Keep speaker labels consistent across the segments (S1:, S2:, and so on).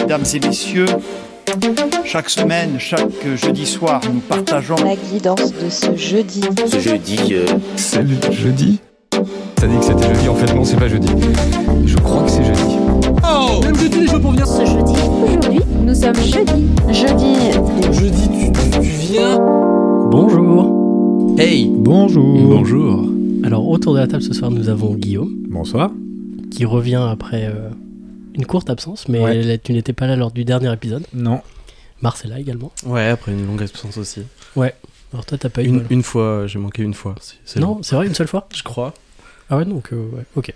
S1: mesdames et messieurs. Chaque semaine, chaque jeudi soir, nous partageons
S2: La guidance de ce jeudi.
S3: Ce jeudi, euh,
S4: C'est le jeudi T'as dit que c'était jeudi, en fait non c'est pas jeudi. Je crois que c'est jeudi.
S5: ce jeudi. Aujourd'hui, nous sommes jeudi.
S2: Jeudi,
S6: Bonjour.
S7: Hey
S8: Bonjour.
S7: Bonjour
S6: Alors autour de la table ce soir nous avons Guillaume
S8: Bonsoir.
S6: qui revient après euh, une courte absence mais
S8: Ouais.
S6: là, tu n'étais pas là lors du dernier épisode.
S8: Non.
S6: Marcella également.
S7: Ouais, après une longue absence aussi.
S6: Alors toi t'as pas eu de
S7: Une,
S6: bol.
S7: une fois, euh, j'ai manqué une fois. c'est- c'est
S6: Non
S7: bon.
S6: c'est vrai une seule fois
S7: Je crois.
S6: Ah ouais donc euh, ouais ok.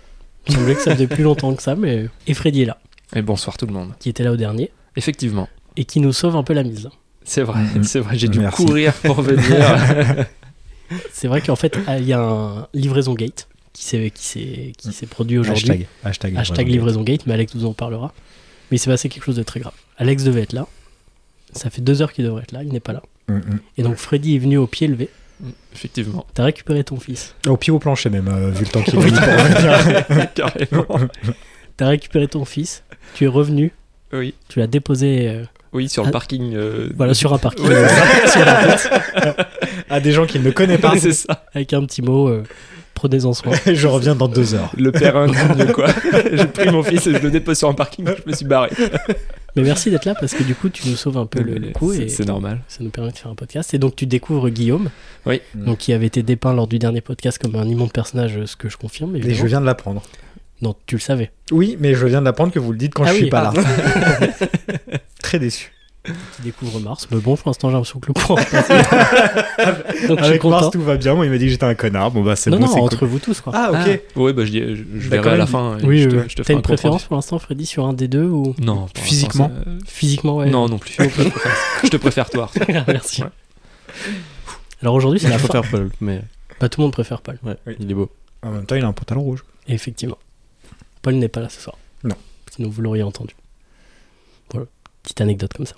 S6: Il me semblait que ça faisait plus longtemps que ça mais... Et Freddy est là
S9: Et bonsoir tout le monde.
S6: qui était là au dernier
S9: Effectivement,
S6: et qui nous sauve un peu la mise.
S9: c'est vrai,
S8: Mhm.
S9: c'est vrai, j'ai dû
S8: Merci.
S9: courir pour venir.
S6: C'est vrai qu'en fait ah, il y a un livraison gate qui s'est qui s'est qui s'est produit aujourd'hui.
S8: Hashtag. Hashtag.
S6: Hashtag livraison gate, mais Alex vous en parlera. Mais il s'est passé quelque chose de très grave. Alex devait être là. Ça fait deux heures qu'il devrait être là, il n'est pas là.
S8: Mm, mm.
S6: Et donc Freddy est venu au pied levé.
S9: Effectivement.
S6: T'as récupéré ton fils.
S8: Mm, Au pied au plancher même, euh, vu le temps qu'il a mis pour revenir.
S9: Carrément.
S6: T'as récupéré ton fils. Tu es revenu.
S9: Oui.
S6: Tu l'as déposé euh,
S9: Oui, sur le
S6: Ah.
S9: parking. euh,
S6: voilà, sur un parking
S9: Ouais.
S8: À des gens qu'il ne connaît pas.
S9: c'est ça.
S6: avec un petit mot euh, prenez-en soin.
S8: Je reviens dans deux heures.
S9: Le père indigne, quoi. j'ai pris mon fils et je le dépose sur un parking, je me suis barré.
S6: Mais merci d'être là parce que du coup, tu nous sauves un peu le, le coup
S9: C'est-
S6: et
S9: C'est normal.
S6: ça nous permet de faire un podcast. Et donc, tu découvres Guillaume.
S9: Oui.
S6: Donc, qui avait été dépeint lors du dernier podcast comme un immonde personnage, ce que je confirme.
S8: Et je
S6: Évidemment.
S8: viens de l'apprendre.
S6: Non, tu le savais.
S8: Oui, mais je viens de l'apprendre que vous le dites quand
S6: Ah
S8: je suis
S6: oui,
S8: pas là. Très déçu.
S6: qui découvre Mars. Mais bon, pour l'instant, j'ai l'impression que le courant est passé. Donc je suis
S8: Avec
S6: content.
S8: Mars, tout va bien. Moi, il m'a dit que j'étais un connard. Bon, bah, c'est
S6: non,
S8: bon,
S6: non,
S8: c'est
S6: entre
S8: cool.
S6: vous tous, quoi.
S8: Ah, ok.
S9: Ouais, bah je, dis- je- je
S8: T'as quand
S9: verrai
S8: même
S9: à la
S8: dit-
S9: fin. et
S6: oui,
S9: je te,
S6: euh,
S9: je te
S6: t'as
S9: ferai
S6: une
S9: un compte rendu.
S6: préférence pour l'instant, Freddy, sur un des deux ou
S9: Non. pour l'instant,
S8: Physiquement
S9: ça- euh,
S6: physiquement ouais.
S9: Non, non plus. je te préfère toi. Arthur.
S6: Merci.
S9: Ouais.
S6: Alors aujourd'hui, c'est la
S7: Je
S6: fin.
S7: préfère Paul, mais
S6: Bah, tout le monde préfère Paul,
S7: ouais,
S8: Oui.
S7: il est beau.
S6: Ah.
S8: En même temps, il a un pantalon rouge.
S6: effectivement. Paul n'est pas là ce soir.
S8: Non.
S6: Sinon, vous l'auriez entendu. Voilà, petite anecdote comme ça,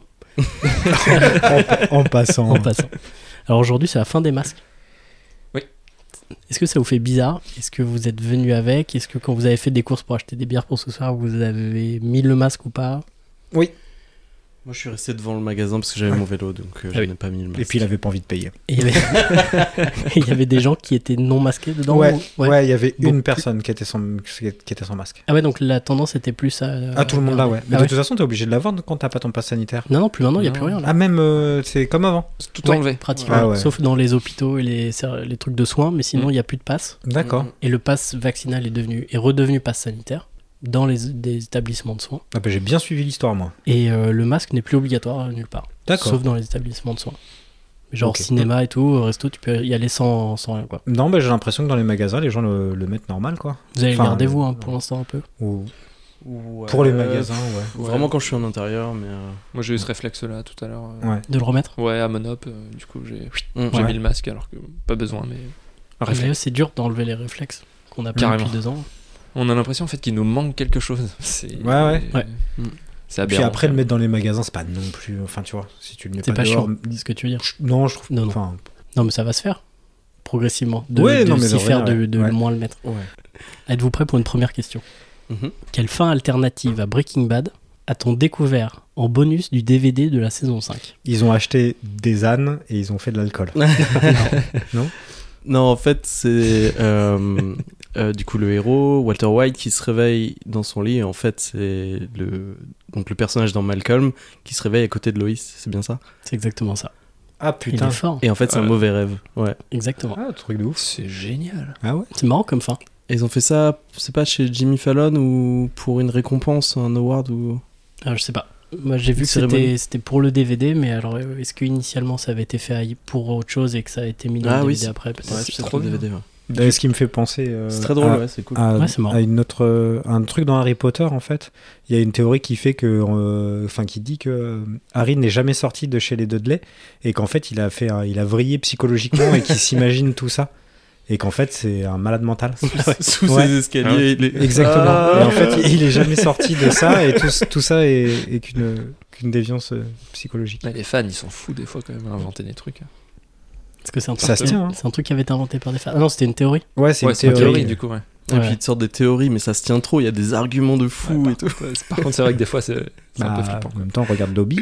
S8: En, en passant.
S6: en passant. Alors aujourd'hui, c'est la fin des masques.
S9: Oui.
S6: Est-ce que ça vous fait bizarre Est-ce que vous êtes venu avec Est-ce que quand vous avez fait des courses pour acheter des bières pour ce soir, vous avez mis le masque ou pas
S7: Moi, je suis resté devant le magasin parce que j'avais mon vélo, donc euh, je
S6: Ah oui.
S7: n'ai pas mis le masque.
S8: Et puis, il avait pas envie de payer.
S6: Et il y avait, il y avait des gens qui étaient non masqués dedans.
S8: ouais,
S6: ou-
S8: ouais, il y avait
S6: Bon.
S8: une personne qui était sans, qui était sans masque.
S6: Ah ouais, donc la tendance était plus à.
S8: Ah, tout le monde là, ouais. Mais
S6: Ah
S8: de
S6: ouais.
S8: toute façon, t'es obligé de l'avoir quand t'as pas ton passe sanitaire.
S6: Non, non, plus maintenant, il n'y a
S9: Non.
S6: plus rien là.
S8: Ah, même, euh, c'est comme avant.
S9: C'est Tout
S6: Ouais,
S9: enlevé.
S6: Pratiquement.
S8: Ah ouais.
S6: Sauf dans les hôpitaux et les, ser- les trucs de soins, mais sinon, il
S9: Mm.
S6: n'y a plus de passe.
S8: D'accord.
S6: Et le passe vaccinal est devenu est redevenu passe sanitaire dans les des établissements de soins.
S8: Ah, bah, j'ai bien suivi l'histoire, moi.
S6: Et euh, le masque n'est plus obligatoire euh, nulle part.
S8: D'accord.
S6: Sauf dans les établissements de soins. Genre
S8: Ok.
S6: cinéma et tout, resto, tu peux y aller sans, sans rien quoi.
S8: Non, bah, j'ai l'impression que dans les magasins, les gens le, le mettent normal, quoi.
S6: Vous allez
S8: Enfin,
S6: garder vous hein,
S8: euh,
S6: pour l'instant un peu.
S8: Ou
S7: Ouais.
S8: pour les magasins, ouais.
S7: Ouais. Vraiment quand je suis en intérieur, mais euh,
S9: Moi j'ai eu ce réflexe là tout à l'heure. euh,
S8: Ouais.
S6: De le remettre.
S9: Ouais, à Monop, euh, du coup j'ai
S7: Mm.
S9: j'ai
S8: Ouais.
S9: mis le masque alors que pas besoin, mais un réflexe.
S6: D'ailleurs, c'est dur d'enlever les réflexes qu'on a pris
S9: Carrément.
S6: depuis deux ans.
S9: On a l'impression en fait qu'il nous manque quelque chose. C'est...
S8: Ouais, ouais.
S6: Ouais.
S9: Mm. C'est
S8: Puis
S9: aberrant.
S8: après, le mettre dans les magasins, c'est pas non plus. Enfin, tu vois, si tu le mets
S6: C'est
S8: pas,
S6: pas
S8: dehors.
S6: chiant, ce que tu veux dire.
S8: Non, je trouve.
S6: Non, non.
S8: Enfin,
S6: Non, mais ça va se faire progressivement. De,
S8: Ouais,
S6: de
S8: non, mais
S6: s'y
S8: de
S6: faire,
S8: revenir,
S6: de,
S8: ouais.
S6: de
S8: Ouais.
S6: moins le mettre. Êtes-vous prêt pour une première question
S7: Mhm.
S6: Quelle fin alternative à Breaking Bad a-t-on découvert en bonus du DVD de la saison 5
S8: ils ont acheté des ânes et ils ont fait de l'alcool.
S7: hum. Non, en fait, c'est euh, euh, du coup le héros Walter White qui se réveille dans son lit. Et en fait, c'est le donc le personnage dans Malcolm qui se réveille à côté de Loïs. C'est bien ça
S6: C'est exactement ça.
S8: Ah,
S6: Il
S8: putain.
S6: est fort.
S7: Et en fait, c'est un
S9: Euh.
S7: mauvais rêve. Ouais.
S6: Exactement.
S8: Ah, truc de ouf.
S9: C'est génial.
S8: Ah ouais
S6: C'est marrant comme fin.
S7: Et ils ont fait ça, c'est pas chez Jimmy Fallon ou pour une récompense, un award ou.
S6: Alors, Euh, je sais pas. Moi, j'ai vu que c'était-
S7: cérémonie.
S6: c'était pour le DVD, mais alors, euh, est-ce qu'initialement ça avait été fait aille- pour autre chose et que ça a été mis dans
S7: Ah
S6: le
S7: oui,
S6: DVD après peut-être
S7: Ouais,
S9: c'est
S7: peut-être
S9: trop
S7: le
S9: bien.
S7: DVD, ouais.
S8: D'ailleurs, ce qui me fait penser. euh,
S7: C'est très drôle,
S8: à-
S7: ouais, c'est cool.
S8: à,
S6: Ouais, c'est marrant.
S8: à une autre, euh, un truc dans Harry Potter en fait. Il y a une théorie qui fait que, euh, enfin, qui dit que euh, Harry n'est jamais sorti de chez les Dudley et qu'en fait il a fait, un- il a vrillé psychologiquement et qu'il s'imagine tout ça et qu'en fait c'est un malade mental.
S7: Sous
S8: ah, Ouais.
S7: ses escaliers. il est-
S8: Exactement.
S7: Ah.
S8: et en fait, il- il est jamais sorti de ça et tout, tout ça est, est qu'une qu'une déviance euh, psychologique.
S9: Mais les fans, ils sont fous des fois quand même à inventer des trucs.
S6: Parce que c'est un,
S8: Ça
S6: truc-
S8: se tient, hein.
S6: c'est un truc qui avait été inventé par des fans. Ah non, c'était une théorie.
S8: Ouais, c'est
S9: ouais,
S8: une
S9: c'est ma
S8: théorie.
S9: théorie du coup, ouais.
S7: Et
S6: Ouais.
S7: puis ils te sortent des théories, mais ça se tient trop, il y a des arguments de fou et tout.
S9: Par contre, c'est vrai que des fois, c'est c'est un peu
S8: Bah,
S9: flippant.
S8: En même temps, regarde Dobby.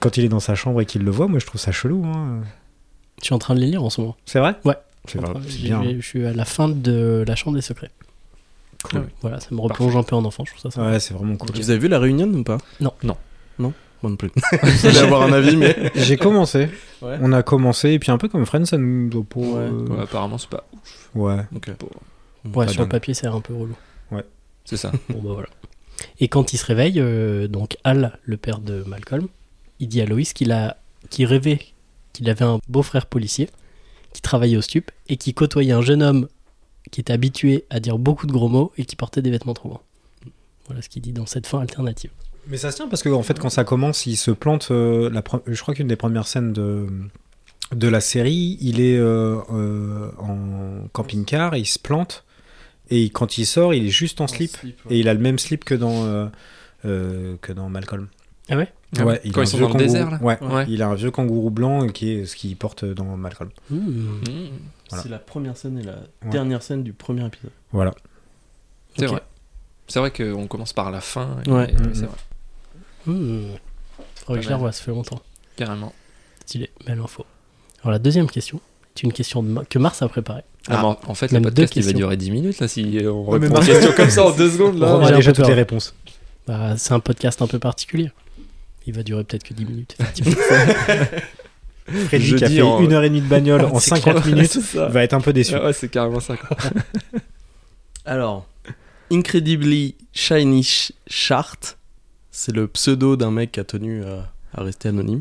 S8: Quand il est dans sa chambre et qu'il le voit, moi je trouve ça chelou. hein.
S6: Je suis en train de les lire en ce moment.
S8: C'est vrai
S6: Ouais.
S8: C'est vrai.
S6: J'ai-
S8: C'est bien.
S6: Je suis à la fin de La Chambre des Secrets.
S9: Cool.
S6: Ah oui. Voilà, ça me replonge un peu en enfant, je trouve ça sympa.
S8: Ouais, c'est vraiment cool.
S7: Vous avez vu la réunion ou pas
S6: Non.
S7: Non. Non Moi non plus. Vous allez avoir un avis, mais.
S8: J'ai commencé.
S7: Ouais.
S8: On a commencé, et puis un peu comme Friends, ça nous doit pas.
S7: Ouais.
S8: euh,
S9: Ouais, apparemment, c'est pas.
S8: ouais.
S6: Ouais,
S8: Pas
S6: sur le
S8: dingue.
S6: papier, c'est un peu relou.
S9: C'est ça.
S6: Bon, bah voilà. Et quand il se réveille, euh, donc Al, le père de Malcolm, il dit à Loïs qu'il a, qu'il rêvait qu'il avait un beau-frère policier qui travaillait au stup et qui côtoyait un jeune homme qui était habitué à dire beaucoup de gros mots et qui portait des vêtements trop grands. Voilà ce qu'il dit dans cette fin alternative.
S8: Mais ça se tient parce que en fait quand ça commence, il se plante. euh, la pre- Je crois qu'une des premières scènes de de la série, il est euh, euh, en camping-car, il se plante et quand il sort, il est juste en
S9: Ah,
S8: slip et il a le même slip que dans euh, euh, que dans Malcolm.
S6: Ah ouais
S9: Ah ouais,
S8: il a
S9: quand
S8: un
S9: ils sont
S8: vieux
S9: dans le désert, là
S8: Ouais,
S9: Ouais.
S8: Il a un vieux kangourou blanc qui est ce qu'il porte dans Malcolm.
S6: Mmh.
S9: Mm.
S8: Voilà.
S7: C'est la première scène et la
S8: Ouais.
S7: dernière scène du premier épisode.
S8: Voilà.
S9: C'est
S6: Ok.
S9: vrai. C'est vrai qu'on commence par la fin. et-
S7: Ouais.
S9: et-
S8: Mhm.
S9: C'est vrai.
S6: Mmh. Faudrait que je la
S9: mal.
S6: revoie, ça fait longtemps.
S9: Carrément.
S6: Stylé, belle info. Alors la deuxième question, c'est une question de Ma- que Mars a préparée.
S9: Ah,
S6: Ah.
S9: mais en- en fait,
S6: Même
S9: le podcast,
S6: deux
S9: il va
S6: questions.
S9: durer 10 minutes, là, si on
S8: Ouais, mais non.
S9: répond aux questions comme ça en deux secondes,
S8: Romain
S9: là.
S6: j'ai
S8: a
S6: un
S8: déjà
S6: peu
S8: toutes les
S6: peur.
S8: réponses.
S6: Bah, c'est un podcast un peu particulier. Il va durer peut-être que 10 minutes. effectivement.
S8: Freddy qui a
S9: Jeudi
S8: fait
S9: en-
S8: une heure et demie de bagnole en
S9: C'est
S8: 50
S9: clair.
S8: minutes
S9: C'est ça.
S8: va être un peu déçu.
S9: Ah ouais, c'est carrément ça. quoi.
S7: Alors, Incredibly Shiny Sh- Shart, c'est le pseudo d'un mec qui a tenu à, à rester anonyme,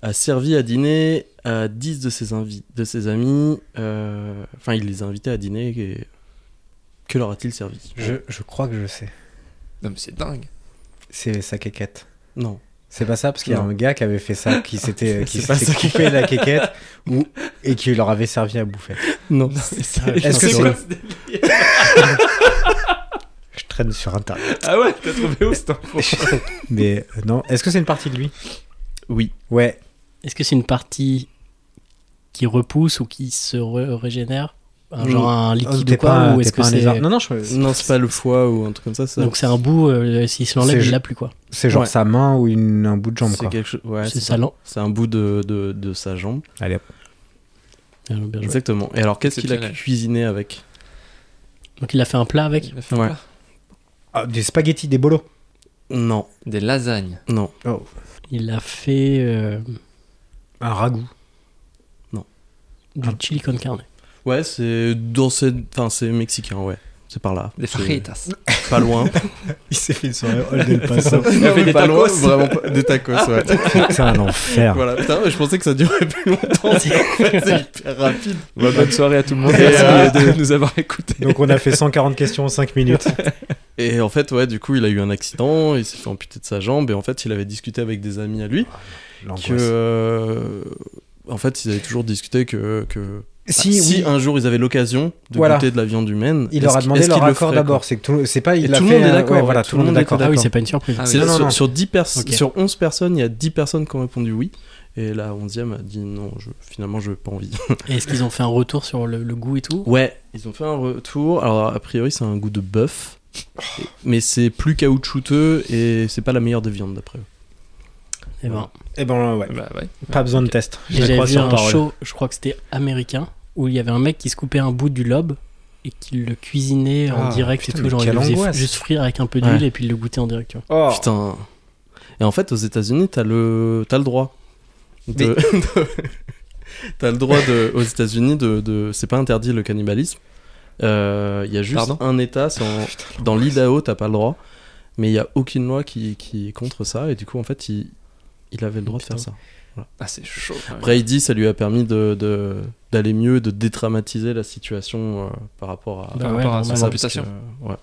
S7: a servi à dîner à 10 de ses, invi- de ses amis. euh, Enfin, il les a invités à dîner. Et... Que leur a-t-il servi
S8: Je, je crois que je sais.
S9: Non, mais c'est dingue.
S8: C'est sa quéquette.
S7: Non.
S8: C'est pas ça, parce qu'il y a
S7: Non.
S8: un gars qui avait fait ça, qui s'était qui
S7: C'est pas
S8: s'était
S7: ça.
S8: coupé la quéquette ou, et qui leur avait servi à bouffer.
S7: Non.
S8: Est-ce que
S6: c'est
S8: c'est. Je traîne sur internet.
S9: Ah ouais, t'as trouvé où cette info
S8: Mais euh, non, est-ce que c'est une partie de lui
S7: Oui.
S8: Ouais,
S6: Est-ce que c'est une partie qui repousse ou qui se re- régénère Un
S7: Non.
S6: genre un
S8: Oh,
S6: liquide
S8: t'es
S6: ou quoi
S8: pas-
S6: Ou
S8: t'es
S6: est-ce que
S8: pas un
S6: c'est.
S8: lézard. Non, non, je-
S7: Non, c'est pas le foie ou un truc comme ça. ça-
S6: Donc c'est un bout, euh, s'il se l'enlève,
S8: C'est
S6: il
S8: ju-
S6: l'a plus quoi.
S8: c'est genre
S7: Ouais.
S8: sa main ou une, un bout de jambe,
S7: c'est
S8: quoi.
S7: quelque chose. Ouais,
S6: c'est
S7: c'est
S6: sa
S7: ça.
S6: langue.
S7: C'est un bout de, de, de sa jambe.
S8: Allez, hop.
S6: Ah, bien joué.
S7: Exactement. Et alors, qu'est-ce qu'il a
S9: Exceptionnel.
S7: cuisiné avec
S6: Donc il a fait un plat avec.
S7: Ouais.
S8: Ah, des spaghettis, des bolos.
S7: Non,
S9: Des lasagnes.
S7: non.
S6: Il a fait euh,
S8: Un ragoût.
S6: du
S8: Ah.
S6: chili con carne.
S7: Ouais, c'est dans cette. Enfin, c'est mexicain, ouais. C'est par là.
S9: Des
S7: C'est
S9: fritas.
S7: Pas loin.
S8: Il s'est fait une soirée Old El Paso.
S7: Il a fait des
S9: pas
S7: tacos,
S9: loin,
S7: vraiment pas- des tacos, ouais.
S8: C'est un enfer.
S7: voilà. Putain, je pensais que ça durait plus longtemps. C'est en fait, c'est hyper rapide.
S9: Bah, bonne soirée à tout le monde.
S7: Et,
S9: Merci
S7: euh,
S9: de nous avoir écoutés.
S8: Donc on a fait 140 questions en 5 minutes.
S7: Et en fait, ouais, du coup, il a eu un accident, il s'est fait amputer de sa jambe, et en fait, il avait discuté avec des amis à lui
S8: Ah,
S7: que.
S8: L'angoisse.
S7: euh, en fait, ils avaient toujours discuté que. que
S8: Si,
S7: Ah,
S8: oui,
S7: un jour ils avaient l'occasion de
S8: Voilà.
S7: goûter de la viande humaine,
S8: il leur
S7: est-ce
S8: a
S7: qu'il-
S8: demandé
S7: est-ce
S8: leur
S7: qu'il le
S8: accord
S7: ferait, quoi
S8: d'abord. C'est que tout, c'est pas, il
S7: Et
S8: l'a
S7: tout le
S8: fait,
S7: monde est
S8: euh,
S7: d'accord,
S8: ouais,
S7: ouais,
S8: voilà, tout le monde est d'accord.
S6: Ah oui, c'est pas une surprise.
S9: Ah oui,
S7: C'est
S8: non, non,
S7: sur,
S8: non.
S7: sur 10 pers-
S6: Ok.
S7: sur 11 personnes, il y a 10 personnes qui ont répondu oui. Et la 11e a dit non, je, finalement, je n'ai pas envie.
S6: Et Est-ce qu'ils ont fait un retour sur le, le goût et tout
S7: Ouais, ils ont fait un retour. Alors, a priori, c'est un goût de bœuf. Mais c'est plus caoutchouteux et c'est pas la meilleure des viandes d'après eux.
S6: Eh ben,
S8: Eh ben, ouais.
S9: Bah ouais.
S8: Pas besoin de test.
S6: Et
S8: Je la
S6: J'avais
S8: crois
S6: vu
S8: sur
S6: un
S8: parole.
S6: show, je crois que c'était américain, où il y avait un mec qui se coupait un bout du lobe et qui le cuisinait en
S8: Ah,
S6: direct
S8: putain,
S6: et tout.
S8: mais
S6: Genre, il
S8: quelle
S6: le faisait
S8: angoisse.
S6: juste frire avec un peu
S7: Ouais.
S6: d'huile et puis il le goûtait en direct. tu vois.
S8: Oh.
S7: Putain. Et en fait, aux États-Unis, t'as le, t'as le droit. De... de- t'as le droit de, aux États-Unis de, de- c'est pas interdit le cannibalisme. Euh, Il y a juste
S9: Pardon
S7: un État, c'est en- dans l'Idaho, t'as pas le droit, mais il y a aucune loi qui, qui est contre ça. Et du coup, en fait, il, il avait le droit de faire ça.
S9: Ah, c'est chaud. quand même.
S7: Après, il dit, ça lui a permis de, de- d'aller mieux, de dédramatiser la situation euh, par rapport à.
S6: Bah
S9: par
S6: ouais,
S9: rapport à
S6: normal.
S9: son
S7: parce que,
S9: amputation.
S7: euh, ouais.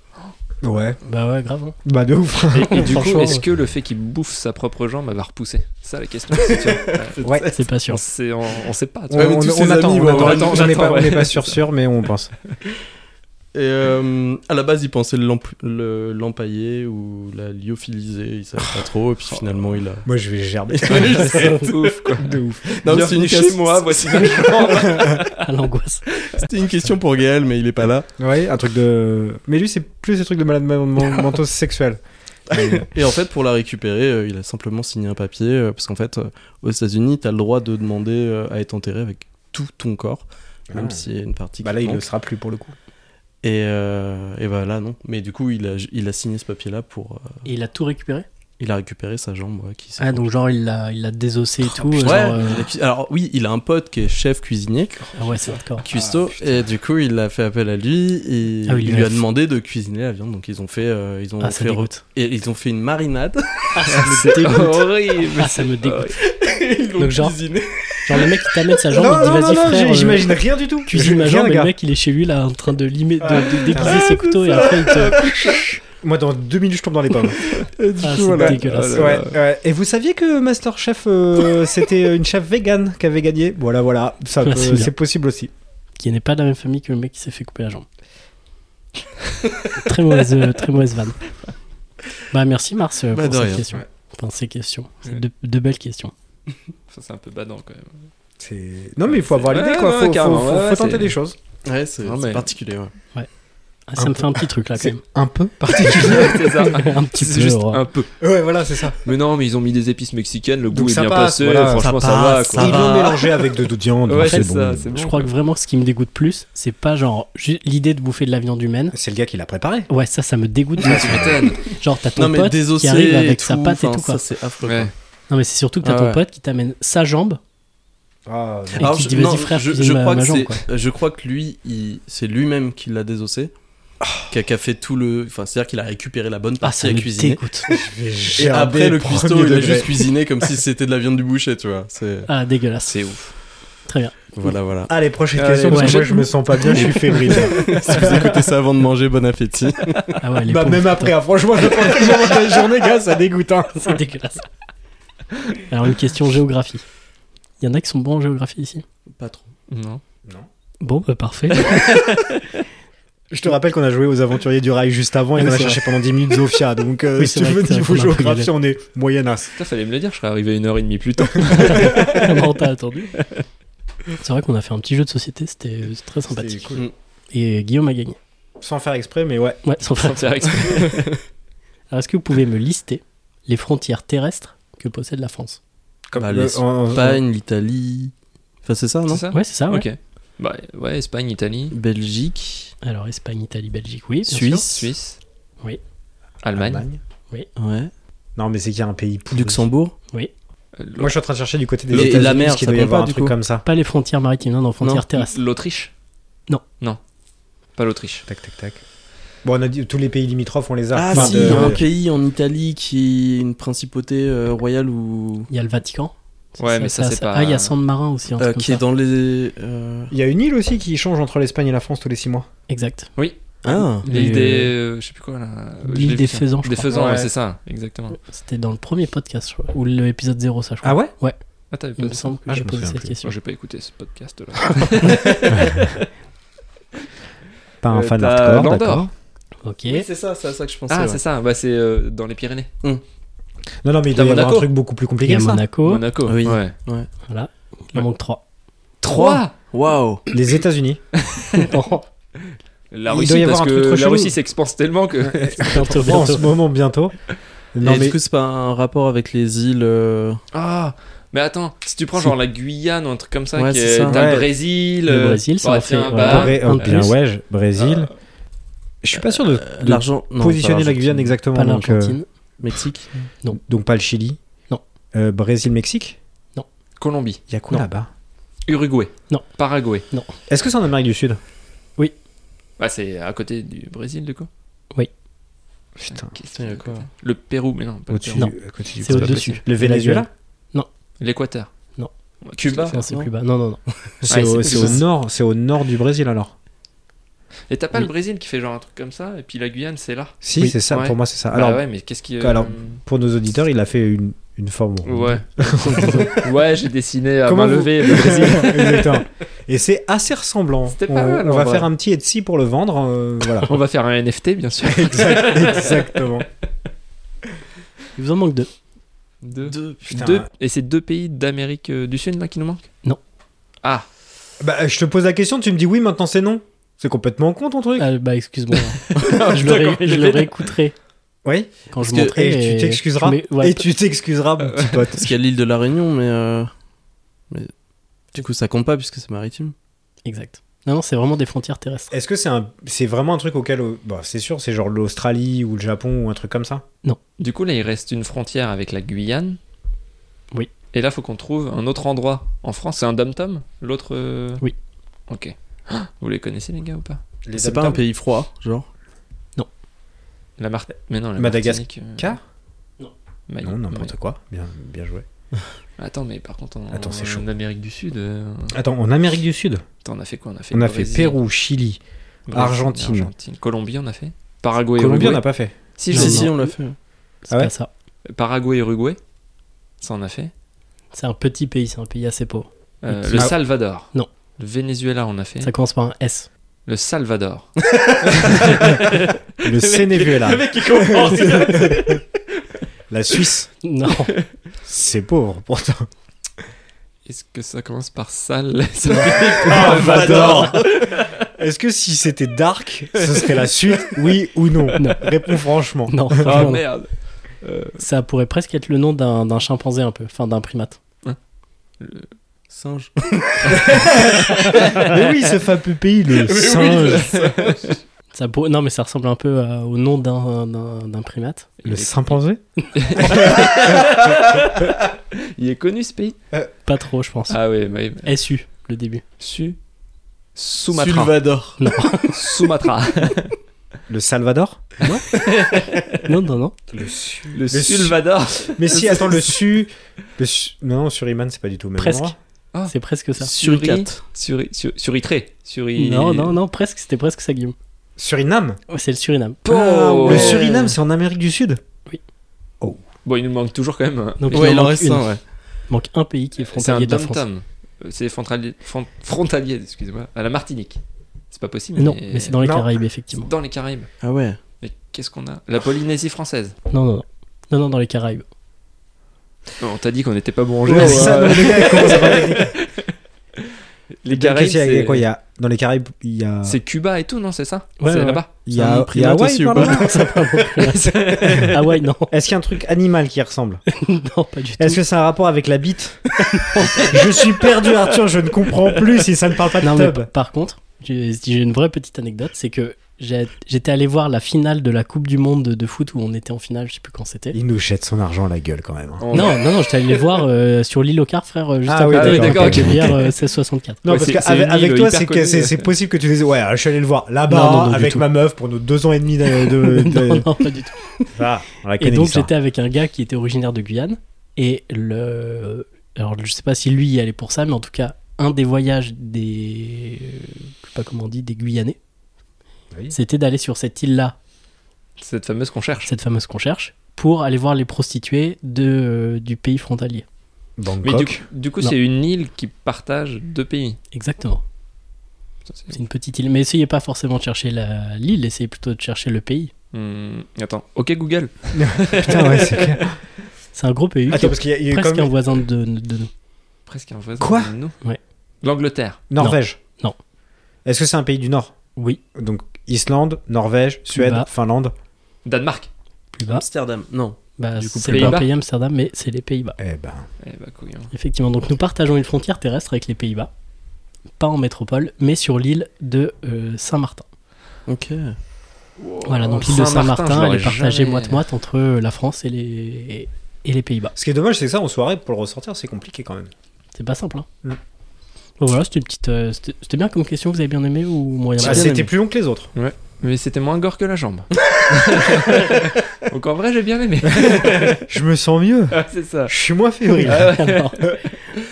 S8: Ouais.
S6: Bah ouais, grave. hein.
S8: Bah de ouf.
S9: Et du coup,
S8: Franchement,
S9: est-ce que le fait qu'il bouffe sa propre jambe, elle va repousser Ça, la question. c'est- tu vois, ouais.
S8: Ouais.
S6: C'est pas sûr.
S9: On sait, on, on sait pas. tu
S8: On,
S9: vois.
S8: on- on attend, on attend,
S9: avoir
S8: on
S9: une-
S8: attend, on n'est
S9: j'attends,
S8: pas, on
S9: ouais.
S8: n'est pas sûr sûr, mais on pense.
S7: Et euh, à la base, il pensait l'emp- le- l'empailler ou la lyophiliser, il savait pas trop, et puis finalement, il a.
S8: Moi, je vais gerber.
S9: C'est ouf, quoi.
S8: de ouf.
S7: Non, mais c'est une
S9: Bienvenue
S7: casse-
S9: chez moi, voici ma chambre.
S6: à l'angoisse.
S7: C'était une question pour Gaël, mais il est pas là.
S8: Ouais, un truc de. Mais lui, c'est plus des trucs de malade men- men- mentaux sexuels. Mais-
S7: Et en fait, pour la récupérer, euh, il a simplement signé un papier, euh, parce qu'en fait, euh, aux États-Unis, t'as le droit de demander euh, à être enterré avec tout ton corps, même
S8: Ah.
S7: s'il y a une partie
S8: Bah
S7: qui
S8: là, il
S7: manque.
S8: le sera plus pour le coup.
S7: Et, euh, et bah là, non. Mais du coup, il a, il a signé ce papier-là pour. euh,
S6: Et il a tout récupéré
S7: il a récupéré sa jambe, ouais, qui s'est
S6: Ah, donc genre il l'a il l'a désossé et tout.
S7: Ouais,
S6: genre, euh,
S7: il a cu- alors oui, il a un pote qui est chef cuisinier,
S6: ah ouais, c'est hardcore.
S7: cuistot, et du coup il a fait appel à lui et
S6: Ah oui,
S7: il
S6: il
S7: lui
S6: lui
S7: a
S6: a-
S7: demandé de cuisiner la viande. Donc ils ont fait, euh, ils ont
S6: Ah, ça
S7: fait,
S6: dégoûte.
S7: et ils ont fait une marinade.
S6: Ah, ça me dégoûte.
S9: Horrible.
S6: Ah, ça me dégoûte.
S7: et ils l'ont
S6: Donc, genre-
S7: cuisiné.
S6: Genre le mec il t'amène sa jambe, il dit vas-y frère, euh,
S8: j'imagine rien du tout.
S6: cuisine ma jambe,
S8: Rien,
S6: et le
S8: gars.
S6: mec il est chez lui là en train de limer, de,
S8: Ah,
S6: de déguiser
S8: putain.
S6: ses couteaux et après il te.
S8: Moi, dans deux minutes, je tombe dans les pommes.
S6: Ah, c'est dégueulasse.
S8: Ouais, ouais. Et vous saviez que Masterchef, euh, c'était une chef vegan qui avait gagné Voilà, voilà. Ça
S6: Ah,
S8: peut-
S6: c'est bien.
S8: c'est possible aussi.
S6: Qui n'est pas de la même famille que le mec qui s'est fait couper la jambe. très mauvaise, euh, très mauvaise vanne. Bah merci Mars euh,
S7: Bah,
S6: pour
S7: de
S6: cette
S7: rien.
S6: question. Enfin, ces questions, C'est
S9: Ouais.
S6: de, de belles questions.
S9: Ça, c'est un peu badant, quand même.
S8: C'est- Non, mais il faut avoir
S9: Ouais,
S8: l'idée, quoi.
S9: ouais,
S8: faut, faut,
S9: carrément.
S8: faut-
S9: Ouais,
S8: faut
S9: ouais,
S8: tenter
S9: c'est-
S8: des choses.
S7: Ouais, c'est
S9: Non,
S7: c'est
S9: mais-
S7: particulier. ouais.
S6: Ah, ça
S8: Un
S6: me
S8: peu.
S6: fait un petit truc là quand
S8: C'est
S6: même.
S8: un peu particulier.
S9: c'est ça.
S6: Un petit peu.
S9: C'est juste
S6: ouais.
S9: un peu.
S8: ouais, voilà, c'est ça.
S9: Mais non, mais ils ont mis des épices mexicaines, le
S8: Donc
S9: goût est
S8: ça
S9: bien
S8: passe,
S9: passé,
S8: voilà,
S9: franchement ça,
S7: ça
S9: va
S7: passe,
S9: Ah, quoi.
S7: ça
S8: Ils l'ont mélangé avec de l'eau de viande. Ah,
S9: Ouais,
S8: c'est
S9: c'est
S8: bon.
S9: ça, c'est bon.
S6: Je crois que vraiment que ce qui me dégoûte plus, c'est pas genre ju- l'idée de bouffer de la viande humaine.
S8: C'est le gars qui l'a préparé.
S6: Ouais, ça, ça me dégoûte. de ouf. genre t'as ton
S7: Non mais
S6: pote qui arrive
S7: désossé et
S6: avec
S7: tout,
S6: sa patte et
S7: enfin,
S6: tout quoi.
S7: ça c'est affreux.
S9: Ouais.
S6: Non mais c'est surtout que t'as
S9: Ah
S6: ton
S9: ouais.
S6: pote qui t'amène sa jambe.
S8: Ah,
S6: Et qui dit, vas-y, frère,
S7: je,
S6: cuisine
S7: je
S6: ma-
S7: crois que
S6: ma jambe,
S7: c'est-
S6: quoi.
S7: euh, je crois que lui, il- c'est lui-même qui l'a désossé, qui, a, qui a fait tout le, enfin c'est-à-dire qu'il a récupéré la bonne
S6: Ah,
S7: partie
S6: ça
S7: à
S6: me
S7: cuisiner.
S6: dégoûte.
S7: Et après le cuistot, il a juste cuisiné comme si c'était de la viande du boucher, tu vois. C'est
S6: Ah, dégueulasse.
S9: C'est ouf.
S6: Très bien.
S7: voilà voilà.
S8: Allez, prochaine
S9: Allez,
S8: question, parce que
S6: ouais.
S8: moi je me sens pas bien, je suis fébrile.
S7: si vous écoutez ça avant de manger, bon appétit.
S6: Ah ouais, les
S8: bah,
S6: pauvres,
S8: même après, hein, franchement, je pense que j'ai la journée, gars, ça dégoûte. Hein.
S6: putain, C'est dégueulasse. Alors, une question géographie. Il y en a qui sont bons en géographie ici
S7: Pas trop.
S9: Non.
S6: Bon, bah parfait.
S8: Je te rappelle qu'on a joué aux Aventuriers du Rail juste avant et
S6: Oui,
S8: qu'on a
S6: c'est
S8: cherché pendant 10 minutes Zofia. Donc, euh,
S6: Oui,
S8: si
S6: c'est
S8: tu
S6: vrai
S8: veux,
S6: que c'est
S8: niveau
S6: vrai qu'on a un peu
S8: géographie, on est moyenasse.
S9: Putain, fallait me le dire, je serais arrivé une heure et demie plus tôt.
S6: Comment t'as attendu C'est vrai qu'on a fait un petit jeu de société, c'était euh, très sympathique.
S8: C'était cool.
S6: Et Guillaume a gagné.
S8: Sans faire exprès, mais ouais.
S6: Ouais, sans faire
S9: Sans faire exprès.
S6: Alors, est-ce que vous pouvez me lister les frontières terrestres que possède la France
S9: Comme
S7: Bah, l'Espagne, l'Italie. Enfin c'est ça non
S9: C'est ça
S6: Ouais, c'est ça, Ah ouais.
S9: Ok. Bah, ouais, Espagne, Italie,
S7: Belgique,
S6: Alors, Espagne, Italie, Belgique, oui. bien sûr.
S7: Suisse,
S9: Suisse.
S6: Oui.
S9: Allemagne.
S7: ouais.
S8: Non, mais c'est qu'il y a un pays. pourri.
S7: Luxembourg.
S9: Euh,
S8: Moi, je suis en train de chercher du côté des
S7: Et- et la
S8: États-Unis,
S7: mer,
S8: parce qu'il
S7: ça
S8: doit y
S7: compte
S8: avoir
S7: pas,
S8: un
S7: du
S8: truc
S7: coup
S8: comme ça.
S6: Pas les frontières maritimes, non, non, frontières terrestres.
S9: L'Autriche
S6: Non.
S9: Non, pas l'Autriche.
S8: Tac, tac, tac. Bon, on a dit tous les pays limitrophes, on les a.
S7: Ah
S8: Enfin,
S7: si,
S8: de-
S7: il y a un pays en Italie qui est une principauté euh, royale ou
S6: Il y a le Vatican. C'est
S9: Ouais, mais ça, c'est pas-
S6: Ah, il y a San Marin aussi, un
S7: euh,
S6: truc comme
S7: qui est
S6: ça.
S7: dans les. euh,
S8: Il y a une île aussi qui change entre l'Espagne et la France tous les 6 mois.
S6: Exact.
S7: Ah.
S9: L'île
S6: Et-
S9: des. euh, je sais plus quoi là.
S6: L'île
S9: Je l'ai
S6: des
S9: vu, ça.
S6: faisans, je
S9: Des
S6: crois.
S9: faisans, ouais,
S8: Ouais.
S9: c'est ça, exactement.
S6: C'était dans le premier podcast, je crois, ou l'épisode 0, ça, je crois.
S8: Ah ouais
S9: Ah, t'avais pas
S6: Il me
S9: dit ça
S6: semble que
S8: Ah, je
S6: j'ai
S8: me
S6: posé
S8: souviens
S6: cette
S8: plus.
S6: question.
S9: Moi, j'ai pas écouté ce podcast là.
S8: Pas un
S9: Euh,
S8: fan
S9: t'as
S8: hardcore,
S9: l'Andorre.
S8: d'accord.
S6: Ok.
S7: Oui, c'est ça, c'est à ça que je pensais.
S9: Ah,
S7: ouais.
S9: c'est ça, bah, c'est euh, dans les Pyrénées.
S8: Non, non, mais il
S9: T'as
S8: doit y avoir un
S9: Monaco
S8: truc beaucoup plus
S6: Il y
S8: compliqué
S6: a
S8: que ça.
S6: Monaco.
S9: Monaco.
S7: Oui.
S9: Ouais.
S6: Voilà. Il en manque 3.
S9: Trois
S7: Waouh
S8: Les États-Unis.
S9: La
S8: Il
S9: Russie,
S8: doit y avoir
S9: parce
S8: un truc
S9: que
S8: trop
S9: la
S8: chelou.
S9: Russie s'expanse tellement que.
S6: bientôt,
S8: En ce
S6: bientôt.
S8: moment, bientôt.
S7: Non,
S8: Non,
S7: mais...
S8: mais
S7: du coup, c'est pas un rapport avec les îles. euh,
S9: Ah Mais attends, si tu prends genre la Guyane ou un truc comme ça,
S7: Ouais,
S9: qui
S7: c'est
S9: est-
S7: ça.
S9: t'as
S8: Ouais.
S9: le Brésil.
S6: Le
S9: euh,
S6: Brésil, ça
S9: bah,
S6: en fait,
S9: tiens,
S6: ouais.
S9: bah,
S8: Bré-
S6: un
S8: oh,
S9: euh,
S8: bien,
S6: plus.
S8: ouais, Brésil. Je suis pas sûr de, de
S7: L'argent. non, pas
S8: positionner la
S7: l'Argentine.
S8: Guyane exactement.
S6: Pas
S8: donc, euh,
S6: l'Argentine.
S7: Mexique.
S8: donc pas le Chili.
S6: Non.
S8: Euh, Brésil-Mexique
S9: Colombie,
S8: Il y a quoi
S6: Non.
S8: là-bas
S9: Uruguay,
S6: Non.
S9: Paraguay.
S8: Est-ce que c'est en Amérique du Sud
S9: Bah, c'est à côté du Brésil, du coup.
S8: Putain.
S9: Qu'est-ce
S7: Ah, Putain, il y a quoi
S9: Le Pérou, mais non, pas le
S8: Au-dessus
S9: Pérou.
S6: Non.
S8: du- à côté du-
S6: C'est
S9: pas
S6: au-dessus.
S8: Le Venezuela
S9: L'Équateur.
S6: Non.
S9: Ouais,
S7: Cuba.
S9: tout à
S6: Non,
S9: fait.
S6: c'est plus bas. Non, non, non.
S8: C'est
S9: Ouais,
S8: au,
S9: c'est-
S8: c'est au
S9: c'est-
S8: nord, c'est au nord du Brésil alors.
S9: Et t'as pas le
S6: Oui.
S9: Brésil qui fait genre un truc comme ça, et puis la Guyane, c'est là.
S8: Si,
S6: Oui.
S8: c'est ça,
S9: Ouais.
S8: pour moi, c'est ça. Alors,
S9: Alors, ouais, mais qu'est-ce qui. euh,
S8: alors- pour nos auditeurs, il a fait une, une forme.
S9: Ouais. ouais, j'ai dessiné à
S8: Comment
S9: main
S8: vous-
S9: levée le Brésil.
S8: Exactement. Et c'est assez ressemblant.
S9: C'était
S8: on,
S9: pas mal,
S8: on
S9: en
S8: va
S9: vrai.
S8: faire un petit Etsy pour le vendre. euh, voilà.
S9: On va faire un NFT, bien sûr.
S8: Exact- exactement.
S6: Il vous en manque deux.
S9: Deux.
S8: Putain.
S9: Deux- Et c'est deux pays d'Amérique euh, du Sud là qui nous manquent
S6: Non.
S9: Ah,
S8: Bah, je te pose la question, tu me dis oui, maintenant c'est non. C'est complètement con ton truc.
S6: Ah, bah, excuse-moi. je le, ré- je le réécouterai
S8: Oui.
S6: quand je
S7: Parce que-
S6: monterai.
S8: et tu t'excuseras.
S6: Mais, ouais,
S8: Et tu t'excuseras, mon petit pote.
S7: Parce qu'il y a l'île de la Réunion, mais, euh, mais du coup ça compte pas puisque c'est maritime.
S6: Exact. Non, non, c'est vraiment des frontières terrestres.
S8: Est-ce que c'est un, c'est vraiment un truc auquel, euh, bah, c'est sûr, c'est genre l'Australie ou le Japon ou un truc comme ça.
S9: du coup là il reste une frontière avec la Guyane.
S6: Oui.
S9: Et là faut qu'on trouve un autre endroit. En France c'est un dom-tom L'autre. euh,
S6: Oui.
S9: Ok. Ah, Vous les connaissez les gars ou pas
S7: C'est pas un pays froid, genre.
S9: La Mar... Mais non, la
S8: Euh, Madagascar
S9: Martinique, euh,
S8: Car
S9: Maï-
S8: Non, n'importe quoi. Bien, bien joué.
S9: Maï- Attends, mais par contre en,
S8: Attends, c'est chaud.
S9: en Amérique du Sud, euh,
S8: Attends, en Amérique du Sud,
S9: attends, on a fait quoi On a fait,
S8: on a fait
S9: Brésil,
S8: Pérou, Chili,
S9: Brésil,
S8: Argentine.
S9: Colombie, on a fait. Paraguay,
S8: Colombie, on
S9: Uruguay.
S8: n'a pas fait.
S9: Si,
S6: Non,
S9: je-
S7: si, si, on l'a fait.
S6: C'est
S8: Ah ouais
S6: pas ça.
S9: Paraguay, Uruguay. Ça on a fait.
S6: C'est un petit pays, c'est un pays assez pauvre.
S9: Euh,
S6: Petit-
S9: le
S6: Ah.
S9: Salvador.
S6: Non.
S9: Le Venezuela, on a fait.
S6: Ça commence par un S.
S9: Le Salvador.
S8: Le Sénévuela. Le mec qui La Suisse,
S6: Non.
S8: c'est pauvre pourtant.
S9: Est-ce que ça commence par sale Ah,
S8: Est-ce que si c'était Dark, ce serait la suite, oui ou non,
S6: Non.
S8: Réponds franchement.
S6: Non, franchement, non.
S9: merde
S6: ça pourrait presque être le nom d'un d'un chimpanzé un peu, enfin d'un primate.
S7: Singe.
S8: Mais oui, ce fameux pays, le singe.
S6: Ça pour- Non, mais ça ressemble un peu à- au nom d'un- d'un d'un primate.
S8: Le chimpanzé
S9: Il est connu ce pays
S6: Pas trop, je pense.
S9: Ah oui, oui.
S6: SU, le début.
S9: Su. Sumatra.
S7: Salvador.
S9: Sumatra.
S8: Le Salvador
S6: Non, non, non.
S9: Le
S8: Su-
S9: Sulvador.
S8: Mais si, attends, le Su. Le su... Non, Suriman, c'est pas du tout le même
S6: Presque.
S8: endroit.
S9: Ah.
S6: C'est presque ça.
S7: Suricate.
S9: Suri- Su- Suritré. Suri.
S6: Non, non, non, presque, c'était presque ça, Guillaume.
S8: Suriname
S6: Ouais, c'est le Suriname.
S9: Pau.
S8: Le Suriname, c'est en Amérique du Sud
S9: Bon, il nous manque toujours quand même. un-
S6: Donc
S7: Ouais, il en
S6: manque
S7: reste
S6: une.
S7: un, ouais.
S6: Il manque un pays qui est
S9: C'est un
S6: frontalier de la France.
S9: dom-tom. Euh, C'est frontalier, fron- frontalier, excusez-moi, à la Martinique. C'est pas possible.
S6: Non, mais c'est dans les
S8: Non.
S6: Caraïbes,
S9: c'est
S6: effectivement.
S9: dans les Caraïbes.
S7: Ah ouais.
S9: Mais qu'est-ce qu'on a La Polynésie française.
S6: Non, non, non. Non, non, dans les Caraïbes.
S9: Non, on t'a dit qu'on n'était pas bon en
S8: Ouais,
S9: jeu.
S8: c'est ça, non,
S9: euh,
S8: les gars, ils commencent à parler technique.
S9: les Caraïbes,
S8: Qu'est-ce qu'il y a- il y a
S9: c'est-
S8: quoi, il y a- Dans les Caraïbes, il y a.
S9: c'est Cuba et tout, non C'est ça
S6: Ah. Ouais,
S9: C'est
S6: ouais,
S9: là-bas.
S8: Il
S7: c'est
S8: y
S7: un
S8: a,
S7: autre
S8: il y a
S7: primate
S8: Hawaï
S7: aussi ou
S8: par
S7: pas
S8: là-bas
S6: Non, ça parle pas primate. Ah ouais, non.
S8: Est-ce qu'il y a un truc animal qui ressemble
S6: Non, pas du tout.
S8: Est-ce que c'est un rapport avec la bite Je suis perdu, Arthur, je ne comprends plus si ça ne parle pas de
S6: Non, mais
S8: tub.
S6: pa- par contre, j'ai j'ai une vraie petite anecdote, c'est que j'ai- j'étais allé voir la finale de la Coupe du Monde de, de foot où on était en finale, je sais plus quand c'était.
S8: Il nous jette son argent à la gueule quand même. hein.
S9: On-
S6: Non, non, non, j'étais allé les voir euh, sur l'île aux Cars, frère, euh, juste
S8: Ah
S6: à
S8: oui,
S6: côté,
S9: d'accord,
S6: dans le
S9: ok.
S6: calubière, euh, 1664.
S8: Non,
S9: Ouais,
S8: parce
S9: c'est- c'est
S8: qu'avec
S9: une île
S8: toi,
S9: hyper
S8: c'est que-
S9: connue.
S8: c'est c'est possible que tu dises Ouais, je suis allé le voir
S6: Non, non,
S8: là-bas
S6: non, du
S8: avec
S6: tout.
S8: ma meuf pour nos deux ans et demi de. de- Euh, de-
S6: non, non, pas du tout.
S8: Ah, on la
S6: Et
S8: connaît,
S6: donc
S8: l'histoire.
S6: j'étais avec un gars qui était originaire de Guyane, et le... Alors je sais pas si lui y allait pour ça, mais en tout cas, un des voyages des... euh, Je sais pas comment on dit, des Guyanais,
S8: Oui.
S6: c'était d'aller sur cette île-là
S9: Cette fameuse qu'on cherche.
S6: cette fameuse qu'on cherche, pour aller voir les prostituées de, euh, du pays frontalier.
S9: Mais
S8: Bangkok.
S9: du, coup- du coup, c'est une île qui partage deux pays.
S6: Exactement.
S9: Ça, c'est-
S6: C'est une petite île. Mais essayez pas forcément de chercher la- l'île, essayez plutôt de chercher le pays.
S9: Hmm, attends. Ok Google.
S8: Putain, ouais, c'est clair.
S6: C'est un gros pays qui
S8: Attends,
S6: est
S8: Ah, parce qu'il y a- il y a eu
S6: presque
S8: comme-
S6: un voisin de, de nous.
S9: Presque un voisin.
S8: Quoi
S9: de nous.
S6: Ouais.
S9: L'Angleterre.
S8: Norvège.
S6: Non.
S8: Est-ce que c'est un pays du Nord
S6: Oui,
S8: Donc Islande, Norvège, Suède,
S6: bas.
S8: Finlande.
S9: Danemark.
S6: plus
S8: Ah.
S6: bas.
S7: Amsterdam. Non.
S6: Bah,
S9: Du coup,
S6: c'est pas
S9: Pays-Bas.
S6: un pays Amsterdam, mais c'est les Pays-Bas.
S8: Eh ben.
S9: Eh bah couillon.
S6: Effectivement, donc nous partageons une frontière terrestre avec les Pays-Bas. Pas en métropole, mais sur l'île de euh, Saint-Martin.
S7: Ok.
S6: Voilà, donc l'île de
S9: Saint-Martin, je
S6: Saint-Martin, elle
S9: l'aurais
S6: est partagée
S9: jamais-
S6: moite-moite entre euh, la France et les, et- et les Pays-Bas.
S8: Ce qui est dommage, c'est que ça, en soirée, pour le ressortir, c'est compliqué quand même.
S6: C'est pas simple. Hein.
S8: Mm.
S6: Bon, voilà, c'était une petite. euh, c'était c'était bien comme question, vous avez bien aimé ou moyen
S8: Bah,
S6: bien
S8: C'était
S6: aimé
S8: plus long que les autres.
S9: Mais c'était moins gore que la jambe. Donc en vrai, j'ai bien aimé.
S8: Je me sens mieux.
S9: Ah, c'est ça.
S8: Je suis moins fébrile.
S6: Alors,
S8: Euh.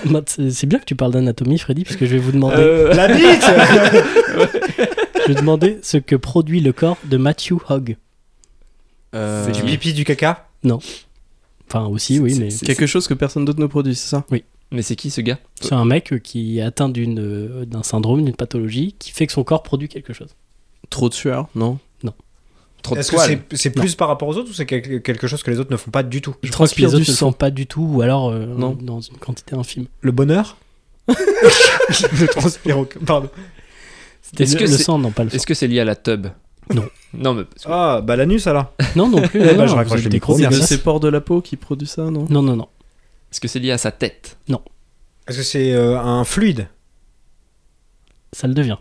S6: Matt, c'est c'est bien que tu parles d'anatomie, Freddy, parce que je vais vous demander.
S9: Euh,
S8: La bite
S6: Je demandais ce que produit le corps de Matthew Hogg.
S7: Euh,
S9: C'est
S8: Du pipi, du caca
S6: Enfin, aussi, oui,
S9: C'est-
S6: mais.
S9: c'est-
S7: quelque chose que personne d'autre ne produit, c'est ça
S9: Mais c'est qui ce gars
S6: C'est un mec qui est atteint d'une, euh, d'un syndrome, d'une pathologie qui fait que son corps produit quelque chose.
S7: Trop de sueur, non
S9: Trop de
S8: Est-ce que
S9: poils.
S8: c'est c'est plus par rapport aux autres ou c'est quel- quelque chose que les autres ne font pas du tout
S6: Je
S7: crois que
S6: transpire
S7: les autres
S6: du
S7: le
S6: sang pas du tout, ou alors euh,
S7: Non.
S6: dans une quantité infime.
S8: Le bonheur Le transpire au- Pardon.
S6: C'était
S9: Est-ce
S6: le,
S9: que
S6: le
S9: c'est-
S6: sang, non pas le sang.
S9: Est-ce que c'est lié à la tub
S6: Non.
S9: Non, mais parce que-
S8: Ah, bah l'anus alors
S6: Non, non plus.
S8: Eh ben,
S6: non,
S8: je
S6: non,
S8: raccroche
S6: vous êtes
S8: le
S6: des
S8: micro,
S6: gros
S8: merci.
S7: C'est
S6: exercices.
S7: ces pores de la peau qui produit ça, non
S6: Non, non, non.
S9: est-ce que c'est lié à sa tête
S8: Est-ce que c'est euh, un fluide
S6: Ça le devient.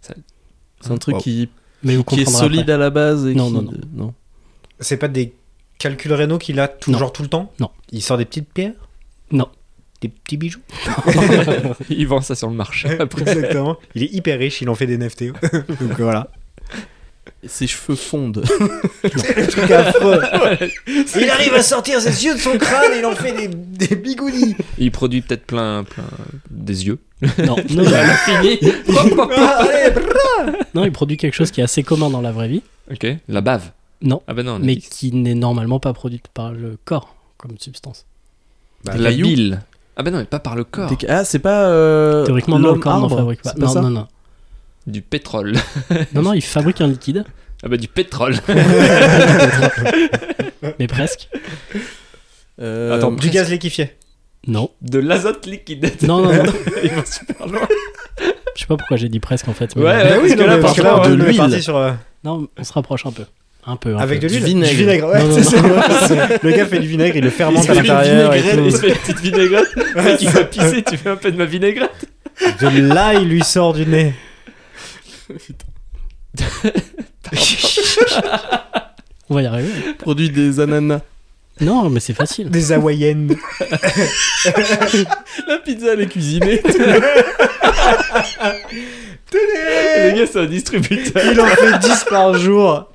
S7: C'est un truc
S8: Wow.
S7: qui,
S6: Mais vous
S7: qui est
S6: comprendrez.
S7: solide
S6: après.
S7: à la base et
S6: Non,
S7: qui-
S6: non, non.
S8: C'est pas des calculs rénaux qu'il a tout,
S6: Non.
S8: genre tout le temps
S6: Non.
S8: Il sort des petites pierres
S6: Non.
S8: Des petits bijoux
S9: Il vend ça sur le marché après.
S8: Exactement. Il est hyper riche, il en fait des NFT. Donc voilà.
S7: Ses cheveux fondent.
S8: Truc affreux. il arrive à sortir ses yeux de son crâne et il en fait des, des bigoudis.
S9: Il produit peut-être plein, plein des yeux.
S6: Non, non, non,
S9: Fini. Hop, hop.
S8: Ah, allez, brrr.
S6: non, il produit quelque chose qui est assez commun dans la vraie vie,
S9: Ok. La bave.
S6: Non.
S9: Ah bah non. on a
S6: mais
S9: dit que
S6: qui n'est normalement pas produite par le corps comme substance.
S9: c'était
S7: Bah,
S9: la
S7: la you.
S9: bile. Ah bah non, mais pas par le corps.
S7: Des- Ah, c'est pas. euh,
S6: Théoriquement, non,
S7: l'homme
S6: le corps n'en
S7: arbre,
S6: fabrique pas.
S7: c'est
S6: Non,
S7: ça
S6: non, non.
S9: Du pétrole.
S6: Non, non, il fabrique un liquide,
S9: Ah bah du pétrole.
S6: mais presque.
S7: Euh,
S9: Attends,
S8: Du gaz liquéfié.
S6: Non,
S9: De l'azote liquide.
S6: non, non, non.
S9: Il va super loin.
S6: Je sais pas pourquoi j'ai dit presque en fait. mais-
S9: Ouais, ouais, parce que
S8: non,
S9: là,
S8: mais
S9: par
S8: que
S9: contre,
S8: on
S9: de
S8: est
S9: l'huile.
S8: parti sur, euh,
S6: Non, on se rapproche un peu. Un peu. un
S8: avec
S6: peu.
S8: de l'huile.
S7: Du vinaigre.
S8: ouais,
S6: Non, non,
S8: c'est ça. le gars fait du vinaigre, il le fermente à l'intérieur. et
S9: Il se
S8: tout.
S9: fait une petite vinaigrette. Le mec, il va pisser. Tu fais un peu de ma vinaigrette.
S8: De là, il lui sort du nez.
S6: On va y arriver.
S7: Produit des ananas.
S6: Non, mais c'est facile.
S8: Des hawaïennes.
S9: La pizza, elle est cuisinée.
S8: Tenez
S9: Les gars, c'est un distributeur.
S8: Il en fait 10 par jour.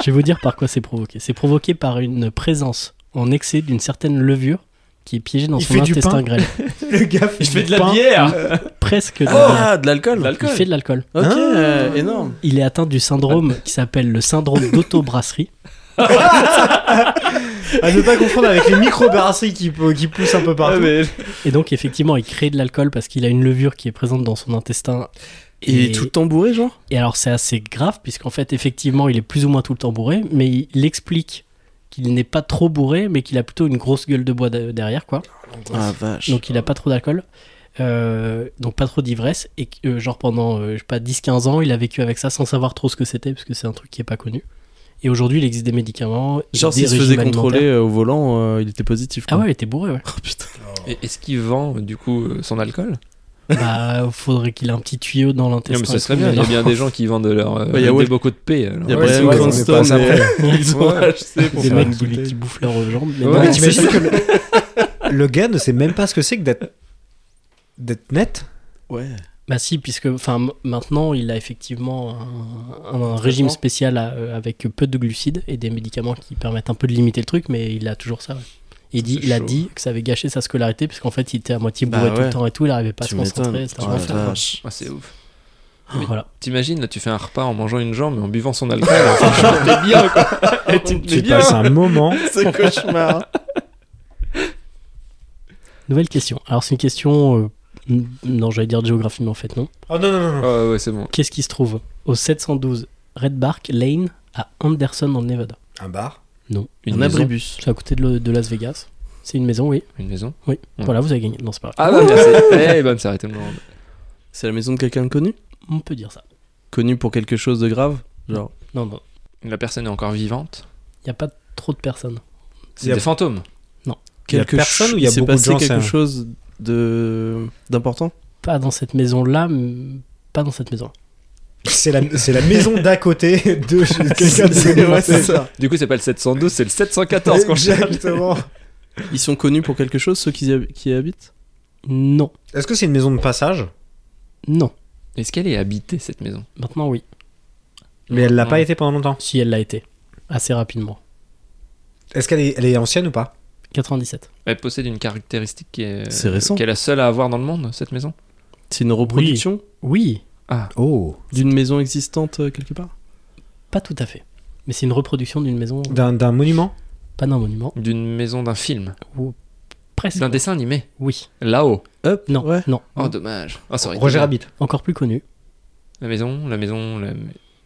S6: Je vais vous dire par quoi c'est provoqué. C'est provoqué par une présence en excès d'une certaine levure qui est piégée dans
S8: Il
S6: son
S8: fait du
S6: intestin
S8: pain.
S6: grêle.
S8: Le gars fait
S9: Je fais
S8: du
S9: de la
S8: pain.
S9: bière.
S6: Presque. de la bière.
S7: Ah, de l'alcool
S9: De l'alcool.
S6: Il fait de l'alcool.
S7: Ok,
S8: Ah.
S7: euh, énorme.
S6: Il est atteint du syndrome qui s'appelle le syndrome d'autobrasserie.
S8: À ne pas confondre avec les micro-brasseries qui, qui poussent un peu
S9: Ah,
S8: partout.
S9: mais-
S6: Et donc, effectivement, il crée de l'alcool parce qu'il a une levure qui est présente dans son intestin.
S7: Il est tout le temps bourré, genre
S6: Et alors, c'est assez grave, puisqu'en fait, effectivement, il est plus ou moins tout le temps bourré, mais il explique qu'il n'est pas trop bourré, mais qu'il a plutôt une grosse gueule de bois de- derrière, quoi.
S7: Ah, vache.
S6: Donc, il a pas trop d'alcool. euh, donc pas trop d'ivresse et que, euh, genre pendant euh, je sais pas 10-15 ans il a vécu avec ça sans savoir trop ce que c'était parce que c'est un truc qui est pas connu et aujourd'hui il existe des médicaments il
S7: Genre,
S6: existe
S7: s'il se
S6: des
S7: faisait
S6: régimes
S7: contrôler
S6: alimentaires.
S7: euh, au volant, euh, il était positif.
S6: ah
S7: quoi.
S6: ouais il était bourré ouais
S7: Oh, putain.
S9: Et Est-ce qu'il vend du coup euh, son alcool
S6: bah faudrait qu'il ait un petit tuyau dans l'intestin
S9: Non, mais ça
S6: et
S9: serait
S6: tout,
S9: bien. Il y a
S6: non.
S9: bien des gens qui vendent leur. euh,
S7: Ouais, il y a
S9: des
S7: Walt-
S9: beaucoup de paix. alors.
S7: Il y a
S8: Ouais, c'est
S7: Brian
S8: vrai qu'on est
S7: Cranston
S8: pas ça
S7: et- ils ont
S9: Ouais.
S7: acheté pour
S6: des
S7: faire
S6: mecs
S7: une
S6: qui,
S7: bouteille.
S6: qui bouffent leurs jambes mais
S9: Ouais,
S6: non,
S8: Ouais,
S9: mais
S6: mais
S9: c'est
S8: t'imagines que le... le gars ne sait même pas ce que c'est que d'être d'être net.
S7: Ouais.
S6: Bah si, puisque enfin m- maintenant il a effectivement un, un régime spécial à- euh, avec peu de glucides et des médicaments qui permettent un peu de limiter le truc, mais il a toujours ça. ouais. Il, dit,
S9: c'est
S6: il a
S9: chaud.
S6: dit que ça avait gâché sa scolarité puisqu'en fait il était à moitié
S7: Bah
S6: bourré tout
S7: ouais.
S6: le temps et tout, il n'arrivait pas à
S7: Tu
S6: se concentrer.
S7: m'étonnes.
S6: C'était
S7: Oh,
S6: un
S7: la
S6: enfer, quoi.
S7: vache.
S9: Ah, c'est ouf.
S6: Voilà.
S9: T'imagines, là, tu fais un repas en mangeant une jambe et en buvant son alcool. Franchement, t'es bien, quoi. Et tu t'es
S8: Tu
S9: Ah, bien.
S8: passes un moment.
S7: C'est cauchemar.
S6: Nouvelle question. Alors c'est une question... euh, n- non, j'allais dire de géographie, mais en fait non.
S9: Ah,
S8: Oh non, non, non.
S9: Ouais, ouais, c'est bon.
S6: Qu'est-ce qui se trouve au 712 Red Bark Lane à Anderson dans le Nevada
S8: Un bar.
S6: Non.
S9: Une
S7: Un
S9: maison.
S7: abribus.
S6: C'est à côté de, le- de Las Vegas. C'est une maison, oui.
S9: Une maison.
S6: Oui.
S9: Ouais.
S6: Voilà, vous avez gagné. Non, c'est pas vrai.
S9: Ah, bah, merci. Eh, ben, c'est arrêté le monde.
S7: C'est la maison de quelqu'un de connu
S6: On peut dire ça.
S7: Connu pour quelque chose de grave Genre.
S6: Non, non.
S9: La personne est encore vivante.
S6: Il n'y a pas trop de personnes.
S8: Il
S9: C'est
S8: y a-
S9: des fantômes.
S8: Il y a
S7: quelque
S8: personne
S7: cho-
S8: ou il y a
S7: s'est
S8: beaucoup de
S7: passé
S8: gens,
S7: quelque
S8: ça
S7: chose de d'important
S6: Pas dans cette maison-là, mais pas dans cette maison.
S8: C'est la, c'est la maison d'à côté de quelqu'un de
S7: C'est- ouais, c'est
S8: ça.
S9: Du coup, c'est pas le 712, c'est le 714 qu'on cherche.
S8: Exactement.
S7: Ils sont connus pour quelque chose, ceux qui y, hab- qui y habitent
S6: Non,
S8: Est-ce que c'est une maison de passage
S6: non.
S9: Est-ce qu'elle est habitée, cette maison
S6: Maintenant, oui.
S8: Mais elle l'a
S9: Non.
S8: pas été pendant longtemps.
S6: Si elle l'a été. Assez rapidement.
S8: Est-ce qu'elle est, elle est ancienne ou pas
S6: 97.
S9: Elle possède une caractéristique qui est,
S7: C'est récent.
S9: qui est la seule à avoir dans le monde, cette maison
S7: C'est une reproduction
S6: Oui.
S8: Oh
S7: D'une maison existante euh, quelque part
S6: Pas tout à fait. Mais c'est une reproduction d'une maison,
S8: D'un d'un monument
S6: pas d'un monument.
S9: D'une maison, d'un film,
S6: Presque.
S9: d'un dessin animé.
S6: Oui.
S9: Là-haut.
S7: Hop
S6: Non,
S7: Ouais.
S6: non.
S9: Oh, dommage. Oh, ça aurait été
S8: Roger
S9: bien.
S8: Rabbit.
S6: Encore plus connu.
S9: La maison, la maison, la.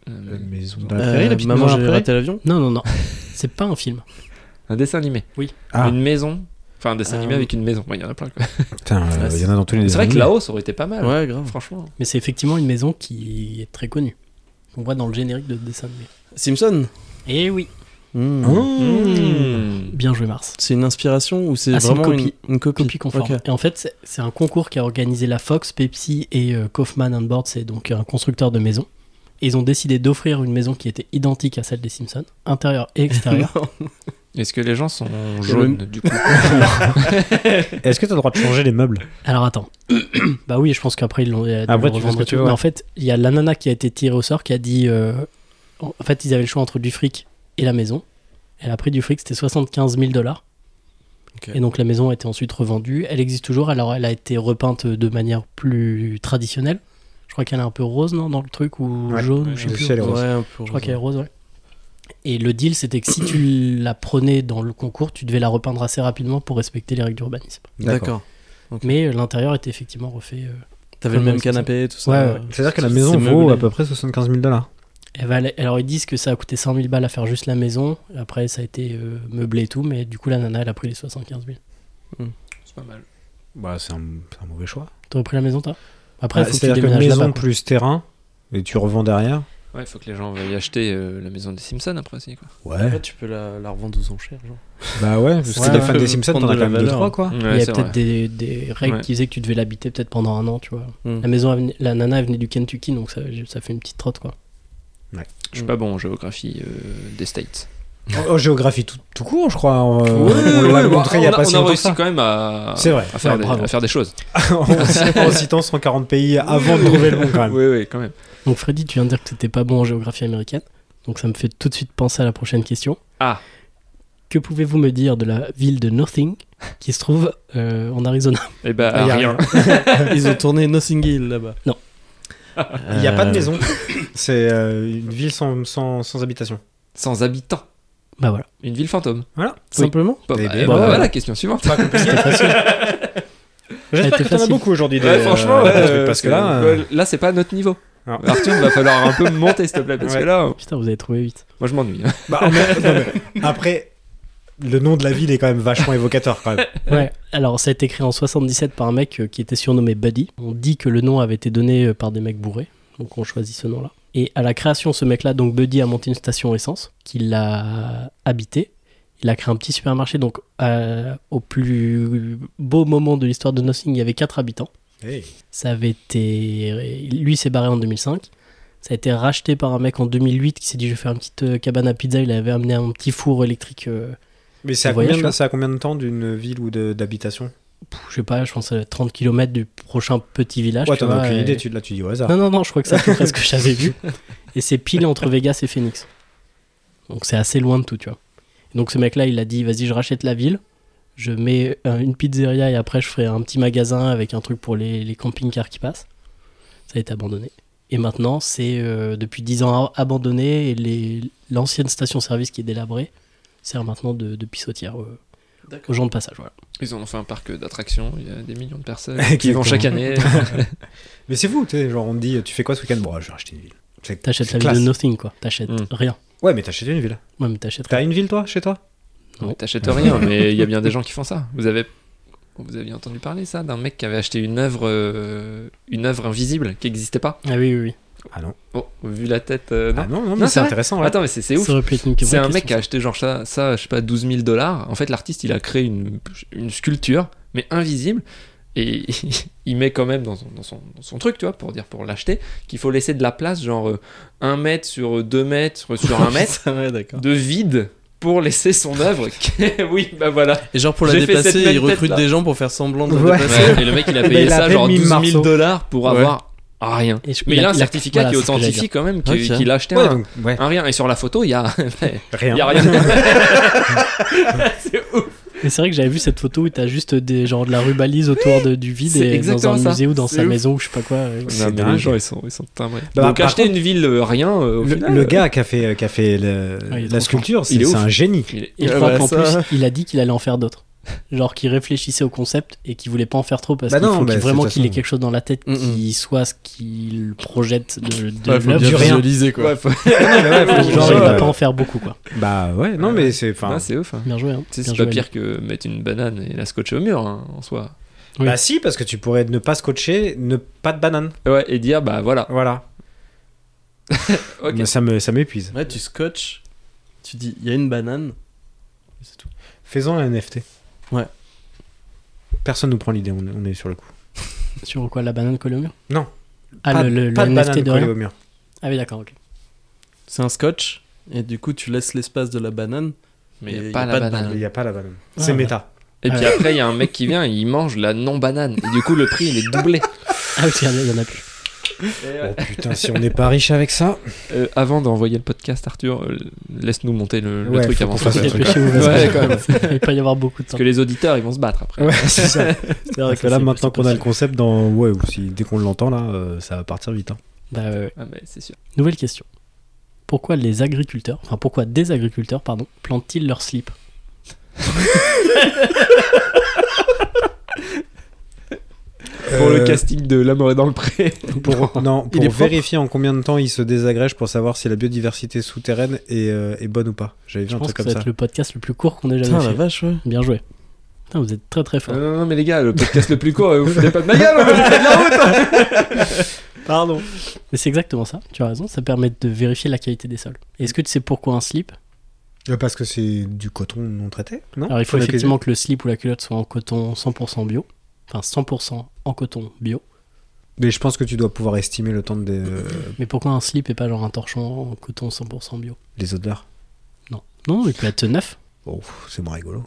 S9: la- la-
S8: maison
S9: de
S8: la
S7: Euh, maman, j'ai raté l'avion
S6: Non, non, non. c'est pas un film.
S9: Un dessin animé.
S8: Ah.
S9: Une maison. Enfin, un dessin
S7: Ah.
S9: animé avec une maison. Ouais, Il y en a plein. quoi.
S8: Putain, euh, il y en a dans tous les
S9: C'est vrai que
S8: animés.
S9: là-haut, ça aurait été pas mal.
S7: Ouais, grave.
S9: Franchement.
S6: Mais c'est effectivement une maison qui est très connue. On voit dans le générique de dessin animé.
S7: Simpson
S6: Eh oui.
S7: Hmm.
S8: Mmh. Hein
S9: Mmh.
S6: Bien joué, Mars.
S7: C'est une inspiration ou c'est
S6: Ah, c'est
S7: vraiment
S6: une copie.
S7: Une, copie
S6: Copie conforme.
S7: Ok.
S6: Et en fait, c'est- c'est un concours qu'a organisé la Fox, Pepsi et euh, Kaufman and Board. C'est donc un constructeur de maisons. Et ils ont décidé d'offrir une maison qui était identique à celle des Simpsons, intérieur et extérieur.
S7: Non.
S9: Est-ce que les gens sont jaunes du coup
S8: Est-ce que t'as le droit de changer les meubles
S6: Alors attends. bah oui, je pense qu'après ils l'ont. ils l'ont
S8: Après, tu fais ce
S6: revendu
S8: que
S6: et
S8: tu
S6: tout.
S8: veux,
S6: Mais
S8: ouais.
S6: en fait, il y a la nana qui a été tirée au sort qui a dit. euh, En fait, ils avaient le choix entre du fric et la maison. Elle a pris du fric, c'était 75 000 dollars.
S7: Ok.
S6: Et donc la maison a été ensuite revendue. Elle existe toujours, alors elle a été repeinte de manière plus traditionnelle. Je crois qu'elle est un peu rose, non, dans le truc, ou
S8: Ouais.
S6: jaune,
S9: Ouais,
S6: je sais
S8: le
S6: plus.
S8: ciel est rose.
S7: Ouais, un peu
S6: Je crois qu'elle est rose, ouais. Et le deal, c'était que si tu la prenais dans le concours, tu devais la repeindre assez rapidement pour respecter les règles d'urbanisme.
S7: D'accord.
S6: Mais euh, l'intérieur était effectivement refait. euh,
S7: T'avais le
S6: Comme
S7: même
S6: dans Simpson.
S7: canapé, tout ça.
S6: Ouais, ouais.
S8: C'est-à-dire que la
S7: C'est
S8: maison
S7: meublé.
S8: vaut à peu près 75 000 dollars.
S6: Elle va aller- Alors ils disent que ça a coûté 100 000 balles à faire juste la maison. Après ça a été euh, meublé et tout, mais du coup la nana elle a pris les 75 000.
S9: C'est pas mal.
S8: Bah, c'est un, c'est un mauvais choix. Ah,
S6: T'aurais pris la maison toi Après faut que tu
S8: Bah, C'est-à-dire que
S6: déménages là-bas.
S8: maison
S6: quoi.
S8: plus terrain, et tu revends derrière.
S9: Ouais, faut que les gens veuillent acheter euh, la maison des Simpsons après aussi. Quoi.
S8: Ouais.
S7: tu peux la, la revendre aux enchères. Genre.
S8: Bah ouais, parce que
S7: Ouais,
S8: t'es
S7: ouais.
S8: fan des Simpsons,
S7: Prendre
S8: t'en as
S7: de la
S8: quand même deux,
S7: valeur.
S8: trois, quoi.
S6: Il y
S9: Ouais,
S6: a
S9: c'est
S6: peut-être
S9: vrai.
S6: des, des règles
S9: Ouais.
S6: qui disaient que tu devais l'habiter peut-être pendant un an, tu vois.
S7: Hmm.
S6: La maison, elle venait- la nana elle venait du Kentucky, donc ça, ça fait une petite trotte quoi.
S9: Je suis pas bon en géographie euh, des States.
S8: En, en Oh, géographie tout, tout court, je crois. On, euh, on
S9: Ouais,
S8: l'a
S9: ouais,
S8: montré il y
S9: on
S8: a pas si
S9: on a
S8: longtemps que
S9: réussi
S8: ça.
S9: quand même à,
S8: C'est vrai.
S9: à, faire
S6: Ouais,
S9: des,
S6: bravo.
S9: à faire des choses.
S8: en, ci- en citant 140 pays avant de trouver le bon, quand même.
S9: Oui, oui, quand même.
S6: Donc Freddy, tu viens de dire que t'étais pas bon en géographie américaine, donc ça me fait tout de suite penser à la prochaine question.
S9: Ah.
S6: Que pouvez-vous me dire de la ville de Nothing qui se trouve euh, en Arizona
S9: Et bah,
S8: Ah, y a
S9: rien.
S7: Ils ont tourné Nothing Hill là-bas. Euh,
S6: Non.
S8: Il n'y a pas de maison. C'est euh, une ville sans, sans, sans habitation.
S9: Sans habitants.
S6: Bah voilà.
S9: Une ville fantôme.
S8: Voilà.
S7: Simplement
S9: Pas
S8: Eh
S9: mal.
S8: bien,
S9: Eh
S6: bah,
S9: bah,
S6: voilà.
S9: voilà, question suivante.
S8: J'espère
S6: était
S8: que t'en as
S6: facile.
S8: beaucoup aujourd'hui. des-
S9: Ouais, franchement,
S8: euh,
S9: ouais,
S8: des trucs,
S9: euh,
S8: parce que
S9: c'est-
S8: là, euh,
S9: ouais, là, c'est pas notre niveau.
S8: Non.
S9: Arthur, va falloir un peu monter, s'il te plaît, parce
S8: Ouais.
S9: que là, euh,
S6: Putain, vous avez trouvé vite.
S9: moi, je m'ennuie. hein.
S8: bah, en même- non, mais après, le nom de la ville est quand même vachement évocateur, quand même.
S6: Ouais, alors ça a été créé en 77 par un mec euh, qui était surnommé Buddy. On dit que le nom avait été donné euh, par des mecs bourrés, donc on choisit ce nom-là. Et à la création, ce mec-là, donc Buddy, a monté une station essence qu'il a habité. Il a créé un petit supermarché, donc euh, au plus beau moment de l'histoire de Nothing, il y avait 4 habitants.
S8: Hey.
S6: Ça avait été. euh, Lui s'est barré en 2005. Ça a été racheté par un mec en 2008 qui s'est dit je vais faire une petite euh, cabane à pizza. Il avait amené un petit four électrique. euh,
S8: Mais c'est à,
S6: Le voyage,
S8: combien de-
S6: quoi.
S8: c'est à combien de temps d'une ville ou de- d'habitation
S6: je sais pas, je pense à 30 km du prochain petit village.
S8: Ouais,
S6: tu
S8: t'en as
S6: vois,
S8: aucune
S6: et-
S8: idée, tu, là, tu dis au hasard.
S6: Non, non, non, je crois que ça, c'est presque ce que j'avais vu. Et c'est pile entre Vegas et Phoenix. Donc c'est assez loin de tout, tu vois. Et donc ce mec-là, il a dit vas-y, je rachète la ville, je mets euh, une pizzeria et après je ferai un petit magasin avec un truc pour les, les camping-cars qui passent. Ça a été abandonné. Et maintenant, c'est euh, depuis 10 ans a- abandonné et les- l'ancienne station-service qui est délabrée sert maintenant de, de pissotière euh, aux gens de passage. Voilà.
S9: Ils en ont fait un parc euh, d'attractions, il y a des millions de personnes qui
S8: Exactement.
S9: vont chaque année.
S8: Mais c'est fou, tu sais, genre on te dit, tu fais quoi ce week-end Bon, ah, je vais acheter une ville. C'est-
S6: T'achètes
S8: c'est
S6: la
S8: classe.
S6: ville de Nothing, quoi. T'achètes
S9: Mm.
S6: rien.
S8: Ouais, mais t'achètes une ville.
S6: Ouais, mais t'achètes
S8: T'as
S6: rien.
S8: une ville, toi, chez toi
S9: Non, mais T'achètes rien, mais il y a bien des gens qui font ça. Vous avez. Vous aviez entendu parler ça d'un mec qui avait acheté une œuvre, euh, une œuvre invisible qui n'existait pas.
S6: Ah oui, oui, oui.
S8: Ah non.
S9: Bon, vu la tête, euh, non.
S8: Ah non, non, mais
S9: Non,
S8: c'est
S9: c'est vrai.
S8: intéressant. ouais.
S9: Attends, mais c'est c'est ouf.
S6: Ça aurait pu être une
S9: C'est
S6: vraie
S9: un
S6: question,
S9: mec qui a acheté genre ça, ça, je sais pas, 12 000 dollars. En fait, l'artiste, il a créé une, une sculpture, mais invisible. Et il met quand même dans son, dans son, dans son truc, tu vois, pour dire, pour l'acheter, qu'il faut laisser de la place, genre 1 mètre sur 2 mètres sur 1 mètre,
S7: Ouais, d'accord.
S9: de vide pour laisser son œuvre. oui, bah voilà.
S7: Et genre pour la
S9: J'ai fait
S7: déplacer,
S9: cette même
S7: ils
S9: tête,
S7: recrutent
S9: là.
S7: des gens pour faire semblant de la
S8: Ouais.
S7: déplacer.
S9: Et le mec, il a
S8: ben,
S9: payé
S8: il a
S9: ça
S8: appelé
S9: genre
S8: Mime
S9: 12
S8: Marceau.
S9: 000 dollars pour
S7: Ouais.
S9: avoir un rien.
S6: Et je-
S9: Mais il, a un certificat
S6: voilà,
S9: qui
S6: c'est ce que j'allais dire.
S9: authentifie quand même que-
S7: Ok.
S9: qu'il a acheté
S8: Ouais,
S9: un,
S8: donc, ouais,
S9: un rien. Et sur la photo, il y a, il
S8: rien.
S9: y a rien.
S6: Mais c'est vrai que j'avais vu cette photo où t'as juste des, genre, de la rubalise autour de- du vide
S9: c'est
S6: et dans
S9: exactement
S6: un
S9: ça.
S6: musée ou dans
S9: C'est
S6: sa
S9: ouf.
S6: maison ou je sais pas quoi. euh, ouais.
S8: C'est
S9: Non, mais
S8: dingue.
S9: les gens, ils sont, ils sont timbrés.
S8: Bah,
S9: Donc,
S8: par
S9: acheter une ville, euh, rien, euh, au
S8: Le,
S9: final.
S8: le
S9: euh,
S8: gars qui a fait, qui a fait le-
S6: Ah, il est trop
S8: la sculpture, c'est
S9: Il est
S8: c'est
S9: ouf.
S8: un génie.
S9: il est-
S6: Et je
S7: Ah
S6: crois
S7: bah,
S6: qu'en
S7: ça.
S6: plus, il a dit qu'il allait en faire d'autres. Genre qu'il réfléchissait au concept et qu'il voulait pas en faire trop parce
S8: Bah
S6: qu'il
S8: non,
S6: faut
S8: bah,
S6: qu'il-
S8: c'est
S6: vraiment
S8: de toute
S6: qu'il ait
S8: façon.
S6: quelque chose dans la tête
S7: Mm,
S6: qui soit ce qu'il projette de, de
S7: Ouais, faut
S6: l'œuvre.
S7: bien
S8: Du rien.
S7: visualiser quoi.
S9: Ouais, faut-
S6: Genre il va
S8: Euh,
S6: pas en faire beaucoup quoi.
S8: Bah ouais, non mais c'est. enfin,
S9: Ah, c'est ouf. hein.
S6: Bien joué. Hein.
S9: Tu sais,
S6: Bien
S9: C'est
S6: joué,
S9: pas pire que mettre une banane et la scotcher au mur, hein, en soi.
S6: Oui.
S8: Bah si, parce que tu pourrais ne pas scotcher, ne pas de banane.
S9: Ouais, et dire, bah voilà.
S8: Voilà.
S9: Ok.
S8: Mais ça me, ça m'épuise.
S7: Ouais, tu scotches, tu dis il y a une banane. et C'est tout.
S8: Faisons un NFT.
S7: Ouais.
S8: Personne nous prend l'idée, on, on est sur le coup.
S6: Ali. Sur quoi la banane collée au mur
S8: Non.
S6: Ah
S8: pas
S6: le, le,
S8: pas
S6: le
S8: de
S6: NFT
S8: banane
S6: de
S8: collée
S6: rien.
S8: au mur.
S6: Ah oui d'accord ok.
S7: C'est un scotch et du coup tu laisses l'espace de la banane.
S9: Mais
S7: Il y a
S9: pas la
S7: pas de
S9: banane.
S8: Il n'y a pas la banane.
S6: Ah,
S8: c'est
S6: bah.
S8: méta.
S9: Et
S6: Ah
S9: puis
S6: ouais.
S9: après, il y a un mec qui vient et il mange la non-banane. Et du coup, le prix, il est doublé.
S6: Ah oui il y en a plus.
S8: Oh putain, si on n'est pas riche avec ça.
S9: Euh, avant d'envoyer le podcast, Arthur, euh, laisse-nous monter le, le
S8: Ouais,
S9: truc
S8: faut
S9: avant
S8: qu'on fasse
S9: ça.
S8: le Ah,
S9: Parce
S8: truc.
S6: Dépêchez-vous,
S9: Ouais,
S6: parce que
S9: quand même.
S6: Il va pas y avoir beaucoup de temps.
S9: que les auditeurs, ils vont se battre après.
S8: Ouais, c'est ça. C'est
S6: Ah,
S8: vrai
S6: ça,
S8: que là,
S6: c'est-
S8: maintenant
S6: c'est
S8: qu'on a le
S6: possible.
S8: concept dans. Ouais, ou si dès qu'on l'entend là, euh, ça va partir vite. hein.
S6: Bah, ouais, ouais.
S9: Ah, mais c'est sûr.
S6: Nouvelle question. Pourquoi les agriculteurs, enfin pourquoi des agriculteurs, pardon, plantent-ils leurs slips
S9: Pour le
S8: Euh,
S9: casting de L'amour est dans le pré.
S8: Pour, non,
S9: Il
S8: pour
S9: est propre.
S8: vérifier en combien de temps il se désagrège pour savoir si la biodiversité souterraine est, euh, est bonne ou pas. J'avais vu
S6: Je
S8: un
S6: pense
S8: truc
S6: que
S8: comme
S6: ça va
S8: ça.
S6: être le podcast le plus court qu'on ait jamais
S7: Putain la
S6: fait.
S7: vache ouais.
S6: Bien joué. Putain, vous êtes très très fort.
S9: Non, non, non, mais les gars, le podcast le plus court, euh, vous foutez pas de ma gueule, on a fait de la route.
S8: Pardon.
S6: Mais c'est exactement ça, tu as raison, ça permet de vérifier la qualité des sols. Est-ce que tu sais pourquoi un slip
S8: Ah, Euh, Parce que c'est du coton non traité. Non
S6: Alors il faut
S8: la
S6: effectivement que le slip ou la culotte soit en coton 100% bio, enfin 100% en coton bio.
S8: Mais je pense que tu dois pouvoir estimer le temps euh, des,
S6: Mais pourquoi un slip et pas genre un torchon en coton 100% bio
S8: les odeurs.
S6: Non, il peut être neuf.
S8: Oh, c'est moins rigolo.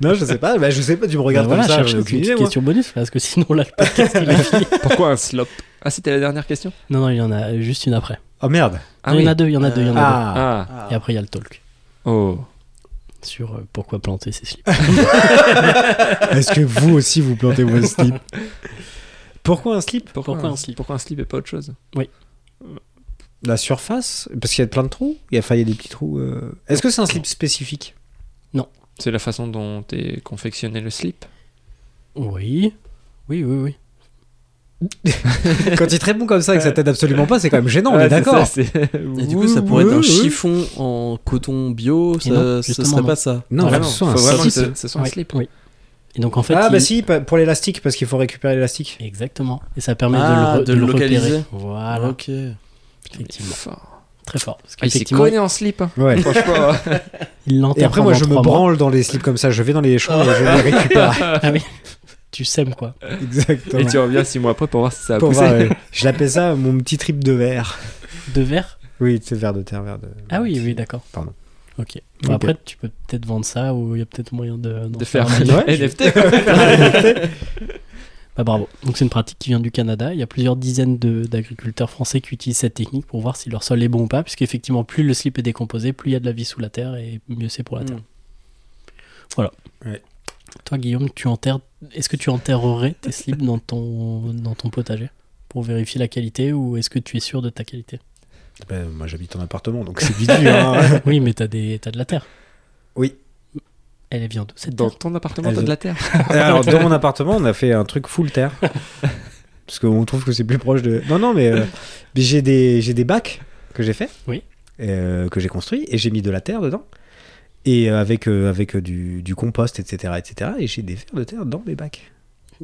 S8: non, je sais pas. Bah, je sais pas. Tu me regardes
S6: Bah
S8: comme
S6: voilà,
S8: ça.
S6: cherche
S8: j'ai
S6: une
S8: aucune
S6: petite
S8: idée, moi.
S6: question bonus parce que sinon là le podcast il est fini.
S9: Pourquoi un slop Ah, c'était la dernière question
S6: Non, non, il y en a juste une après.
S8: Oh merde.
S9: Ah,
S6: il y
S9: oui.
S6: en a deux, il y en a deux, il y en a deux.
S8: Ah.
S9: Ah,
S6: Et après, il y a le talk
S9: oh.
S6: sur euh, pourquoi planter ses slips.
S8: Est-ce que vous aussi vous plantez vos slips Pourquoi un slip
S9: Pourquoi,
S6: Pourquoi
S9: un,
S6: un slip
S9: pourquoi un slip et pas autre chose
S8: La surface Parce qu'il y a plein de trous. Il y a, enfin, il y a des petits trous. euh. Est-ce que c'est un slip spécifique
S9: C'est la façon dont est confectionné le slip.
S6: Oui, oui, oui, oui.
S8: Quand il te répond comme ça et que ça t'aide absolument pas, c'est quand même gênant. on
S9: Ouais,
S8: est
S9: c'est
S8: d'accord.
S9: ça, c'est-
S7: Et du coup ça
S8: Oui,
S7: pourrait être
S8: oui,
S7: un
S8: oui.
S7: chiffon en coton bio. Ça,
S6: non,
S7: ce
S6: justement,
S7: serait
S6: non.
S7: pas ça.
S8: Non,
S9: Vraiment,
S8: faut que ce soit un
S9: faut vraiment
S8: slip.
S9: que ce ce soit un
S6: Ouais,
S9: slip.
S6: oui. Et donc en fait,
S8: ah
S6: il-
S8: bah si, pa- pour l'élastique parce qu'il faut récupérer l'élastique.
S6: Exactement. Et ça permet
S7: Ah,
S6: de le, re-
S7: de
S6: de
S7: le
S6: le repérer.
S7: localiser.
S6: Voilà,
S7: Ok.
S9: Putain, mais il est
S6: Effectivement.
S9: fort.
S6: très fort. Parce
S9: Ah, il s'est
S6: qu'effectivement,
S9: cogné en slip. hein.
S8: Ouais.
S9: Franchement.
S6: il l'enterre
S8: Et après moi
S6: pendant
S8: je me
S6: trois mois.
S8: branle dans les slips comme ça, je vais dans les champs et je les récupère.
S6: Tu sèmes quoi.
S8: Exactement.
S9: Et tu reviens six mois après pour voir si ça a
S8: Pour
S9: poussé.
S8: voir, euh, je l'appelle ça mon petit trip de verre.
S6: De verre
S8: Oui, c'est verre de terre, verre de.
S6: Ah oui, oui, d'accord.
S8: Euh, Pardon.
S6: Ok. Bon,
S8: Ok.
S6: Après, tu peux peut-être vendre ça ou il y a peut-être moyen de, d'en
S9: De faire
S6: un
S9: un
S6: livre.
S9: NFT.
S6: Bah, bravo. Donc c'est une pratique qui vient du Canada. Il y a plusieurs dizaines de- d'agriculteurs français qui utilisent cette technique pour voir si leur sol est bon ou pas, puisqu'effectivement, plus le slip est décomposé, plus il y a de la vie sous la terre et mieux c'est pour la terre.
S7: Mm.
S6: Voilà.
S8: Ouais.
S6: Toi, Guillaume, tu enterres. Est-ce que tu enterrerais tes slips dans ton dans ton potager pour vérifier la qualité ou est-ce que tu es sûr de ta qualité
S8: Ben, moi j'habite en appartement donc c'est bidu. Hein.
S6: Oui, mais t'as des t'as de la terre.
S8: Oui.
S6: Elle est bien d'où cette
S9: Dans
S6: terre
S9: ton appartement,
S8: Elle
S9: t'as de
S8: veut-
S9: la terre.
S8: Et Ah, Alors dans mon appartement on a fait un truc full terre. Parce qu'on trouve que c'est plus proche de. Non, non, mais, euh, mais j'ai des, j'ai des bacs que j'ai fait.
S6: Oui.
S8: et, euh, que j'ai construit et j'ai mis de la terre dedans. Et euh, avec, euh, avec euh, du, du compost, etc. etc. et j'ai des vers de terre dans mes bacs.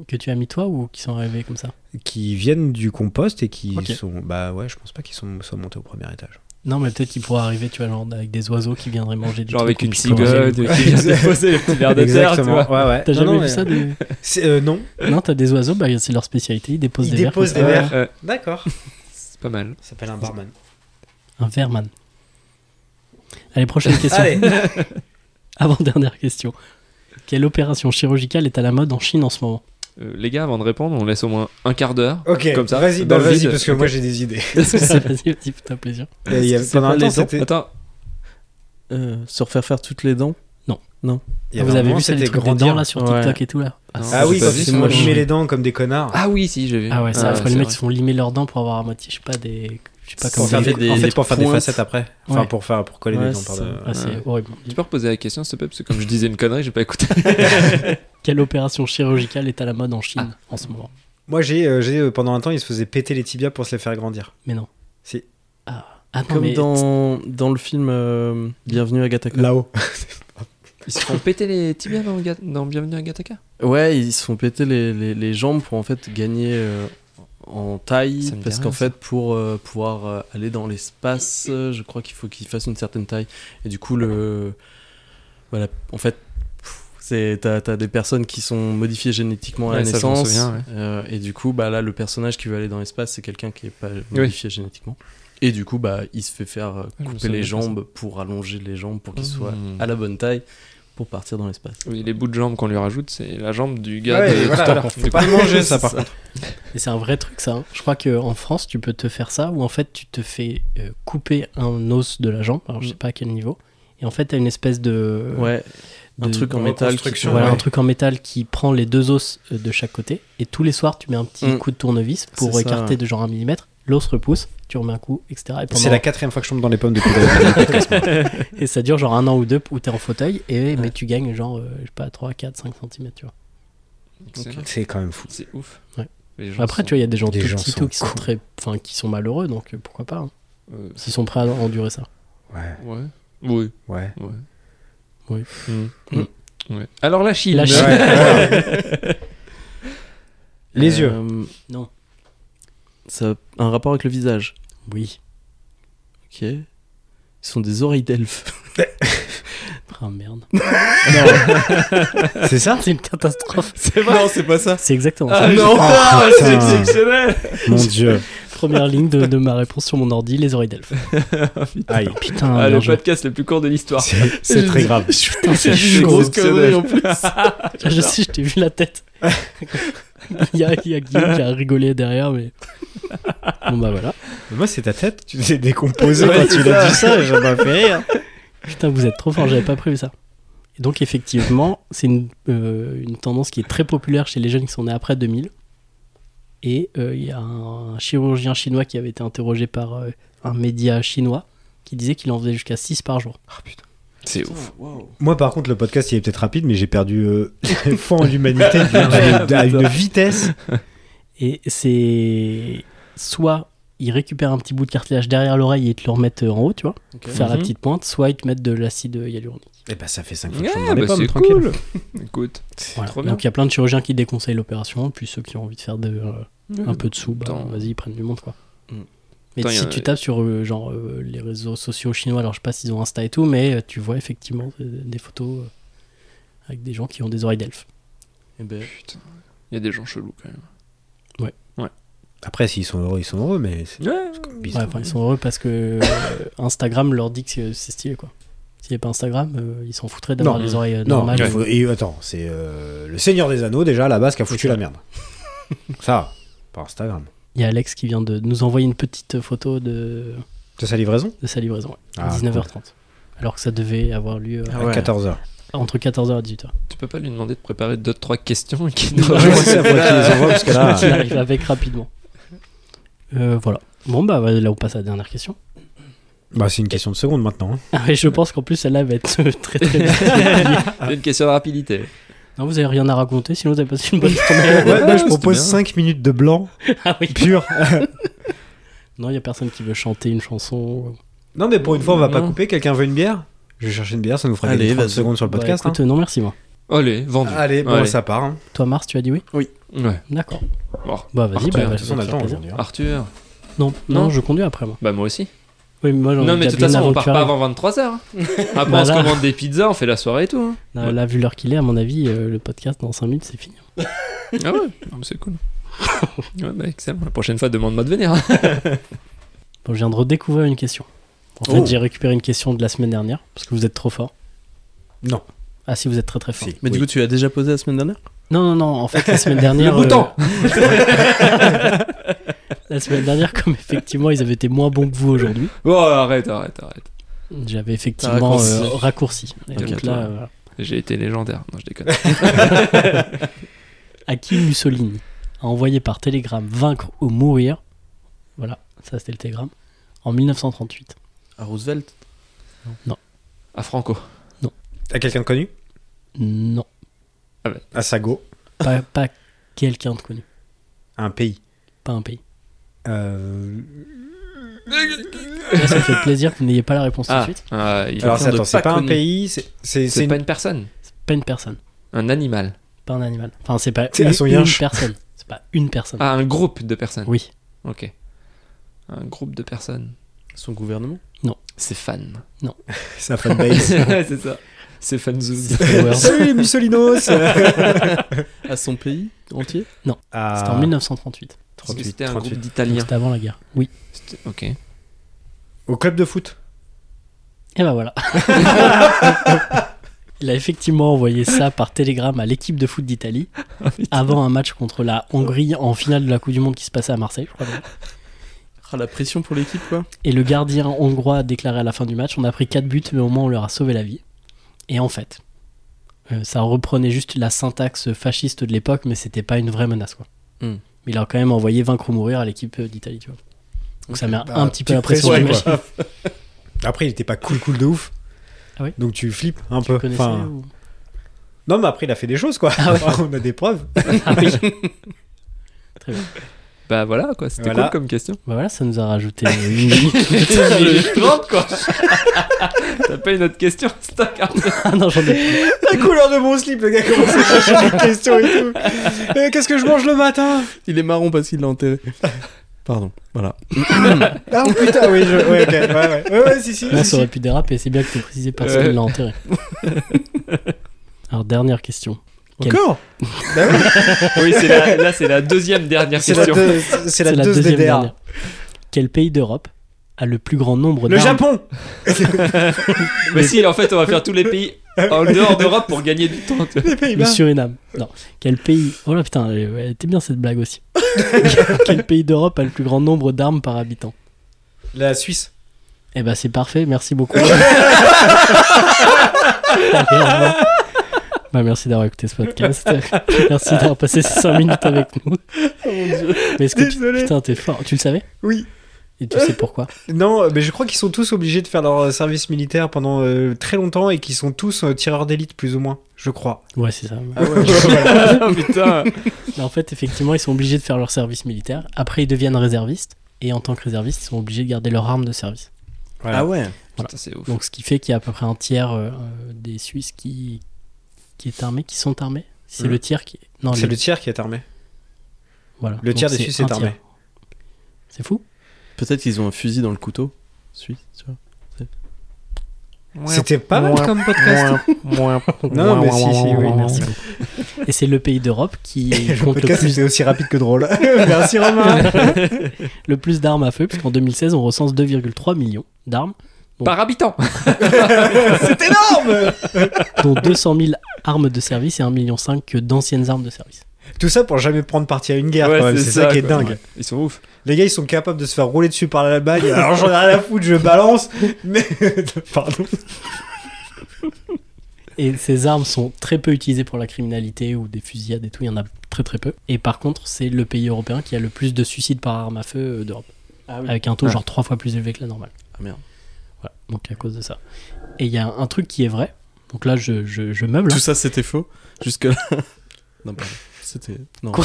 S6: que tu as mis toi ou qui sont arrivés comme ça
S8: qui viennent du compost et qui
S6: Ok.
S8: sont bah ouais je pense pas qu'ils sont soient montés au premier étage
S6: Non, mais peut-être qu'il pourrait arriver, tu vois, genre, avec des oiseaux qui viendraient manger des
S9: Genre avec une cigogne
S6: cigogne
S9: qui vient déposer les petits verres de terre. Tu vois.
S8: ouais ouais
S6: T'as
S8: Non,
S6: jamais
S8: non,
S6: vu
S8: mais-
S6: ça des-
S8: C'est- euh, non
S6: Non, t'as des oiseaux, bah, c'est leur spécialité, ils déposent
S8: Ils
S6: des vers.
S8: déposent
S6: comme
S8: des
S6: ça.
S8: vers.
S9: Ouais, ouais,
S8: d'accord
S9: Euh, C'est pas mal.
S8: ça s'appelle un barman
S6: Un verman. Allez, prochaine question.
S8: allez
S6: Avant-dernière question. Quelle opération chirurgicale est à la mode en Chine en ce moment
S9: Euh, les gars, avant de répondre, on laisse au moins un quart d'heure.
S8: ok
S9: Comme ça.
S8: vas-y
S9: dans
S8: bah,
S9: le
S8: vas-y
S9: vide.
S8: parce que moi j'ai des idées
S6: Est-ce que c'est vas-y, vas-y, fais-toi plaisir.
S8: et il y a
S7: C'est
S8: pendant
S7: pas
S8: un
S7: les
S8: temps
S7: dents
S8: c'était
S9: Attends,
S7: Euh, se refaire faire toutes les dents Non.
S8: Il y avait
S6: vous
S8: un
S6: avez
S8: moment,
S6: vu celle des
S8: c'était
S6: trucs des
S8: grandir.
S6: dents là sur TikTok et tout là
S9: Non,
S8: Ah oui,
S9: j'ai pas
S8: quand
S9: vu,
S8: ils
S9: c'est
S8: se font
S9: moche.
S8: limer les dents comme des connards.
S9: Ah oui, si, j'ai vu.
S6: Ah ouais, c'est affreux.
S9: c'est
S6: Les mecs
S9: vrai.
S6: se font limer leurs dents pour avoir un motif, je sais pas, des. Je sais pas
S8: Pour
S6: comment.
S8: faire
S7: fait
S8: des,
S7: des-
S8: en fait,
S7: des
S8: pour faire des
S7: pointes.
S8: facettes après. Enfin,
S6: Ouais.
S8: pour, faire, pour coller
S7: Ouais,
S8: des dents,
S7: c'est
S8: pardon.
S6: Ah, c'est
S9: Ouais.
S6: horrible.
S9: Tu peux reposer la question, s'il te plaît, parce que comme je disais une connerie, j'ai pas écouté.
S6: Quelle opération chirurgicale est à la mode en Chine
S7: Ah.
S6: en ce moment
S8: Moi, j'ai, euh, j'ai, euh, pendant un temps, ils se faisaient péter les tibias pour se les faire grandir.
S6: Mais non.
S8: Si.
S6: Ah, ah non,
S7: Comme
S6: mais
S7: dans, dans le film euh, Bienvenue à Gattaca.
S8: Là-haut.
S9: Ils se font péter les tibias dans, Ga- dans Bienvenue à Gataka.
S7: Ouais, ils se font péter les, les- les jambes pour en fait gagner euh, en taille.
S9: Ça me dit
S7: Parce
S9: rien,
S7: qu'en
S9: ça.
S7: fait, pour euh, pouvoir euh, aller dans l'espace, euh, je crois qu'il faut qu'ils fassent une certaine taille. Et du coup, le. Voilà, en fait. pff, c'est- T'as t'as des personnes qui sont modifiées génétiquement à la
S9: Ouais, ça, je m'en
S7: naissance.
S9: souviens, ouais.
S7: Euh, et du coup, bah, là, le personnage qui veut aller dans l'espace, c'est quelqu'un qui est pas modifié génétiquement. Et du coup, bah, il se fait faire euh,
S9: je me
S7: couper
S9: souviens
S7: les
S9: pas de ça.
S7: jambes pour allonger les jambes pour qu'ils
S9: Mmh.
S7: soient à la bonne taille pour partir dans l'espace.
S9: Oui, les bouts de jambes qu'on lui rajoute, c'est la jambe du gars
S8: Ouais,
S9: de
S8: voilà,
S9: Star
S8: alors,
S9: Wars.
S8: faut pas le manger, ça, par
S7: C'est
S8: contre.
S6: mais c'est un vrai truc ça. hein. Je crois qu'en France, tu peux te faire ça ou en fait, tu te fais euh, couper un os de la jambe. Alors, je sais pas à quel niveau. Et en fait, t'as une espèce de.
S7: Mm. Ouais, euh, un
S6: de-
S7: truc en
S8: de
S7: métal. qui-
S8: reconstruction,
S6: Voilà,
S8: Ouais.
S6: un truc en métal qui prend les deux os euh, de chaque côté. Et tous les soirs, tu mets un petit
S7: Mm.
S6: coup de tournevis pour
S7: C'est ça,
S6: écarter
S7: ouais.
S6: de genre un millimètre. L'os repousse, tu remets un coup, etc. Et, pendant-
S8: C'est la quatrième fois que je tombe dans les pommes depuis le
S6: et ça dure genre un an ou deux où t'es en fauteuil. Et, Mais tu gagnes genre, euh, je sais pas, 3, 4, 5 cm. Tu vois.
S9: Excellent.
S8: C'est quand même fou.
S9: C'est ouf.
S6: Ouais.
S9: Les gens
S6: Après,
S9: sont-
S6: tu vois, il y a des gens
S8: les
S6: tout
S8: gens
S6: petits
S8: sont
S6: tout qui sont,
S8: cons.
S6: très, enfin, qui sont malheureux, donc euh, pourquoi pas hein,
S9: euh,
S6: S'ils sont prêts à endurer ça.
S8: Ouais,
S9: ouais. Oui.
S8: ouais.
S9: Ouais.
S6: Oui.
S9: Mm. Mm. Ouais. Alors la Chine.
S6: La Chine.
S8: Les yeux.
S7: Euh,
S6: Non.
S7: Ça a un rapport avec le visage.
S6: Oui.
S7: Ok. Ils sont des oreilles d'elfe.
S6: Ah merde.
S8: C'est ça
S6: C'est une catastrophe.
S7: C'est vrai Non, c'est pas ça.
S6: C'est exactement ça.
S9: Ah non,
S8: Ah,
S9: c'est
S8: putain.
S9: exceptionnel.
S8: Mon dieu.
S6: Première ligne de, de ma réponse sur mon ordi, les oreilles d'elfe.
S8: Aïe.
S6: Putain,
S9: Ah,
S6: bien
S9: le
S6: joué.
S9: podcast le plus court de l'histoire.
S8: C'est c'est très grave.
S6: Putain, c'est
S7: Des
S6: chaud.
S7: grosses conneries en plus.
S6: Ah, je sais, je t'ai vu la tête. il, y a, il y a Guillaume qui a rigolé derrière, mais. Bon, bah voilà.
S8: Moi, c'est ta tête. Tu t'es décomposé
S9: Ouais,
S8: quand tu
S9: c'est
S8: l'as
S9: ça.
S8: dit ça. et Ça m'a fait rire.
S6: Putain, vous êtes trop fort, j'avais pas prévu ça. Et donc, effectivement, c'est une, euh, une tendance qui est très populaire chez les jeunes qui sont nés après 2000. Et euh, il y a un chirurgien chinois qui avait été interrogé par euh, un média chinois qui disait qu'il en faisait jusqu'à 6 par jour.
S9: C'est ouf.
S8: Moi, par contre, le podcast, il est peut-être rapide, mais j'ai perdu euh, foi en l'humanité d'une- d'une- à une vitesse.
S6: Et c'est. Soit ils récupèrent un petit bout de cartilage derrière l'oreille et ils te le remettent euh, en haut, tu vois,
S7: Ok.
S6: pour faire la
S9: Mhm.
S6: petite pointe, soit ils te mettent de l'acide hyaluronique.
S8: Et bah, ça fait 5 fois que je tombe
S9: Ah,
S8: dans les
S9: bah,
S8: pommes,
S9: c'est
S8: tranquille.
S9: cool. Écoute,
S6: Voilà.
S9: trop bien.
S6: Donc il y a plein de chirurgiens qui déconseillent l'opération, puis ceux qui ont envie de faire de, euh,
S9: Mm.
S6: un peu de sous, bah,
S9: Attends.
S6: vas-y, ils prennent du monde quoi.
S7: Mm.
S6: Mais
S9: Attends, y
S6: si
S9: a-
S6: tu tapes sur euh, genre euh, les réseaux sociaux chinois, alors je sais pas s'ils ont Insta et tout, mais euh, tu vois effectivement euh, des photos euh, avec des gens qui ont des oreilles d'elfe.
S7: Eh ben,
S9: Putain. Il y a des gens chelous quand même.
S8: Après, s'ils sont heureux, ils sont heureux, mais c'est
S9: Ouais.
S6: Ouais,
S8: bizarre.
S6: enfin, ils sont heureux parce que euh, Instagram leur dit que c'est- c'est stylé quoi. S'il n'y avait pas Instagram, euh, ils s'en foutraient d'avoir
S8: Non.
S6: des oreilles euh,
S8: Non,
S6: normales.
S8: il faut- et attends, c'est euh, le Seigneur des Anneaux déjà à la base qui a foutu la merde. ça, par Instagram.
S6: Il y a Alex qui vient de nous envoyer une petite photo de,
S8: De sa livraison
S6: de sa livraison, ouais,
S8: Ah,
S6: à 19h30. Alors que ça devait avoir lieu euh,
S7: Ah
S8: À
S7: ouais.
S8: 14h.
S6: entre 14h et 18h.
S9: Tu peux pas lui demander de préparer 2-3 questions et
S8: Je
S9: qu'il
S8: vois ça, faut qu'ils les envoient, parce que là-
S6: Il arrive avec rapidement. Euh, voilà. Bon, bah ouais, là, on passe à la dernière question.
S8: Bah, c'est une question de secondes maintenant. hein.
S6: Ah, et je pense qu'en plus, celle-là va être euh, très très bien.
S9: C'est une question de rapidité.
S6: Non, vous avez rien à raconter, sinon vous avez passé une bonne journée.
S8: Ouais, moi, je propose
S9: bien.
S8: 5 minutes de blanc
S6: Ah oui.
S8: pur.
S6: Non, il y a personne qui veut chanter une chanson.
S8: non, mais pour une fois, on va pas
S9: Non.
S8: couper. Quelqu'un veut une bière Je vais chercher une bière, ça nous fera
S7: Allez,
S8: gagner 30
S7: vas-y.
S8: secondes sur le
S6: Bah,
S8: podcast.
S6: écoute, euh, non, merci, moi.
S9: Allez,
S8: hein.
S9: vendu.
S8: Allez, bon,
S9: Allez.
S8: ça part. hein.
S6: Toi, Mars, tu as dit oui
S9: Ouais.
S6: D'accord.
S9: Bon.
S6: Bah, vas-y,
S9: Arthur,
S6: bah,
S9: de
S8: De
S6: vas-y,
S8: toute façon, on a
S6: ça
S8: le
S6: fait
S8: temps
S6: plaisir.
S8: aujourd'hui. hein.
S9: Arthur.
S6: Non, non,
S9: Non.
S6: je conduis après, moi.
S9: Bah moi aussi.
S6: Oui, mais moi, j'ai
S9: Non
S6: envie
S9: mais de
S6: de
S9: toute
S6: la
S9: façon
S6: bine
S9: on
S6: avant
S9: part
S6: que tu
S9: pas
S6: arrives.
S9: avant 23h. Après
S6: Bah
S9: Ah, on se
S6: là.
S9: commande des pizzas, on fait la soirée et tout. hein.
S6: Là, là, vu l'heure qu'il est, à mon avis, euh, le podcast, dans 5 minutes, c'est fini.
S9: Ah ouais, Non, mais c'est cool. Ouais bah excellent. La prochaine fois demande-moi de venir.
S6: Bon, je viens de redécouvrir une question. En fait,
S8: Oh.
S6: j'ai récupéré une question de la semaine dernière, parce que vous êtes trop fort.
S8: Non.
S6: Ah si, vous êtes très très fort.
S8: Si.
S7: Mais du coup, tu l'as déjà posé la semaine dernière
S6: Non, non, non, en fait, la semaine dernière... euh,
S9: Le bouton
S6: La semaine dernière, comme effectivement, ils avaient été moins bons que vous aujourd'hui,
S9: Oh arrête, arrête, arrête.
S6: j'avais effectivement
S7: raccourci.
S6: euh, raccourci. Et
S7: Ok,
S6: donc
S7: toi.
S6: là, euh,
S9: J'ai été légendaire. Non, je déconne.
S6: à qui Mussolini a envoyé par télégramme vaincre ou mourir. Voilà, ça c'était le télégramme. En 1938.
S7: À Roosevelt
S9: À Franco.
S8: À quelqu'un de connu
S6: Non,
S8: À Sago.
S6: pas, pas quelqu'un de connu,
S8: À un pays.
S6: pas un pays.
S8: Euh,
S6: Là, ça me fait plaisir que vous n'ayez pas la réponse
S9: Ah,
S6: tout de suite.
S9: euh, il-
S8: Alors,
S7: quelqu'un de
S8: attends, c'est
S7: pas
S8: pas un
S7: connu.
S8: pays, c'est- c'est
S9: c'est
S8: c'est
S9: pas
S8: une-
S9: une personne,
S6: C'est pas une personne,
S9: un animal.
S6: pas un animal. Enfin, c'est pas
S8: C'est
S6: une,
S8: à son
S6: une
S8: yinche.
S6: personne. C'est pas une personne.
S9: Ah, un groupe de personnes.
S6: Oui,
S9: Ok. Un groupe de personnes.
S7: Son gouvernement
S9: C'est fan.
S8: sa fanbase.
S9: c'est ça. C'est fan zone.
S6: c'est Power. C'était
S8: Salut les Mussolinos
S7: À son pays entier
S8: Ah, hein.
S6: en 1938.
S9: C'était un
S8: 38.
S9: groupe
S6: Donc,
S9: d'Italiens.
S6: C'était avant la guerre. Oui.
S9: C'était- Ok.
S8: Au club de foot.
S6: Et ben voilà. Il a effectivement envoyé ça par télégramme à l'équipe de foot d'Italie
S8: Oh,
S6: avant un match contre la Hongrie en finale de la Coupe du Monde qui se passait à Marseille, je crois. d'ailleurs.
S7: Ah, la pression pour l'équipe, quoi.
S6: Et le gardien hongrois a déclaré à la fin du match on a pris 4 buts, mais au moins on leur a sauvé la vie. Et en fait, euh, ça reprenait juste la syntaxe fasciste de l'époque, mais c'était pas une vraie menace. Quoi.
S7: Hmm.
S6: Mais il a quand même envoyé vaincre ou mourir à l'équipe euh, d'Italie. tu vois. Donc ça met
S8: Bah,
S6: un petit peu
S8: petite
S6: la pression.
S8: pression,
S6: j'imagine.
S8: quoi. Après, il était pas cool, cool de ouf.
S6: Ah oui
S8: Donc tu flippes un
S6: Vous
S8: peu.
S6: connaissez,
S8: Enfin,
S6: ou-
S8: Non, mais après, il a fait des choses, quoi.
S6: Ah ouais.
S8: On a des preuves.
S6: Ah oui.
S9: Bah voilà quoi, c'était
S8: Voilà.
S9: cool comme question.
S6: Bah voilà, ça nous a rajouté une minute.
S9: Je trompe quoi. T'as pas une autre question, Stock hein
S6: Ah non, j'en ai plus.
S8: La couleur de mon slip, le gars commence à chercher des questions et tout. Euh, Qu'est-ce que je mange le matin
S7: Il est marron parce qu'il l'a enterré. Pardon, voilà.
S8: Ah oh, putain, oui, je... ouais, ok, ouais, ouais, ouais, ouais, si, si. si,
S6: Là, ça
S8: si.
S6: aurait pu déraper, c'est bien que tu précisé parce
S9: Ouais.
S6: qu'il l'a enterré. Alors, dernière question. Quel-
S8: Encore Bah oui,
S9: Oui, c'est la- là c'est la deuxième dernière
S8: c'est la,
S9: question.
S8: deux- c'est la, deuxième DDR.
S6: dernière. Quel pays d'Europe a le plus grand nombre
S8: Le
S6: d'armes
S8: Japon
S9: Mais si, en fait, on va faire tous les pays en dehors d'Europe pour gagner du temps. tu
S8: Les
S9: vois.
S6: Le
S8: Pays-Bas.
S6: Suriname. Non. Quel pays. Oh là putain, elle elle était bien cette blague aussi. Quel pays d'Europe a le plus grand nombre d'armes par habitant
S8: La Suisse.
S6: Eh ben, c'est parfait, merci beaucoup. Allez, au revoir. Bah, merci d'avoir écouté ce podcast. Merci d'avoir passé ces 5 minutes avec nous. Mais est-ce que tu-
S8: Oh, Désolé.
S6: Putain, t'es fort. Tu le savais
S8: Oui.
S6: Et tu sais pourquoi
S8: Non, euh, mais je crois qu'ils sont tous obligés de faire leur euh, service militaire pendant euh, très longtemps et qu'ils sont tous euh, tireurs d'élite, plus ou moins, je crois.
S6: Ouais, c'est ça.
S8: Oh,
S9: Ah, putain.
S6: Mais en fait, effectivement, ils sont obligés de faire leur service militaire. Après, ils deviennent réservistes. Et en tant que réservistes, ils sont obligés de garder leur arme de service.
S8: Voilà.
S7: Ah ouais
S9: Putain, c'est ouf.
S6: Donc, ce qui fait qu'il y a à peu près un tiers euh, euh, des Suisses qui, qui est armé, qui sont armés. C'est
S8: Mhm.
S6: le tiers qui. Non,
S8: C'est le tiers qui est armé.
S6: voilà.
S8: le tiers
S6: Oh, Donc,
S8: des
S6: c'est
S8: Suisses est
S6: un
S8: armé.
S6: tiers. C'est fou
S7: Peut-être qu'ils ont un fusil dans le couteau. Suisse, tu vois.
S8: C'était pas mal comme podcast. non, mais si, si, oui, merci.
S6: Et c'est le pays d'Europe qui
S8: Le
S6: compte le
S8: podcast
S6: plus,
S8: était aussi rapide que drôle. merci Romain.
S6: le plus d'armes à feu, puisqu'en 2016, on recense 2,3 millions d'armes,
S9: Par habitant.
S8: C'est énorme
S6: dont 200 000 armes de service et 1,5 million que d'anciennes armes de service.
S8: Tout ça pour jamais prendre parti à une guerre,
S9: Ouais,
S8: quand même. C'est ça, qui est
S9: quoi.
S8: dingue.
S9: Ouais. Ils sont ouf.
S8: Les gars, ils sont capables de se faire rouler dessus par la bague. Alors j'en ai rien à foutre, je balance. Mais. Pardon.
S6: Et ces armes sont très peu utilisées pour la criminalité ou des fusillades et tout, il y en a très très peu. Et par contre, c'est le pays européen qui a le plus de suicides par arme à feu euh, d'Europe,
S7: Ah
S6: avec un taux
S7: Ah.
S6: genre trois fois plus élevé que la normale.
S7: Ah merde.
S6: Voilà, donc à cause de ça. Et il y a un truc qui est vrai, donc là je, je, je meuble.
S7: Tout ça, c'était faux. Jusque-là. non, pardon. C'était. Non.
S6: Quoi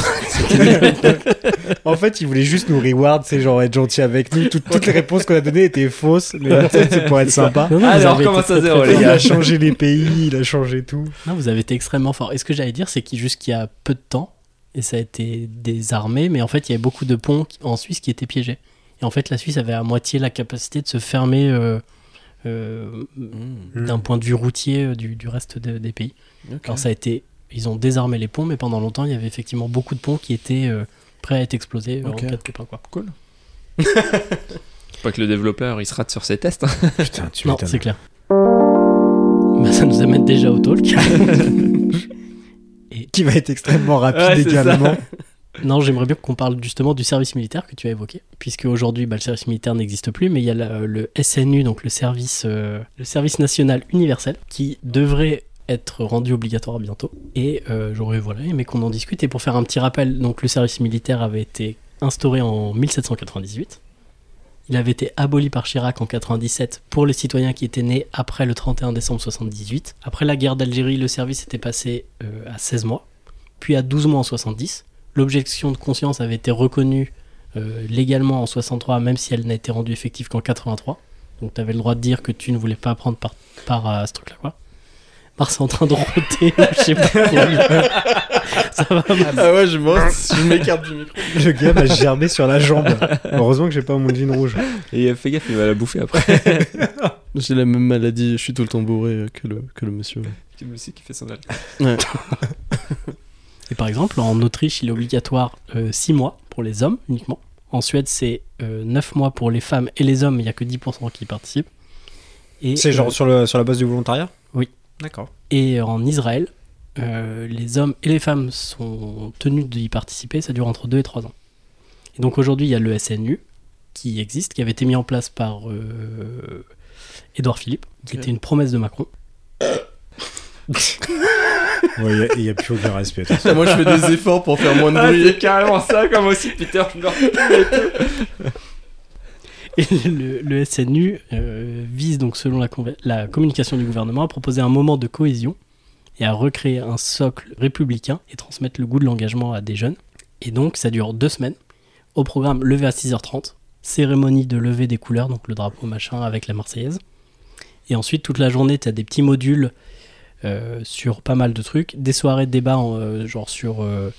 S8: En fait, ils voulaient juste nous reward, c'est genre être gentil avec nous. Toutes, toutes les réponses qu'on a données étaient fausses, mais peut-être c'est pour être sympa.
S6: Non, non, vous
S9: Allez, on
S6: avez été
S9: recommence
S6: très,
S9: à
S6: très
S9: zéro,
S6: fort.
S9: Oh, les
S8: Il a changé les pays, il a changé tout.
S6: Non, vous avez été extrêmement fort. Et ce que j'allais dire, c'est qu'il jusqu'il y a peu de temps, et ça a été des armées, mais en fait, il y avait beaucoup de ponts qui- en Suisse qui étaient piégés. Et en fait, la Suisse avait à moitié la capacité de se fermer euh, euh,
S7: Hmm,
S6: d'un point de vue routier euh, du, du reste de- des pays.
S7: ok.
S6: Alors, ça a été. Ils ont désarmé les ponts, mais pendant longtemps, il y avait effectivement beaucoup de ponts qui étaient euh, prêts à être explosés euh,
S7: Ok.
S6: en cas de pépin, quoi.
S9: Faut Pas que le développeur il se rate sur ses tests. hein.
S8: Putain, tu
S6: non, c'est clair. Bah, ça nous amène déjà au talk.
S8: Qui va être extrêmement rapide
S9: Ouais, c'est ça.
S8: également.
S6: Non, j'aimerais bien qu'on parle justement du service militaire que tu as évoqué, puisque aujourd'hui, bah, le service militaire n'existe plus, mais il y a euh, la- le SNU, donc le service, euh, le service national universel, qui devrait être rendu obligatoire bientôt. Et euh, j'aurais voilà, aimé qu'on en discute. Et pour faire un petit rappel, donc le service militaire avait été instauré en 1798. Il avait été aboli par Chirac en 97 pour les citoyens qui étaient nés après le 31 décembre 78. Après la guerre d'Algérie, le service était passé euh, à 16 mois, puis à 12 mois en 70. L'objection de conscience avait été reconnue euh, légalement en 63, même si elle n'a été rendue effective qu'en 83. Donc tu avais le droit de dire que tu ne voulais pas prendre part, part à ce truc-là, quoi. Mars est en train de roter, là, je sais pas. Ça va, Mars
S7: Ah ouais, je m'en- je m'écarte du micro.
S8: Le gars m'a germé sur la jambe. Heureusement que j'ai pas mon jean rouge.
S9: Et euh, fais gaffe, il va la bouffer après.
S7: J'ai la même maladie, je suis tout le temps bourré euh, que le, que le monsieur.
S9: C'est le monsieur qui fait son alcool.
S6: Et par exemple, en Autriche, il est obligatoire 6 mois pour les hommes uniquement. En Suède, c'est 9 mois pour les femmes et les hommes, il n'y a que 10% qui participent. Et,
S8: C'est
S6: euh,
S8: genre sur, le, sur la base du volontariat
S6: Oui.
S8: D'accord.
S6: et en Israël, euh, les hommes et les femmes sont tenus d'y participer, ça dure entre 2 et 3 ans. Et donc aujourd'hui, il y a le SNU qui existe, qui avait été mis en place par euh, Édouard Philippe, qui
S7: Ok.
S6: était une promesse de Macron.
S8: Il n'y a, plus aucun respect. attends.
S7: Moi, je fais des efforts pour faire moins de bruit.
S9: carrément ça, comme aussi Peter. Je
S6: Et le, le SNU euh, vise donc, selon la, conver- la communication du gouvernement, à proposer un moment de cohésion et à recréer un socle républicain et transmettre le goût de l'engagement à des jeunes. Et donc, ça dure deux semaines. Au programme, lever à 6h30, cérémonie de lever des couleurs, donc le drapeau machin avec la Marseillaise. Et ensuite, toute la journée, tu as des petits modules euh, sur pas mal de trucs, des soirées de débat, en, euh, genre sur euh,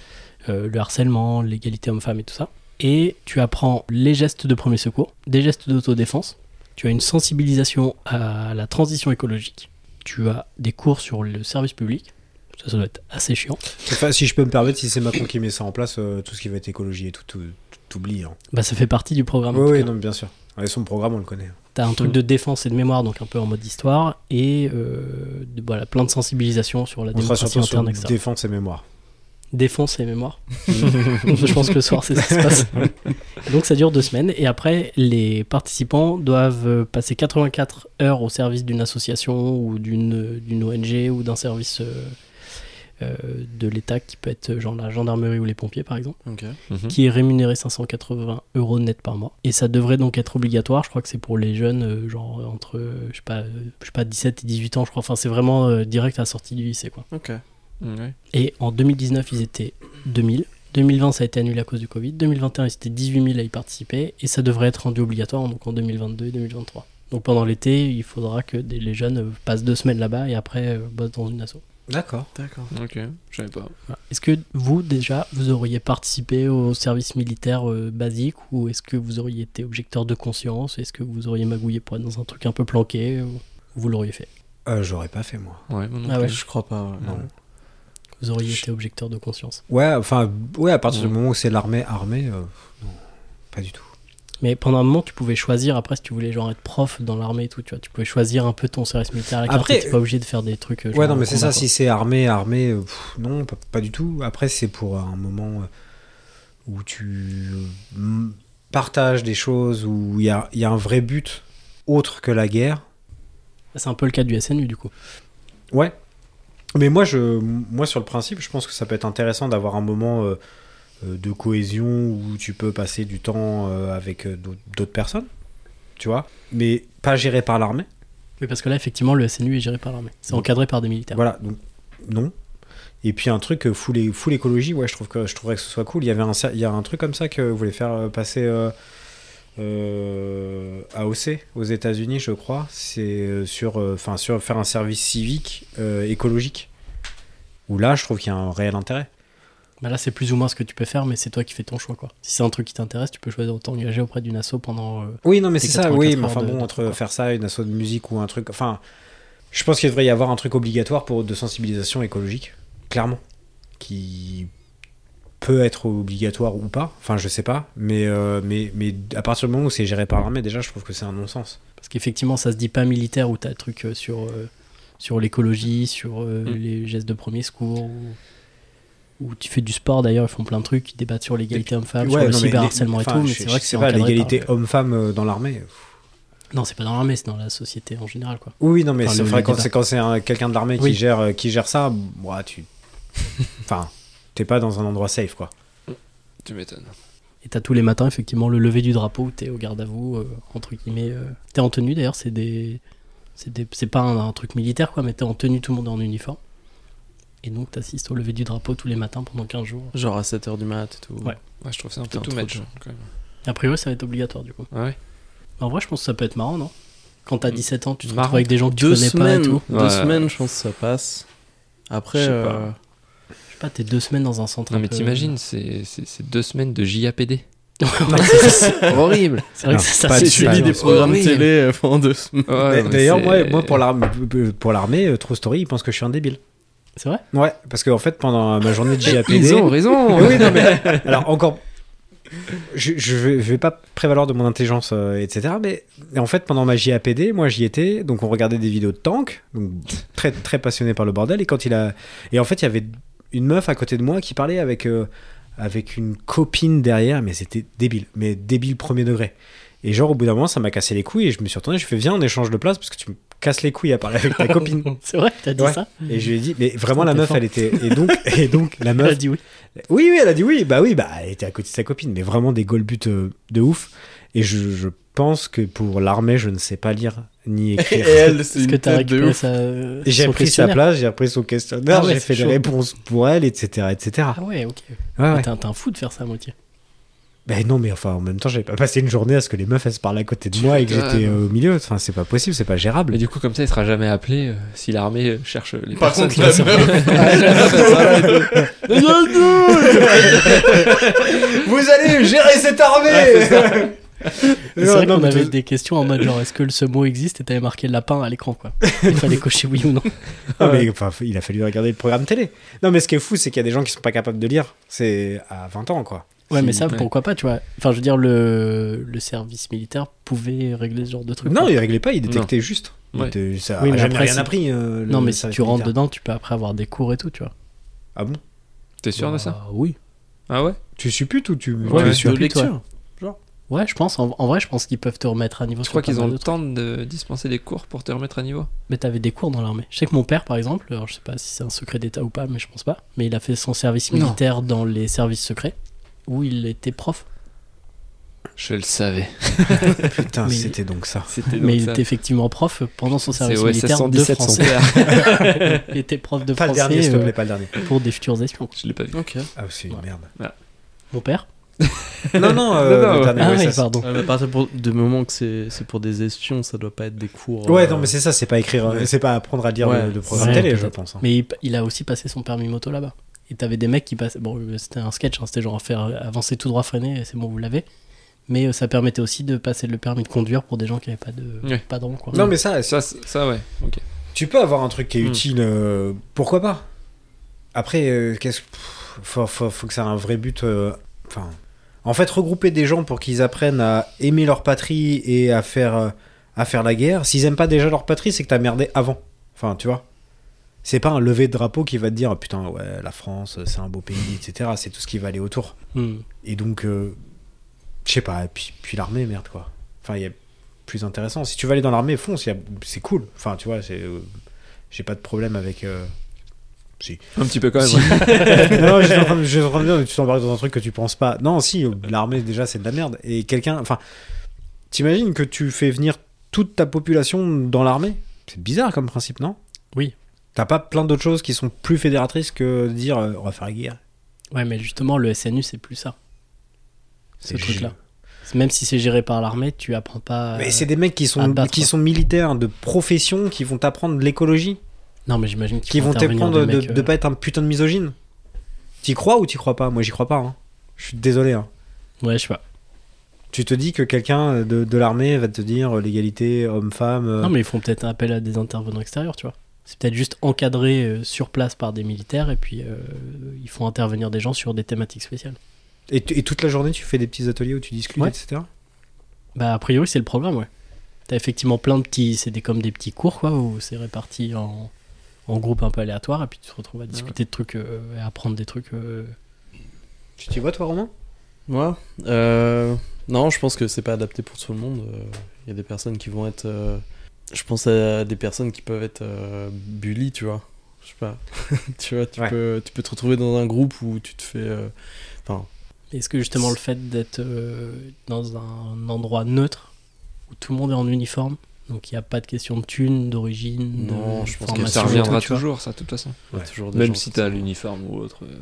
S6: euh, le harcèlement, l'égalité homme-femme et tout ça et tu apprends les gestes de premier secours, des gestes d'autodéfense, tu as une sensibilisation à la transition écologique, tu as des cours sur le service public, ça, ça doit être assez chiant.
S8: Enfin, si je peux me permettre, si c'est Macron qui met ça en place, euh, tout ce qui va être écologie et tout, tout, tout, t'oublies, hein.
S6: Bah, ça fait partie du programme. en
S8: Oui,
S6: tout
S8: oui,
S6: cas.
S8: non, Mm. mais bien sûr. Ouais, son programme, on le connaît.
S6: T'as un truc de défense et de mémoire, donc un peu en mode histoire, et euh, de- voilà, plein de sensibilisation sur la
S8: On sera
S6: démocratie
S8: surtout sur
S6: interne,
S8: le
S6: etc.
S8: défense et mémoire.
S6: Défense et mémoire. Je pense que le soir, c'est ce qui se passe. Donc ça dure deux semaines. Et après, les participants doivent euh, passer 84 heures au service d'une association ou d'une d'une ONG ou d'un service euh, euh, de l'État qui peut être euh, genre la gendarmerie ou les pompiers, par exemple,
S7: Ok.
S9: Mhm.
S6: qui est rémunéré 580 euros net par mois. Et ça devrait donc être obligatoire. Je crois que c'est pour les jeunes, euh, genre entre, euh, je sais, pas, euh, je sais pas, 17 et 18 ans, je crois. Enfin, c'est vraiment euh, direct à la sortie du lycée, quoi.
S7: Ok.
S6: Et en 2019, ils étaient 2000. 2020, ça a été annulé à cause du Covid. 2021, ils étaient 18 000 à y participer. Et ça devrait être rendu obligatoire donc en 2022 et 2023. Donc pendant l'été, il faudra que des- les jeunes euh, passent deux semaines là-bas et après euh, bossent dans une asso.
S8: D'accord.
S7: D'accord.
S9: Ok, je savais pas.
S6: Voilà. Est-ce que vous, déjà, vous auriez participé au service militaire euh, basique ou est-ce que vous auriez été objecteur de conscience Est-ce que vous auriez magouillé pour être dans un truc un peu planqué ou Vous l'auriez fait
S8: Euh, J'aurais pas fait, moi.
S9: Ouais, moi non
S6: Ah ouais.
S7: Je crois pas. ouais.
S8: Non.
S6: Vous auriez
S8: Je-
S6: été objecteur de conscience.
S8: Ouais, enfin, ouais, à partir du
S9: Ouais.
S8: moment où c'est l'armée, armée, euh, non, pas du tout.
S6: Mais pendant un moment, tu pouvais choisir après si tu voulais genre être prof dans l'armée et tout, tu vois. Tu pouvais choisir un peu ton service militaire. Avec
S8: Après,
S6: après, t'es pas obligé de faire des trucs. euh,
S8: Ouais,
S6: genre
S8: non,
S6: en
S8: mais c'est
S6: combat,
S8: ça, si c'est armé, armé, euh, pff, non, pas, pas du tout. Après, c'est pour un moment euh, où tu euh, m- partages des choses, où il y a, il y a un vrai but autre que la guerre.
S6: quoi. C'est un peu le cas du SNU du coup.
S8: Ouais. Mais moi, je, moi, sur le principe, je pense que ça peut être intéressant d'avoir un moment euh, euh, de cohésion où tu peux passer du temps euh, avec euh, d'autres d'autres personnes, tu vois, mais pas géré par l'armée.
S6: Oui, parce que là, effectivement, le SNU est géré par l'armée. C'est encadré par des militaires.
S8: Voilà, donc non. Et puis un truc euh, full, é- full écologie, ouais, je trouve que je trouverais que ce soit cool. Il y avait un, cer- il y a un truc comme ça que voulait faire euh, passer euh, euh, AOC aux États-Unis, je crois. C'est euh, sur, enfin sur faire un service civique euh, écologique. Où là, je trouve qu'il y a un réel intérêt.
S6: Bah là, c'est plus ou moins ce que tu peux faire, mais c'est toi qui fais ton choix, quoi. Si c'est un truc qui t'intéresse, tu peux choisir de t'engager auprès d'une asso pendant. euh,
S8: Oui, non, mais
S6: T'es
S8: c'est ça, oui,
S6: 84
S8: mais enfin
S6: heures de-
S8: bon,
S6: de
S8: entre
S6: trucs, quoi.
S8: faire ça, une asso de musique ou un truc. Enfin, je pense qu'il devrait y avoir un truc obligatoire pour de sensibilisation écologique, clairement, qui peut être obligatoire ou pas, enfin je sais pas, mais, euh, mais, mais à partir du moment où c'est géré par l'armée, déjà je trouve que c'est un non-sens.
S6: Parce qu'effectivement, ça se dit pas militaire où t'as le truc euh, sur, euh, sur l'écologie, sur euh,
S9: Mm.
S6: les gestes de premier secours. Ou... ou tu fais du sport d'ailleurs, ils font plein de trucs, ils débattent sur l'égalité homme-femme, sur
S8: non,
S6: le
S8: mais les-
S6: cyberharcèlement bah, et
S8: enfin,
S6: tout, mais
S8: je-
S6: c'est vrai
S8: je
S6: que
S8: sais
S6: c'est
S8: pas,
S6: encadré par
S8: l'égalité
S6: le-
S8: homme-femme euh, dans l'armée.
S6: Non, c'est pas dans l'armée, c'est dans la société en général, quoi.
S8: Oui, oui, non, mais
S6: Enfin,
S8: c'est
S6: le-
S8: vrai
S6: le
S8: quand
S6: débat.
S8: c'est quand c'est un- quelqu'un de l'armée
S6: Oui.
S8: qui gère euh, qui gère ça, moi tu, enfin, t'es pas dans un endroit safe quoi.
S9: Tu m'étonnes.
S6: Et t'as tous les matins, effectivement, le lever du drapeau où t'es au garde à vous, euh, entre guillemets. euh. T'es en tenue, d'ailleurs, c'est des... C'est des- c'est pas un, un truc militaire, quoi, mais t'es en tenue, tout le monde est en uniforme. Et donc, t'assistes au lever du drapeau tous les matins pendant 15 jours.
S7: Genre à 7h du mat et tout.
S6: Ouais.
S9: Ouais, je trouve ça un
S7: Putain,
S9: peu tout
S7: trop
S9: match.
S7: dur.
S9: quand même.
S6: A priori, ça va être obligatoire, du coup.
S9: Ah ouais.
S6: Mais en vrai, je pense que ça peut être marrant, non Quand t'as
S9: Mm.
S6: 17 ans, tu te
S9: Marrant.
S6: retrouves avec des gens que tu
S7: Deux
S6: connais pas et
S7: semaines,
S6: tout.
S7: deux
S9: Ouais.
S7: semaines, je pense que ça passe. Après,
S9: Je sais
S7: euh,
S9: pas.
S6: Je sais pas, t'es deux semaines dans un centre.
S9: Non,
S6: un
S9: mais
S6: peu-
S9: t'imagines, c'est c'est- c'est deux semaines de JAPD.
S6: Ouais, c'est ça.
S9: Horrible.
S6: C'est vrai que
S8: Non,
S6: ça,
S8: pas
S6: ça,
S8: de
S6: c'est-
S7: j'ai fini
S8: Super,
S7: des
S8: c'est
S7: programmes
S9: horrible.
S7: télé euh, pendant deux semaines.
S9: Ouais, non, mais
S8: D'ailleurs,
S9: c'est-
S8: moi, moi pour l'armée, pour l'armée, euh, True Story, ils pensent que je suis un débile.
S6: C'est vrai
S8: Ouais, parce qu'en fait, pendant ma journée de JAPD,
S9: Ils ont raison.
S8: Oui, non, mais alors encore. Je, je, vais, je vais pas prévaloir de mon intelligence, euh, etc. Mais en fait, pendant ma JAPD, moi j'y étais, donc on regardait des vidéos de tank, donc très très passionné par le bordel. Et quand il a, et en fait, il y avait une meuf à côté de moi qui parlait avec euh, avec une copine derrière, mais c'était débile, mais débile premier degré. Et genre au bout d'un moment, ça m'a cassé les couilles et je me suis retourné, je fais viens, on échange de place parce que tu me casses les couilles à parler avec ta copine.
S6: C'est vrai, t'as dit
S8: Ouais.
S6: ça
S8: Et je lui ai dit, mais vraiment
S6: Putain,
S8: la
S6: t'es
S8: meuf,
S6: fort.
S8: elle était, et donc et donc la
S6: Elle
S8: meuf
S6: a dit oui.
S8: oui, oui, elle a dit oui. Bah oui, bah elle était à côté de sa copine, mais vraiment des goal buts euh, de ouf. Et je, je pense que pour l'armée, je ne sais pas lire ni
S7: Et
S8: écrire.
S7: elle, c'est
S6: Est-ce que
S7: une
S6: t'as
S7: tête de
S6: récupéré
S7: ouf.
S6: ça euh,
S8: J'ai
S6: son
S8: pris sa
S6: questionnaire
S8: place, j'ai repris son questionnaire,
S6: Ah ouais,
S8: j'ai fait
S6: c'est
S8: des
S6: chaud.
S8: réponses pour elle, etc. etc.
S6: Ah ouais, ok.
S8: Ouais, ouais.
S6: T'es un- t'es un fou de faire ça à moitié.
S8: Ben non, mais enfin, en même temps, j'avais pas passé une journée à ce que les meufs elles se parlent à côté de moi et que j'étais euh, au milieu. Enfin, c'est pas possible, c'est pas gérable.
S9: Mais du coup, comme ça, il sera jamais appelé euh, si l'armée euh, cherche les
S7: Par
S9: personnes.
S7: contre, la meuf,
S8: Vous allez gérer cette armée
S6: C'est vrai
S8: Non,
S6: qu'on
S8: mais
S6: avait
S8: de-
S6: des questions en mode genre est-ce que ce mot existe et t'avais marqué lapin à l'écran quoi. Il fallait cocher oui ou non.
S8: Ah, mais, enfin, il a fallu regarder le programme télé. Non, mais ce qui est fou, c'est qu'il y a des gens qui sont pas capables de lire. C'est à 20 ans, quoi.
S6: Ouais
S9: Si,
S6: mais ça
S9: ouais.
S6: pourquoi pas tu vois. Enfin je veux dire le, le service militaire pouvait régler ce genre de truc.
S8: Non,
S6: quoi.
S8: il réglait pas, il détectait juste. Il
S9: Ouais.
S8: était- ça
S6: Oui,
S8: a
S6: mais
S8: jamais
S6: après,
S8: rien
S6: si-
S8: appris. euh, le
S6: non mais si
S8: service
S6: tu rentres
S8: militaire.
S6: dedans tu peux après avoir des cours et tout tu vois.
S8: Ah bon
S9: T'es sûr de ça
S6: Bah, Oui.
S9: Ah ouais
S8: Tu supputes ou tu.
S9: Ouais,
S8: tu
S9: de
S8: supputes,
S6: Plus, toi.
S8: ouais.
S6: Ouais je pense en, en vrai je pense qu'ils peuvent te remettre à niveau.
S9: Je
S6: sur
S9: crois
S6: pas
S9: qu'ils ont
S6: mal
S9: le
S6: de
S9: temps de dispenser des cours pour te remettre à niveau.
S6: Mais t'avais des cours dans l'armée. Je sais que mon père, par exemple, alors je sais pas si c'est un secret d'État ou pas, mais je pense pas. Mais il a fait son service
S9: Non.
S6: militaire dans les services secrets, où il était prof.
S9: Je le savais.
S8: Putain,
S6: Mais-
S8: c'était donc ça.
S9: C'était donc
S6: mais il
S9: ça.
S6: était effectivement prof pendant son
S9: C'est
S6: service
S9: OSS
S6: militaire de
S9: 117 son
S6: français.
S9: père.
S6: il était prof de
S8: Pas le
S6: français
S8: dernier, s'il te
S6: euh,
S8: plaît, pas le dernier.
S6: pour des futurs espions.
S9: Oh, Je l'ai pas vu.
S7: Ok.
S8: Ah, c'est une merde.
S6: Mon père
S8: Non, non, euh,
S9: Non, non,
S8: le
S9: ouais.
S8: dernier,
S6: Ah
S8: ouais,
S6: oui,
S8: ça, c'est-
S6: pardon.
S7: Ouais, mais à partir pour- du moment que c'est c'est pour des espions, ça doit pas être des cours.
S8: Ouais,
S7: euh,
S8: non, mais c'est ça, c'est pas écrire, euh,
S7: Ouais.
S8: c'est pas apprendre à lire
S7: Ouais,
S8: le, le programme
S6: c'est-
S8: télé, je
S6: peut-être.
S8: pense. hein.
S6: Mais il, il a aussi passé son permis moto là-bas. Et t'avais des mecs qui passaient. Bon, euh, c'était un sketch, hein, c'était genre faire avancer tout droit, freiner, et c'est bon, vous l'avez. Mais euh, ça permettait aussi de passer le permis de conduire pour des gens qui n'avaient pas de
S9: Ouais.
S6: pas de rond, quoi.
S8: Non, mais ça,
S9: Ça, c'est- ça ouais. Ok.
S8: tu peux avoir un truc qui est
S9: Hmm.
S8: utile, euh, pourquoi pas Après, euh, qu'est-ce. pff, Faut, faut, faut que ça ait un vrai but. euh, Enfin. En fait, regrouper des gens pour qu'ils apprennent à aimer leur patrie et à faire, euh, à faire la guerre. S'ils aiment pas déjà leur patrie, c'est que t'as merdé avant. Enfin, tu vois. C'est pas un lever de drapeau qui va te dire oh, putain, ouais, la France, c'est un beau pays, etc. C'est tout ce qui va aller autour.
S6: Hmm.
S8: Et donc, euh, je sais pas, et puis, puis l'armée, merde quoi. Enfin, il y a plus intéressant. Si tu veux aller dans l'armée, fonce, il y a- c'est cool. Enfin, tu vois, c'est. euh, J'ai pas de problème avec. euh,
S9: Un petit peu quand même.
S8: Si.
S9: ouais.
S8: non, je suis en train de- je suis en train de dire, tu t'embarques dans un truc que tu penses pas. Non, si, euh, l'armée, déjà, c'est de la merde. Et quelqu'un. Enfin, t'imagines que tu fais venir toute ta population dans l'armée C'est bizarre comme principe, non
S6: Oui.
S8: T'as pas plein d'autres choses qui sont plus fédératrices que de dire euh, on va faire la guerre.
S6: Ouais, mais justement, le SNU, c'est plus ça. Ce
S8: C'est
S6: truc-là. Même si c'est géré par l'armée, tu apprends pas. euh,
S8: Mais c'est des mecs qui
S6: à
S8: sont,
S6: battre,
S8: qui
S6: quoi.
S8: sont militaires de profession qui vont t'apprendre l'écologie,
S6: Non, mais j'imagine qu'ils
S8: qui vont
S6: intervenir
S8: t'apprendre
S6: des
S8: de,
S6: mecs,
S8: de
S6: euh,
S8: pas être un putain de misogyne. T'y crois ou t'y crois pas Moi j'y crois pas. hein. Je suis désolé. hein.
S6: Ouais, je sais pas.
S8: Tu te dis que quelqu'un de, de l'armée va te dire euh, l'égalité homme-femme. euh,
S6: Non, mais ils font peut-être appel à des intervenants extérieurs, tu vois. C'est peut-être juste encadré euh, sur place par des militaires et puis euh, ils font intervenir des gens sur des thématiques spéciales.
S8: et, tu- et toute la journée tu fais des petits ateliers où tu discutes,
S6: Ouais.
S8: etc.
S6: Bah, a priori, c'est le programme, ouais. T'as effectivement plein de petits. C'est des, comme des petits cours, quoi, où c'est réparti en, en groupes un peu aléatoires et puis tu te retrouves à discuter de trucs euh, et à apprendre des trucs. euh,
S8: Tu t'y vois toi Romain
S7: Moi, euh, Non, je pense que c'est pas adapté pour tout le monde. Euh, Il y a des personnes qui vont être. euh, Je pense à des personnes qui peuvent être euh, bully, tu vois. Je sais pas. tu vois, tu,
S8: Ouais.
S7: peux, tu peux te retrouver dans un groupe où tu te fais. euh,
S6: Est-ce que justement le fait d'être euh, dans un endroit neutre où tout le monde est en uniforme, donc il n'y a pas de question de thune, d'origine, de
S7: Non, je pense que
S9: Ça
S7: Formation,
S9: reviendra
S6: tu vois.
S9: toujours, ça, de toute façon.
S7: il y a toujours des
S9: Même
S7: gens
S9: si
S7: qui
S9: t'as
S7: sont-
S9: l'uniforme ou autre. euh.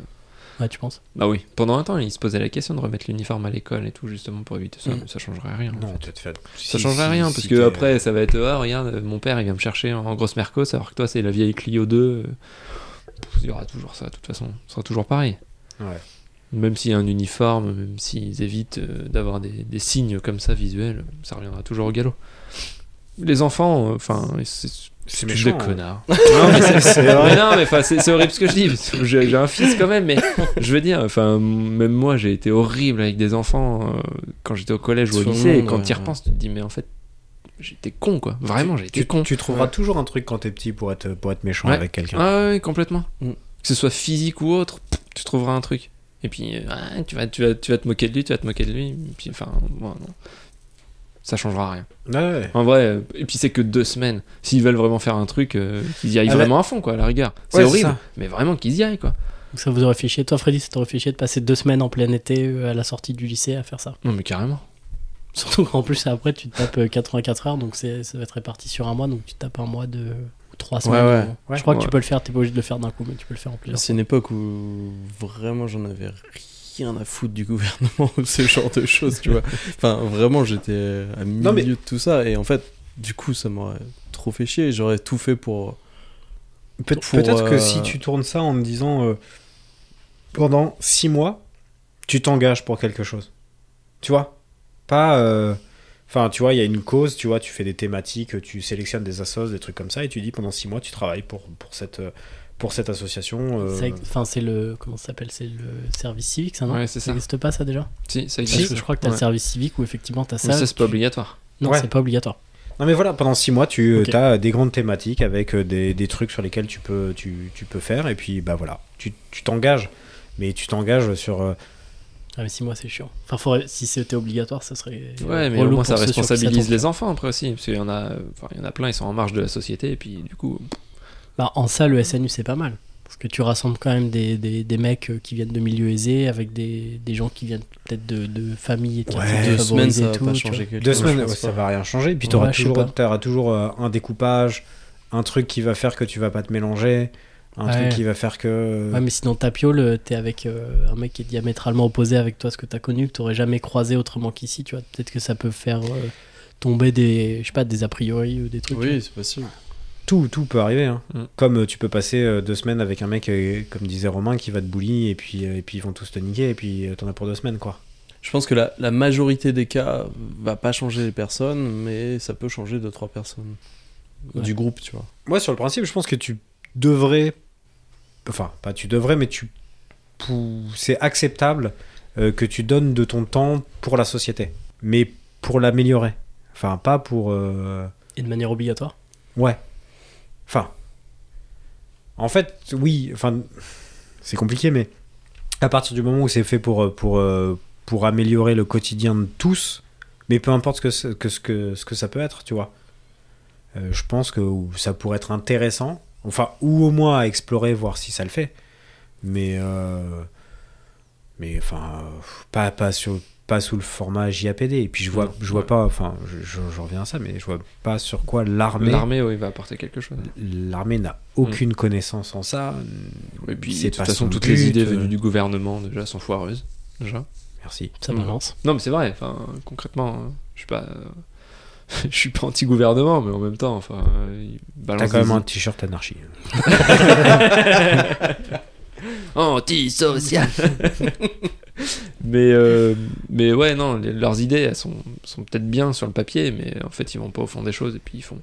S6: Ouais, tu penses
S9: Bah oui, pendant un temps, ils se posaient la question de remettre l'uniforme à l'école et tout, justement, pour éviter ça,
S7: Mm.
S9: mais ça changerait rien. en fait.
S8: tu te fais-
S9: Ça
S8: si-
S9: changerait
S8: si-
S9: rien,
S8: si
S9: parce
S8: t'es-
S9: que après, ça va être Ah, regarde, euh, mon père, il vient me chercher en en grosse mercos, alors que toi, c'est la vieille Clio 2. euh, pff, Il y aura toujours ça, de toute façon. Ce sera toujours pareil.
S8: Ouais.
S9: Même s'il y a un uniforme, même s'ils évitent euh, d'avoir des, des signes comme ça visuels, ça reviendra toujours au galop. Les enfants, euh, enfin, c'est
S8: C'est
S9: tous
S8: méchant,
S9: des
S8: hein.
S9: connards.
S8: Non, mais c'est- c'est
S9: Mais
S8: vrai.
S9: non, mais enfin, c'est c'est horrible ce que je dis. parce que J'ai j'ai un fils quand même, mais je veux dire, enfin, même moi, j'ai été horrible avec des enfants euh, quand j'étais au collège ou au
S7: Tout le
S9: lycée. Et
S7: monde,
S9: quand
S7: ouais,
S9: tu y
S7: ouais.
S9: repenses, tu te dis, mais en fait, j'étais con, quoi. Vraiment, j'étais
S8: Tu,
S9: con.
S8: tu trouveras toujours un truc quand t'es petit pour être, pour être méchant
S9: Ouais.
S8: avec quelqu'un.
S9: Ah ouais, complètement.
S7: Mm.
S9: Que ce soit physique ou autre, pff, tu trouveras un truc. Et puis, euh, ah, tu, vas, tu, vas, tu vas te moquer de lui, tu vas te moquer de lui. Et puis, enfin, bon, non. Ça changera rien.
S8: Ouais, ouais.
S9: En vrai, euh, et puis c'est que deux semaines. S'ils veulent vraiment faire un truc, euh, qu'ils y aillent
S8: Ah bah-
S9: vraiment à fond, quoi, à la rigueur. C'est
S8: Ouais, c'est
S9: horrible,
S8: ça.
S9: mais vraiment qu'ils y aillent, quoi.
S6: Donc ça vous aurait fait chier. Toi, Freddy, ça t'aurait fait chier de passer deux semaines en plein été euh, à la sortie du lycée à faire ça.
S9: Non, mais carrément.
S6: Surtout qu'en plus, après, tu te tapes euh, 84 heures, donc c'est- ça va être réparti sur un mois, donc tu te tapes un mois de. ou trois semaines.
S7: ouais,
S6: ou- Je crois que
S9: ouais.
S6: tu peux le faire, t'es pas obligé de le faire d'un coup, mais tu peux le faire en plusieurs.
S7: C'est une époque où vraiment j'en avais rien à foutre du gouvernement ou ce genre de choses, tu vois. Enfin, vraiment, j'étais à milieu
S8: Non, mais-
S7: de tout ça et en fait, du coup, ça m'aurait trop fait chier. J'aurais tout fait pour.
S8: Peut-
S7: Pour,
S8: Peut-être que
S7: euh,
S8: si tu tournes ça en me disant euh, pendant six mois, tu t'engages pour quelque chose. Tu vois Pas. euh, Enfin, tu vois, il y a une cause, tu vois, tu fais des thématiques, tu sélectionnes des assos, des trucs comme ça, et tu dis pendant six mois, tu travailles pour, pour, cette, euh, pour cette association. euh,
S6: Ça ex- Enfin, c'est le. Comment ça s'appelle C'est le service civique, ça, non
S9: Ouais, c'est
S6: Ça
S9: ça.
S6: n'existe pas, ça déjà
S9: Si, ça
S6: Parce
S9: existe.
S6: que Je crois que t'as le
S9: Ouais.
S6: service civique où effectivement t'as ça.
S9: Mais ça, c'est pas
S6: tu-
S9: obligatoire.
S6: Non,
S8: Ouais.
S6: c'est pas obligatoire.
S8: Non mais voilà, pendant six mois, tu
S6: Ok.
S8: as des grandes thématiques avec euh, des, des trucs sur lesquels tu peux, tu, tu peux faire, et puis bah voilà, tu tu t'engages. Mais tu t'engages sur... euh,
S6: Ah, mais si moi, c'est chiant. Enfin, faudrait- si c'était obligatoire, ça serait.
S9: Ouais, mais au
S6: euh, relou
S9: moins ça
S6: pour ceux sur qui
S9: responsabilise
S6: ça tombe.
S9: les enfants après aussi. Parce qu'il y en a, enfin, il y en a plein, ils sont en marge de la société. Et puis du coup,
S6: Bah, en ça, le SNU, c'est pas mal. Parce que tu rassembles quand même des, des, des mecs euh, qui viennent de milieux aisés, avec des, des gens qui viennent peut-être de, de familles et de
S8: Ouais,
S6: quartiers
S7: deux semaines,
S6: défavorisés
S7: ça va
S6: et Eh, tout,
S7: pas
S6: tu vois.
S7: changer quelque
S8: deux
S7: chose,
S8: semaines,
S7: je pense
S8: ouais, ça
S7: pas.
S8: va rien changer, et puis
S6: Ouais,
S8: tu auras
S6: je sais
S8: toujours,
S6: pas.
S8: t'auras toujours euh, un découpage, un truc qui va faire que tu vas pas te mélanger, un
S6: Ouais.
S8: truc qui va faire que...
S6: Ouais, mais sinon, ta piole, t'es avec euh, un mec qui est diamétralement opposé avec toi, ce que t'as connu, que t'aurais jamais croisé autrement qu'ici, tu vois. Peut-être que ça peut faire euh, tomber des, je sais pas, des a priori ou des trucs.
S7: Oui, c'est possible.
S8: Tout, tout peut arriver. hein.
S9: Mm.
S8: Comme euh, tu peux passer euh, deux semaines avec un mec, euh, comme disait Romain, qui va te bully, et puis, euh, et puis ils vont tous te niquer, et puis euh, t'en as pour deux semaines, quoi.
S7: Je pense que la, la majorité des cas va pas changer les personnes, mais ça peut changer deux trois personnes
S6: Ouais.
S7: du groupe, tu vois.
S8: Moi, sur le principe, je pense que tu devrais. Enfin, pas tu devrais, mais tu. pou- C'est acceptable euh, que tu donnes de ton temps pour la société, mais pour l'améliorer. Enfin, pas pour. euh,
S6: Et de manière obligatoire.
S8: Ouais. Enfin. En fait, oui. Enfin, c'est compliqué, mais à partir du moment où c'est fait pour, euh, pour, euh, pour améliorer le quotidien de tous, mais peu importe ce que, c'est- que, ce que, ce que ça peut être, tu vois. Euh, je pense que ça pourrait être intéressant, enfin, ou au moins à explorer, voir si ça le fait. Mais, euh, mais enfin, euh, pas, pas, sur, pas sous le format JAPD. Et puis je vois,
S9: Non,
S8: je vois
S9: ouais.
S8: pas, enfin, je, je, je reviens à ça, mais je vois pas sur quoi
S6: Ah,
S8: l'armée
S9: l'armée, oui, va apporter quelque chose.
S8: l'armée n'a aucune connaissance en ça.
S9: Et puis,
S8: C'est
S9: de toute
S8: pas
S9: façon,
S8: son
S9: toutes
S8: but,
S9: les idées
S8: euh.
S9: venues du gouvernement déjà sont foireuses. Déjà.
S8: Merci.
S6: Ça
S9: Mm.
S6: balance.
S9: Non, mais c'est vrai. Enfin, concrètement, hein, je suis pas, euh, je suis pas anti-gouvernement, mais en même temps, enfin, euh, ils
S8: T'as
S9: balancent
S8: quand
S9: des
S8: même un t-shirt anarchie.
S9: antisocial. mais, euh, mais ouais, non, les- leurs idées, elles sont, sont peut-être bien sur le papier, mais en fait, ils vont pas au fond des choses et puis ils font.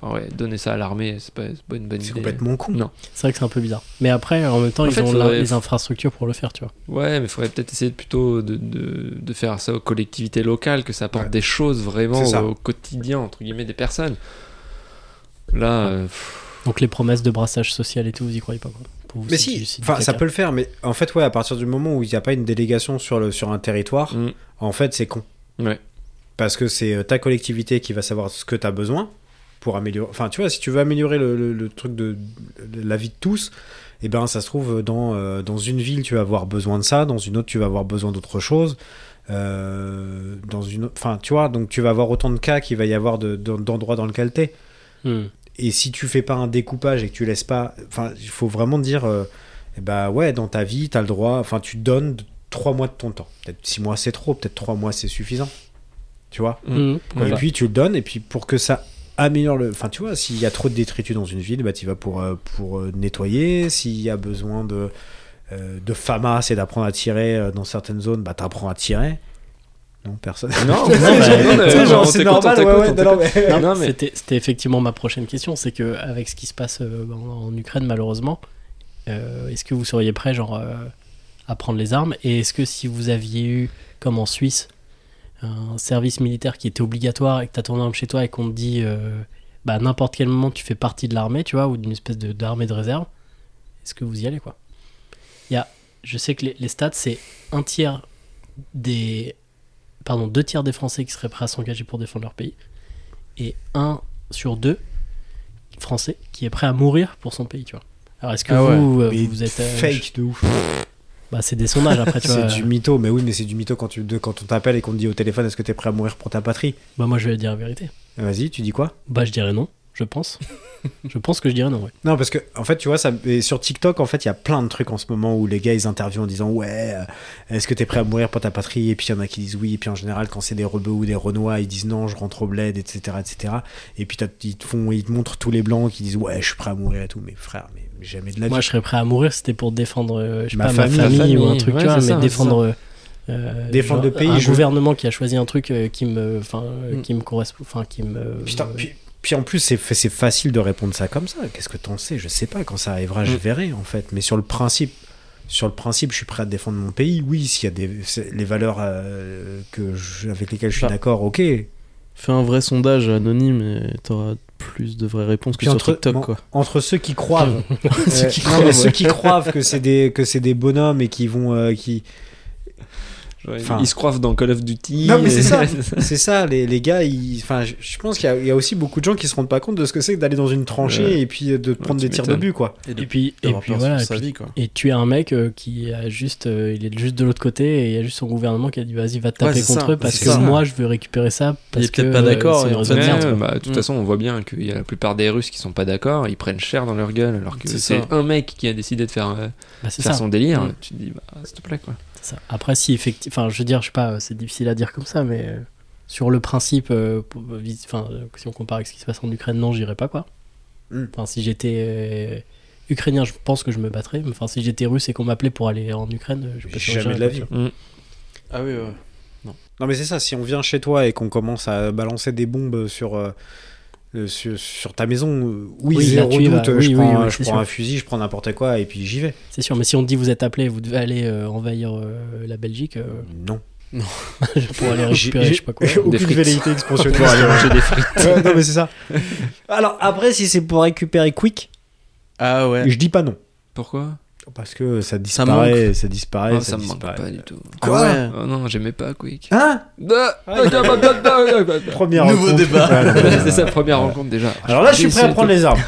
S9: Enfin, ouais, donner ça à l'armée, c'est pas, c'est pas une bonne idée.
S8: C'est complètement con.
S9: Non.
S6: C'est vrai que c'est un peu bizarre. Mais après, en même temps,
S9: En
S6: ils
S9: fait,
S6: ont
S9: faudrait-
S6: la- les infrastructures pour le faire, tu vois.
S9: Ouais, mais il faudrait peut-être essayer de- plutôt de, de, de faire ça aux collectivités locales, que ça apporte
S8: Ouais.
S9: des choses vraiment
S8: C'est ça.
S9: au quotidien, entre guillemets, des personnes. Là, euh, pff,
S6: Donc les promesses de brassage social et tout, vous y croyez pas quoi. Pour vous,
S8: Mais
S6: c'est
S8: si,
S6: du- c'est du
S8: enfin, ça
S6: caca.
S8: peut le faire, mais en fait, ouais, à partir du moment où il n'y a pas une délégation sur, le, sur un territoire,
S9: mm.
S8: en fait, c'est con.
S9: Ouais.
S8: Parce que c'est euh, ta collectivité qui va savoir ce que tu as besoin pour améliorer. Enfin, tu vois, si tu veux améliorer le, le- le truc de, de la vie de tous, eh ben, ça se trouve, dans, euh, dans une ville, tu vas avoir besoin de ça, dans une autre, tu vas avoir besoin d'autre chose. euh, dans une, autre- enfin, tu vois, donc tu vas avoir autant de cas qu'il va y avoir de- de- d'endroits dans lequel t'es.
S6: Hmm.
S8: Et si tu fais pas un découpage et que tu laisses pas. Enfin, il faut vraiment dire. euh, eh bah ouais, dans ta vie, t'as le droit. Enfin, tu donnes trois mois de ton temps. Peut-être six mois, c'est trop. Peut-être trois mois, c'est suffisant. Tu vois
S6: Hmm.
S8: Et
S9: Voilà.
S8: puis tu le donnes. Et puis pour que ça améliore le. Enfin, tu vois, s'il y a trop de détritus dans une ville, bah tu vas pour, euh, pour euh, nettoyer. S'il y a besoin de. euh, de famas et d'apprendre à tirer euh, dans certaines zones, bah t'apprends à tirer. Non, personne. Non,
S9: mais-
S8: tu sais, genre,
S9: on
S8: c'est
S9: t'écoute, on
S8: normal. ouais, ouais,
S9: t'écoute, on
S8: non, non, mais-
S9: Non,
S6: Non,
S9: mais-
S6: C'était c'était effectivement ma prochaine question, c'est que avec ce qui se passe euh, en, en Ukraine malheureusement, euh, est-ce que vous seriez prêt genre euh, à prendre les armes et est-ce que si vous aviez eu comme en Suisse un service militaire qui était obligatoire et que t'as ton arme chez toi et qu'on te dit euh, bah à n'importe quel moment tu fais partie de l'armée, tu vois, ou d'une espèce de- d'armée de, réserve, est-ce que vous y allez quoi Il y a, je sais que les, les stats c'est un tiers des pardon deux tiers des Français qui seraient prêts à s'engager pour défendre leur pays et un sur deux Français qui est prêt à mourir pour son pays, tu vois. Alors est-ce que
S7: Ah ouais,
S6: vous, euh,
S8: mais
S6: vous êtes euh,
S8: fake de ouf.
S6: bah, c'est des sondages après, tu vois.
S8: C'est du mytho, mais oui, mais c'est du mytho quand, tu, de- quand on t'appelle et qu'on te dit au téléphone est-ce que t'es prêt à mourir pour ta patrie
S6: Bah, moi, je vais dire la vérité.
S8: Vas-y, tu dis quoi
S6: Bah, je dirais non, je pense. je pense que je dirais non, ouais.
S8: Non, parce que, en fait, tu vois, ça, et sur TikTok, en fait, il y a plein de trucs en ce moment où les gars, ils interviewent en disant Ouais, euh, est-ce que t'es prêt à mourir pour ta patrie Et puis il y en a qui disent oui, et puis en général, quand c'est des rebeux ou des renois, ils disent non, je rentre au bled, etc. etc. Et puis t'as- ils te, font, ils te montrent tous les blancs qui disent Ouais, je suis prêt à mourir et tout, mais frère, mais jamais de la vie.
S6: Moi, je serais prêt à mourir si c'était pour défendre, euh, je sais
S8: Ma
S6: pas,
S8: famille,
S6: ma famille,
S9: ma famille,
S6: ou un truc,
S9: ouais,
S6: tu vois,
S9: c'est
S6: mais
S9: ça, c'est
S6: défendre. euh, euh,
S8: Défendre le pays,
S6: Un
S8: je-
S6: gouvernement qui a choisi un truc euh, qui me, enfin, euh,
S9: Mm.
S6: qui me correspond, enfin, qui me.
S8: Putain,
S9: Euh,
S8: puis, puis en plus, c'est fa- c'est facile de répondre ça comme ça. Qu'est-ce que t'en sais Je sais pas. Quand ça arrivera, je
S9: Mm.
S8: verrai, en fait. Mais sur le principe, sur le principe, je suis prêt à défendre mon pays. Oui, s'il y a des, c'est- les valeurs euh, que je- avec lesquelles je suis
S9: Bah.
S8: d'accord, ok.
S7: Fais un vrai sondage anonyme et t'auras plus de vraies réponses que
S8: Puis
S7: sur
S8: entre-
S7: TikTok,
S8: bon.
S7: quoi.
S8: Entre ceux qui croient,
S6: Ceux qui
S8: non,
S6: croient,
S8: mais
S6: ouais.
S8: ceux qui croient que c'est des, que c'est des bonhommes et qui vont, euh, qui,
S9: Genre, ils-
S8: Enfin.
S9: Ils se croivent dans Call of Duty.
S8: Non, mais c'est
S9: et-
S8: ça. c'est ça. Les, les gars, ils, enfin, je- je pense qu'il y a- il y, a aussi beaucoup de gens qui se rendent pas compte de ce que c'est que d'aller dans une tranchée
S9: Ouais.
S8: et puis euh, de prendre
S9: tu
S8: des tirs de
S9: m'étonnes.
S8: but, quoi.
S6: Et puis, et
S7: D'avoir
S6: puis
S7: peur
S6: voilà.
S7: sur
S6: Et,
S7: sa
S6: puis-
S7: vie, quoi.
S6: et tu as un mec euh, qui a juste, euh, il est juste de l'autre côté et il y a juste son gouvernement qui a dit vas-y, va te
S7: Ouais,
S6: taper
S7: c'est
S6: contre
S7: ça,
S6: eux parce
S7: c'est
S6: que
S7: ça.
S6: moi, je veux récupérer ça. Parce
S7: est peut-être
S6: que,
S7: pas
S6: euh,
S7: d'accord,
S6: c'est
S7: et
S6: une
S7: en
S6: raison de
S7: fait,
S6: merde,
S7: ouais,
S6: quoi.
S9: Ouais, bah, de toute
S7: Mm.
S9: façon, on voit bien qu'il y a la plupart des Russes qui sont pas d'accord, ils prennent cher dans leur gueule, alors que
S7: C'est
S9: c'est
S7: ça.
S9: un mec qui a décidé de faire, euh,
S6: Bah, c'est
S9: faire
S6: ça.
S9: son délire.
S7: Mm.
S9: Tu te dis, bah, s'il te plaît, quoi.
S6: C'est ça. Après, si effectivement, enfin, je veux dire, je sais pas, euh, c'est difficile à dire comme ça, mais euh, sur le principe, euh, pour- euh, vis- enfin, euh, si on compare avec ce qui se passe en Ukraine, non, j'irais pas quoi.
S8: Mm.
S6: Enfin, si j'étais euh, ukrainien, je pense que je me battrais. Mais enfin, si j'étais russe et qu'on m'appelait pour aller en Ukraine, euh, je sais pas si
S8: Jamais
S6: j'irais
S8: de la
S6: pas,
S8: vie.
S6: tu vois.
S7: Ah oui, ouais.
S8: Non mais c'est ça, si on vient chez toi et qu'on commence à balancer des bombes sur, euh, euh, sur, sur ta maison, euh, oui,
S6: Oui,
S8: zéro
S6: là, tu y vas.
S8: doute, je
S6: Oui,
S8: prends,
S6: oui,
S8: un-
S6: oui,
S8: je
S6: c'est
S8: prends
S6: sûr.
S8: un fusil, je prends n'importe quoi et puis j'y vais.
S6: C'est sûr, mais si on te dit vous êtes appelé, vous devez aller euh, envahir euh, la Belgique euh,
S8: Non.
S6: pour aller
S8: J'ai-
S6: récupérer,
S8: j'ai-
S6: je sais pas quoi.
S8: Aucune
S9: frites.
S8: velléité expansionniste. pour aller manger des frites. non mais c'est ça. Alors après, si c'est pour récupérer quick,
S7: Ah ouais.
S8: je dis pas non.
S9: Pourquoi
S8: Parce que ça
S7: Ça
S8: disparaît, ça, disparaît,
S9: Ah,
S8: ça,
S9: Ça me manque
S8: disparaît.
S9: pas du tout.
S8: Quoi
S7: Ah ouais.
S9: Oh non, j'aimais pas Quick.
S8: Hein
S9: Ah, ah, ah, ah, ah, ah, ah, ah.
S8: Première
S7: Nouveau
S8: rencontre.
S7: débat.
S8: Ouais, non, mais,
S9: C'est sa
S8: euh,
S9: première
S8: voilà.
S9: rencontre déjà. Oh,
S8: Alors là, je suis prêt à
S9: Déçu,
S8: prendre les armes.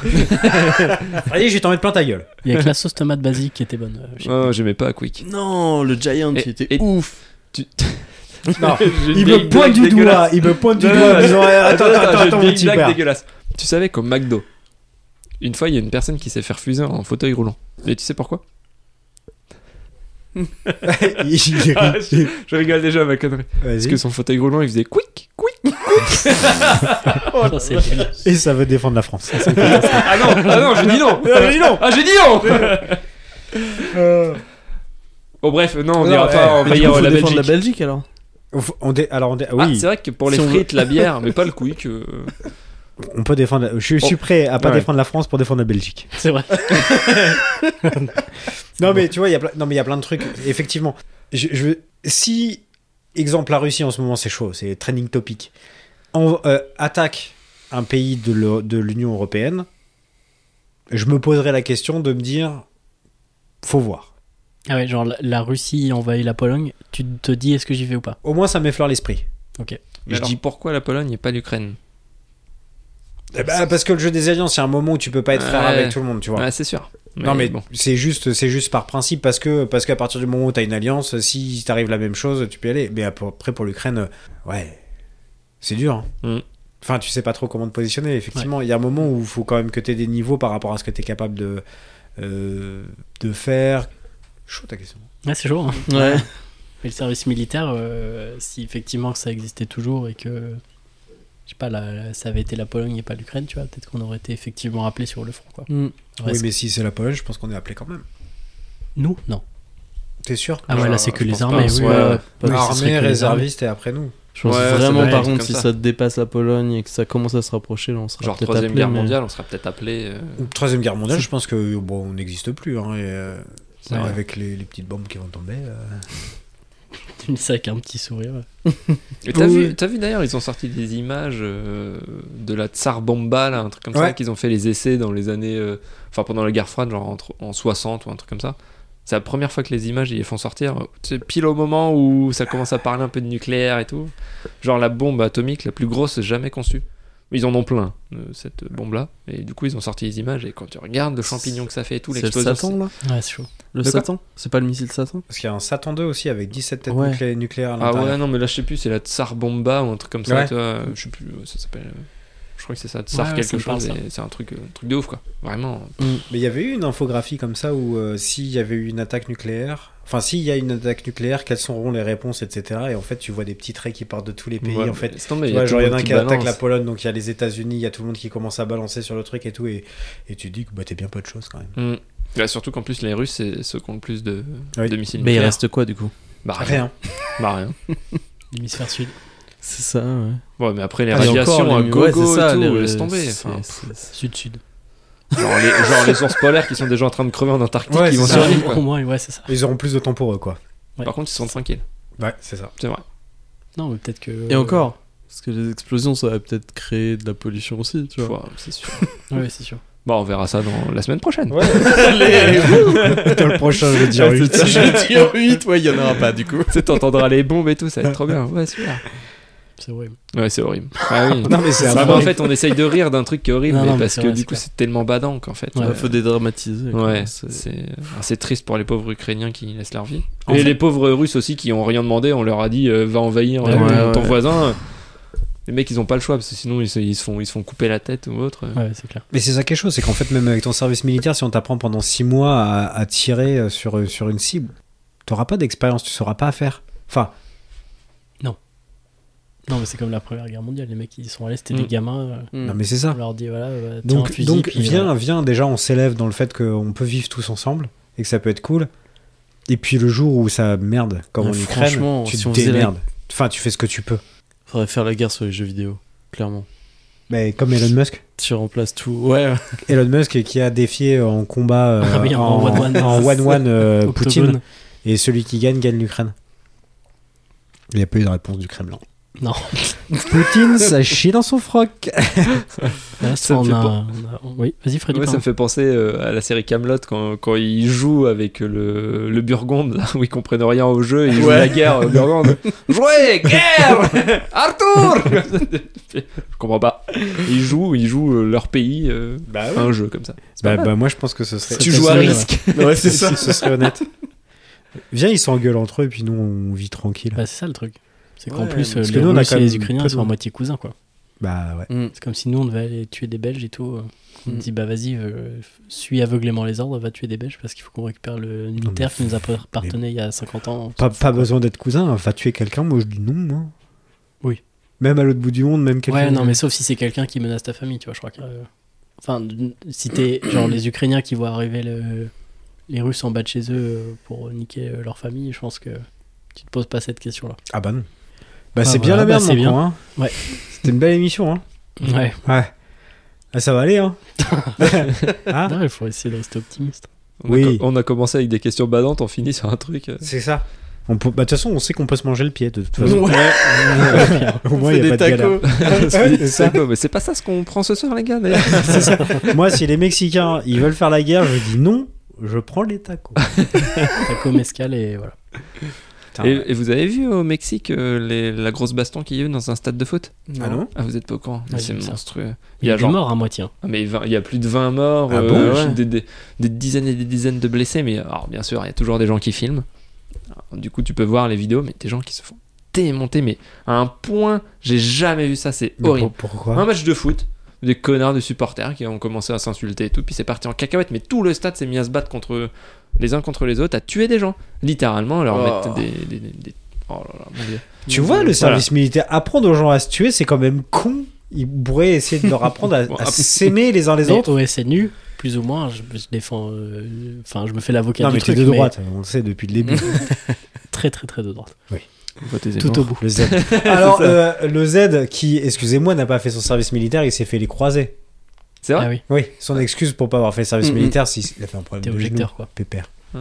S8: Allez, je vais t'en mettre plein ta gueule.
S6: Il y a que la sauce tomate basique qui était bonne. euh,
S9: tout.
S6: chez-
S9: Non, j'aimais pas Quick.
S7: Non, le Giant, il était ouf.
S9: Tu-
S8: Non,
S9: J'ai une
S8: il
S9: vieille
S8: me pointe
S9: blague
S8: du doigt,
S9: dégueulasse.
S8: il me pointe du
S9: Non,
S8: doigt en
S9: non,
S8: disant eh, Attends,
S9: Attends,
S8: attends,
S9: j'ai
S8: attends,
S9: une
S8: mon
S9: vieille
S8: petit
S9: blague
S8: père.
S9: dégueulasse. Tu savais qu'au McDo, une fois, il y a une personne qui s'est fait refuser en fauteuil roulant. Et tu sais pourquoi
S8: Il- il
S9: Ah,
S8: rit.
S9: Je rigole déjà, ma connerie. Parce
S8: Vas-y.
S9: que son fauteuil roulant, il faisait Quick, Quick.
S8: Oh
S6: Ça, c'est nul.
S8: Et ça veut défendre la France.
S9: Ah non, ah non, j'ai dit non.
S8: Ah, dis donc.
S9: Ah, j'ai dit non. Bon, bref, non,
S8: Euh.
S9: on
S8: Non,
S9: n'ira
S8: ouais.
S9: pas
S7: Mais Ah, du coup,
S9: envahir
S7: faut
S9: la
S7: défendre
S9: Belgique.
S7: la Belgique alors.
S8: On f- on dé- Alors, on dé-
S9: Ah,
S8: oui,
S9: c'est vrai que pour les
S7: Si on veut-
S9: frites, la bière, mais pas le quick. euh,
S8: on peut défendre. la- Je suis
S9: Oh.
S8: prêt à pas
S9: Ouais.
S8: défendre la France pour défendre la Belgique.
S6: C'est vrai.
S8: Non, mais tu vois, il y a plein- non, mais il y a plein de trucs. Effectivement, je, je veux- si exemple la Russie en ce moment, c'est chaud, c'est trending topic. On euh, attaque un pays de l'E- de l'Union européenne. Je me poserai la question de me dire, faut voir.
S6: Ah ouais, genre la, la Russie envahit la Pologne, tu te dis est-ce que j'y vais ou pas
S8: Au moins, ça m'effleure l'esprit.
S6: Ok.
S9: Mais
S4: Je
S9: alors,
S4: dis-
S9: pourquoi la Pologne et pas l'Ukraine
S8: Eh ben, parce que le jeu des alliances, c'est un moment où tu peux pas être frère
S9: Ouais.
S8: avec tout le monde, tu vois.
S9: Ah, C'est sûr.
S8: non mais
S9: bon.
S8: c'est juste, c'est juste par principe parce que parce qu'à partir du moment où t'as une alliance, si t'arrive la même chose, tu peux y aller. Mais après pour l'Ukraine, euh, ouais, c'est dur. hein.
S9: Mm.
S8: Enfin, tu sais pas trop comment te positionner. Effectivement, il y a un moment où il faut quand même que t'aies des niveaux par rapport à ce que t'es capable de euh, de faire. Chaud ta question.
S6: Ah, c'est chaud. hein.
S7: Ouais.
S6: Mais le service militaire, euh, si effectivement ça existait toujours et que, je sais pas, la- ça avait été la Pologne et pas l'Ukraine, tu vois, peut-être qu'on aurait été effectivement appelé sur le front, quoi.
S7: Hmm.
S8: oui,
S6: Reste-
S8: mais si c'est la Pologne, je pense qu'on est appelé quand même.
S6: Nous Non.
S8: T'es sûr
S6: Ah ouais, là, c'est que les armées, oui.
S7: ouais.
S6: oui, ce serait que les
S8: Armée,
S6: armées.
S8: réserviste et après nous.
S7: Je pense
S9: Ouais, ça
S7: vraiment,
S6: devrait
S7: par
S6: être
S7: contre,
S9: comme
S7: si
S9: ça.
S7: ça. te dépasse la Pologne et que ça commence à se rapprocher, là, on sera
S9: Genre
S7: peut-être
S9: troisième
S7: appelé,
S9: guerre
S7: mais-
S9: mondiale, on sera peut-être appelé. euh,
S8: Troisième guerre mondiale, je pense que bon, on n'existe plus. hein, et, euh,
S9: C'est vrai.
S8: avec les, les petites bombes qui vont tomber. euh,
S6: Tu me dis ça avec un petit sourire.
S9: Et t'as
S6: Oui.
S9: vu, t'as vu d'ailleurs, ils ont sorti des images euh, de la Tsar Bomba, là, un truc comme ça,
S8: Ouais.
S9: qu'ils ont fait les essais dans les années. euh, Enfin, pendant la guerre froide, genre entre, en 60 ou un truc comme ça. C'est la première fois que les images, ils les font sortir. euh, tu sais, pile au moment où ça commence à parler un peu de nucléaire et tout. Genre la bombe atomique la plus grosse jamais conçue. Ils en ont plein, euh, cette bombe-là. Et du coup, ils ont sorti les images. Et quand tu regardes le champignon que ça fait et tout,
S7: C'est le
S9: l'explosion.
S7: Satan, là
S6: Ouais, c'est chaud.
S7: Le
S9: De quoi
S7: Satan C'est pas le missile Satan
S8: Parce qu'il y a un Satan 2 aussi avec 17 têtes
S7: Ouais.
S8: nuclé- nucléaires à
S9: Ah
S8: l'intérieur.
S9: ouais, non, mais là, je sais plus, c'est la Tsar Bomba ou un truc comme ça,
S8: Ouais.
S9: tu vois, euh, Je sais plus, euh, ça s'appelle. euh, Je crois que c'est ça, Tsar
S6: Ouais, ouais, ça
S9: quelque
S6: me parle,
S9: chose,
S6: ça.
S9: et c'est un truc, euh, un truc de ouf, quoi. Vraiment.
S8: Mais il y avait eu une infographie comme ça où euh, s'il y avait eu une attaque nucléaire, enfin s'il y a une attaque nucléaire, quelles seront les réponses, etc. Et en fait, tu vois des petits traits qui partent de tous les pays.
S9: Ouais,
S8: en fait,
S9: laisse tomber,
S8: tu
S9: y a
S8: vois,
S9: tout
S8: genre
S9: le
S8: il y en
S9: monde
S8: a un
S9: qui
S8: qui attaque
S9: balance.
S8: la Pologne, donc il y a les États-Unis, il y a tout le monde qui commence à balancer sur le truc et tout. Et, et tu te dis que bah, t'es bien peu de choses quand même.
S9: Mm. Là, surtout qu'en plus, les Russes, c'est ceux qui ont le plus de,
S8: Oui.
S9: de missiles
S7: Mais il
S9: nucléaires.
S7: reste quoi, du coup
S9: Bah rien.
S8: Rien.
S9: Bah rien.
S6: L'hémisphère sud.
S7: C'est ça, ouais.
S9: Ouais, mais après, les
S7: Ah, et
S9: radiations,
S7: encore,
S9: à
S7: les-
S9: gogo
S7: ouais, c'est ça,
S9: et tout,
S7: les-
S9: laisse tomber.
S7: c'est-
S9: Enfin,
S7: c'est- c'est-
S6: Sud-sud.
S9: genre, les, genre les ours polaires qui sont déjà en train de crever en Antarctique,
S8: Ouais,
S9: ils vont
S8: c'est ça.
S9: survivre, quoi.
S6: Au moins, ouais, c'est ça.
S8: Ils auront plus de temps pour eux, quoi.
S9: Par contre, ils sont tranquilles,
S8: Ouais, c'est ça.
S9: c'est vrai.
S6: Non, mais peut-être que.
S7: Et encore Parce que les explosions, ça va peut-être créer de la pollution aussi, tu
S9: Tu
S7: vois.
S9: vois, c'est sûr.
S6: euh, Ouais, c'est sûr.
S9: Bon, on verra ça dans la semaine prochaine.
S8: Dans le prochain jeudi en
S7: Ouais,
S8: huit.
S7: c'est ça, je dis en huit, ouais, il y en aura pas, du coup.
S9: Tu sais, t'entendras les bombes et tout, ça va être trop bien. Ouais, super.
S6: C'est horrible.
S9: Ouais, c'est horrible. Ah oui.
S8: Non, mais c'est
S9: Bah,
S8: un
S9: bah, en fait, on essaye de rire d'un truc qui est horrible,
S6: Non,
S9: mais
S6: non, mais
S9: parce
S6: c'est
S9: que
S6: vrai,
S9: du
S6: c'est
S9: coup,
S6: clair.
S9: c'est tellement badant qu'en fait.
S6: Ouais.
S9: euh,
S7: Il faut dédramatiser. quoi.
S9: ouais,
S7: C'est-
S9: c'est ah, c'est triste pour les pauvres Ukrainiens qui laissent leur vie.
S6: En
S9: et
S6: fait-
S9: les pauvres Russes aussi qui ont rien demandé, on leur a dit euh, va envahir euh,
S7: Ouais,
S9: ton- ton
S7: ouais.
S9: voisin. Les mecs, ils ont pas le choix parce que sinon ils se, ils se font ils se font couper la tête ou autre.
S6: Ouais, c'est clair.
S8: Mais c'est ça quelque chose, c'est qu'en fait, même avec ton service militaire, si on t'apprend pendant 6 mois à, à tirer euh, sur, euh, sur une cible, t'auras pas d'expérience, tu sauras pas à faire. Enfin,
S6: Non, mais c'est comme la première guerre mondiale. Les mecs, ils sont allés, c'était des
S9: Mm.
S6: gamins. euh,
S7: Mm.
S8: non mais c'est
S6: On
S8: ça.
S6: leur dit, voilà, euh, tiens, un
S8: Donc,
S6: fusil.
S8: donc
S6: puis,
S8: viens,
S6: euh,
S8: viens, déjà, on s'élève dans le fait qu'on peut vivre tous ensemble et que ça peut être cool. Et puis le jour où ça merde, comme
S7: Ouais,
S8: en Ukraine,
S7: franchement,
S8: tu
S7: si
S8: te
S7: on faisait la-
S8: démerdes. Enfin, tu fais ce que tu peux.
S7: Faudrait faire la guerre sur les jeux vidéo, clairement.
S8: Mais comme Elon Musk.
S7: Tu remplaces tout. Ouais,
S8: Elon Musk qui a défié en combat euh,
S6: Ah oui, en
S8: en
S6: one-one.
S8: en one-one euh,
S6: Octogone.
S8: Poutine. Et celui qui gagne, gagne l'Ukraine. Il n'y a pas eu de réponse du Kremlin.
S6: Non.
S8: Poutine, ça chie dans son froc.
S6: Là,
S9: Ah, Ça me
S6: on,
S9: fait
S6: a,
S9: pas-
S6: on a- Oui, vas-y, Freddy.
S9: Ouais, ça
S6: pardon.
S9: me fait penser euh, à la série Camelot quand, quand ils jouent avec le, le Burgonde, là, où ils comprennent rien au jeu, ils jouent
S7: Ouais.
S9: la guerre au Burgonde. Jouez, guerre Arthur Je comprends pas. Ils jouent, ils jouent euh, leur pays euh,
S8: Bah,
S9: à un jeu comme ça. C'est pas
S8: bah,
S9: mal.
S8: moi, je pense que ce serait.
S9: tu joues à
S8: ce-
S9: risque.
S7: ouais, c'est
S8: ce- Ce serait honnête. Viens, ils s'engueulent entre eux, et puis nous, on vit tranquille.
S6: Bah, c'est ça le truc. C'est qu'en
S7: Ouais,
S6: plus, euh,
S8: parce que
S6: les
S8: nous, on a
S6: Russes
S8: quand
S6: et les
S8: même
S6: Ukrainiens
S8: peu
S6: ils sont à
S8: de-
S6: moitié cousins, quoi.
S8: Bah, ouais.
S6: C'est comme si nous, on devait aller tuer des Belges et tout. euh. On
S7: Mm.
S6: dit, bah vas-y, euh, suis aveuglément les ordres, va tuer des Belges parce qu'il faut qu'on récupère le militaire qui nous appartenait il y a 50 ans.
S8: Pas, pas besoin d'être cousin. hein. Va tuer quelqu'un, moi, je dis non, moi.
S6: Oui.
S8: Même à l'autre bout du monde, même quelqu'un.
S6: Ouais, non, mais sauf si c'est quelqu'un qui menace ta famille, tu vois, je crois que. euh, Enfin, d- si t'es genre les Ukrainiens qui voient arriver le- les Russes en bas de chez eux euh, pour niquer euh, leur famille, je pense que tu te poses pas cette question-là.
S8: Ah, bah non. Bah,
S6: Ah,
S8: c'est bien
S6: voilà,
S8: la
S6: bah,
S8: merde,
S6: c'est
S8: mon
S6: bien.
S8: con, hein.
S6: Ouais.
S8: C'était une belle émission, hein.
S6: Ouais,
S8: Ouais. Ah, ça va aller, hein. Hein
S6: il faut essayer de rester optimiste.
S9: On,
S8: Oui.
S9: a, co- on a commencé avec des questions badantes, on finit sur un truc. euh,
S8: C'est ça. On peut- bah, De toute façon, on sait qu'on peut se manger le pied. De toute façon. Au moins, il n'y a pas de galère.
S9: c'est
S8: C'est ça.
S9: quoi, mais c'est pas ça ce qu'on prend ce soir, les gars, d'ailleurs.
S8: Moi, si les Mexicains, ils veulent faire la guerre, je dis non, je prends les tacos.
S6: Taco mescal et voilà.
S8: Putain.
S9: Et, et vous avez vu au Mexique euh, les- la grosse baston qu'il y a eu dans un stade de foot
S8: Ah non
S9: Ah, vous êtes pas au courant Mais
S6: Ouais,
S9: C'est
S6: j'ai vu ça.
S9: monstrueux.
S6: Il y a des morts à moitié. hein.
S9: Ah, mais 20 il y a plus de 20 morts,
S8: Ah
S9: euh,
S8: bon
S9: j'ai des, des- des dizaines et des dizaines de blessés. Mais alors, bien sûr, il y a toujours des gens qui filment. Alors, du coup, tu peux voir les vidéos, mais des gens qui se font démonter. Mais à un point, j'ai jamais vu ça. C'est
S8: Mais pour-
S9: horrible. Un
S8: Pourquoi
S9: match de foot, des connards de supporters qui ont commencé à s'insulter et tout. Puis c'est parti en cacahuète. Mais tout le stade s'est mis à se battre contre les uns contre les autres, à tuer des gens. Littéralement, à leur
S7: Oh.
S9: mettre des. des- des- des- Oh là là, mon dieu.
S8: Tu vois, le service militaire, apprendre aux gens à se tuer, c'est quand même con. Ils pourraient essayer de leur apprendre à,
S9: Bon,
S8: à
S9: après-
S8: s'aimer les uns les
S6: Mais
S8: autres.
S6: au SNU, plus ou moins, je, je défends. euh, Enfin, je me fais l'avocat
S8: Non,
S6: du
S8: mais t'es
S6: truc.
S8: de
S6: mais
S8: droite, on le sait depuis le début.
S6: Très, très, très de droite.
S9: Tout au-
S8: bout. Le Z. Alors,
S9: C'est ça.
S8: euh, le Z qui, excusez-moi, n'a pas fait son service militaire, il s'est fait les croisés.
S9: C'est vrai
S6: Ah oui,
S8: Oui, son excuse pour pas avoir fait le service
S9: Mm, mm.
S8: militaire, c'est qu'il a fait un problème
S6: t'es
S8: de genou,
S6: objecteur, quoi.
S8: pépère.
S9: Ah.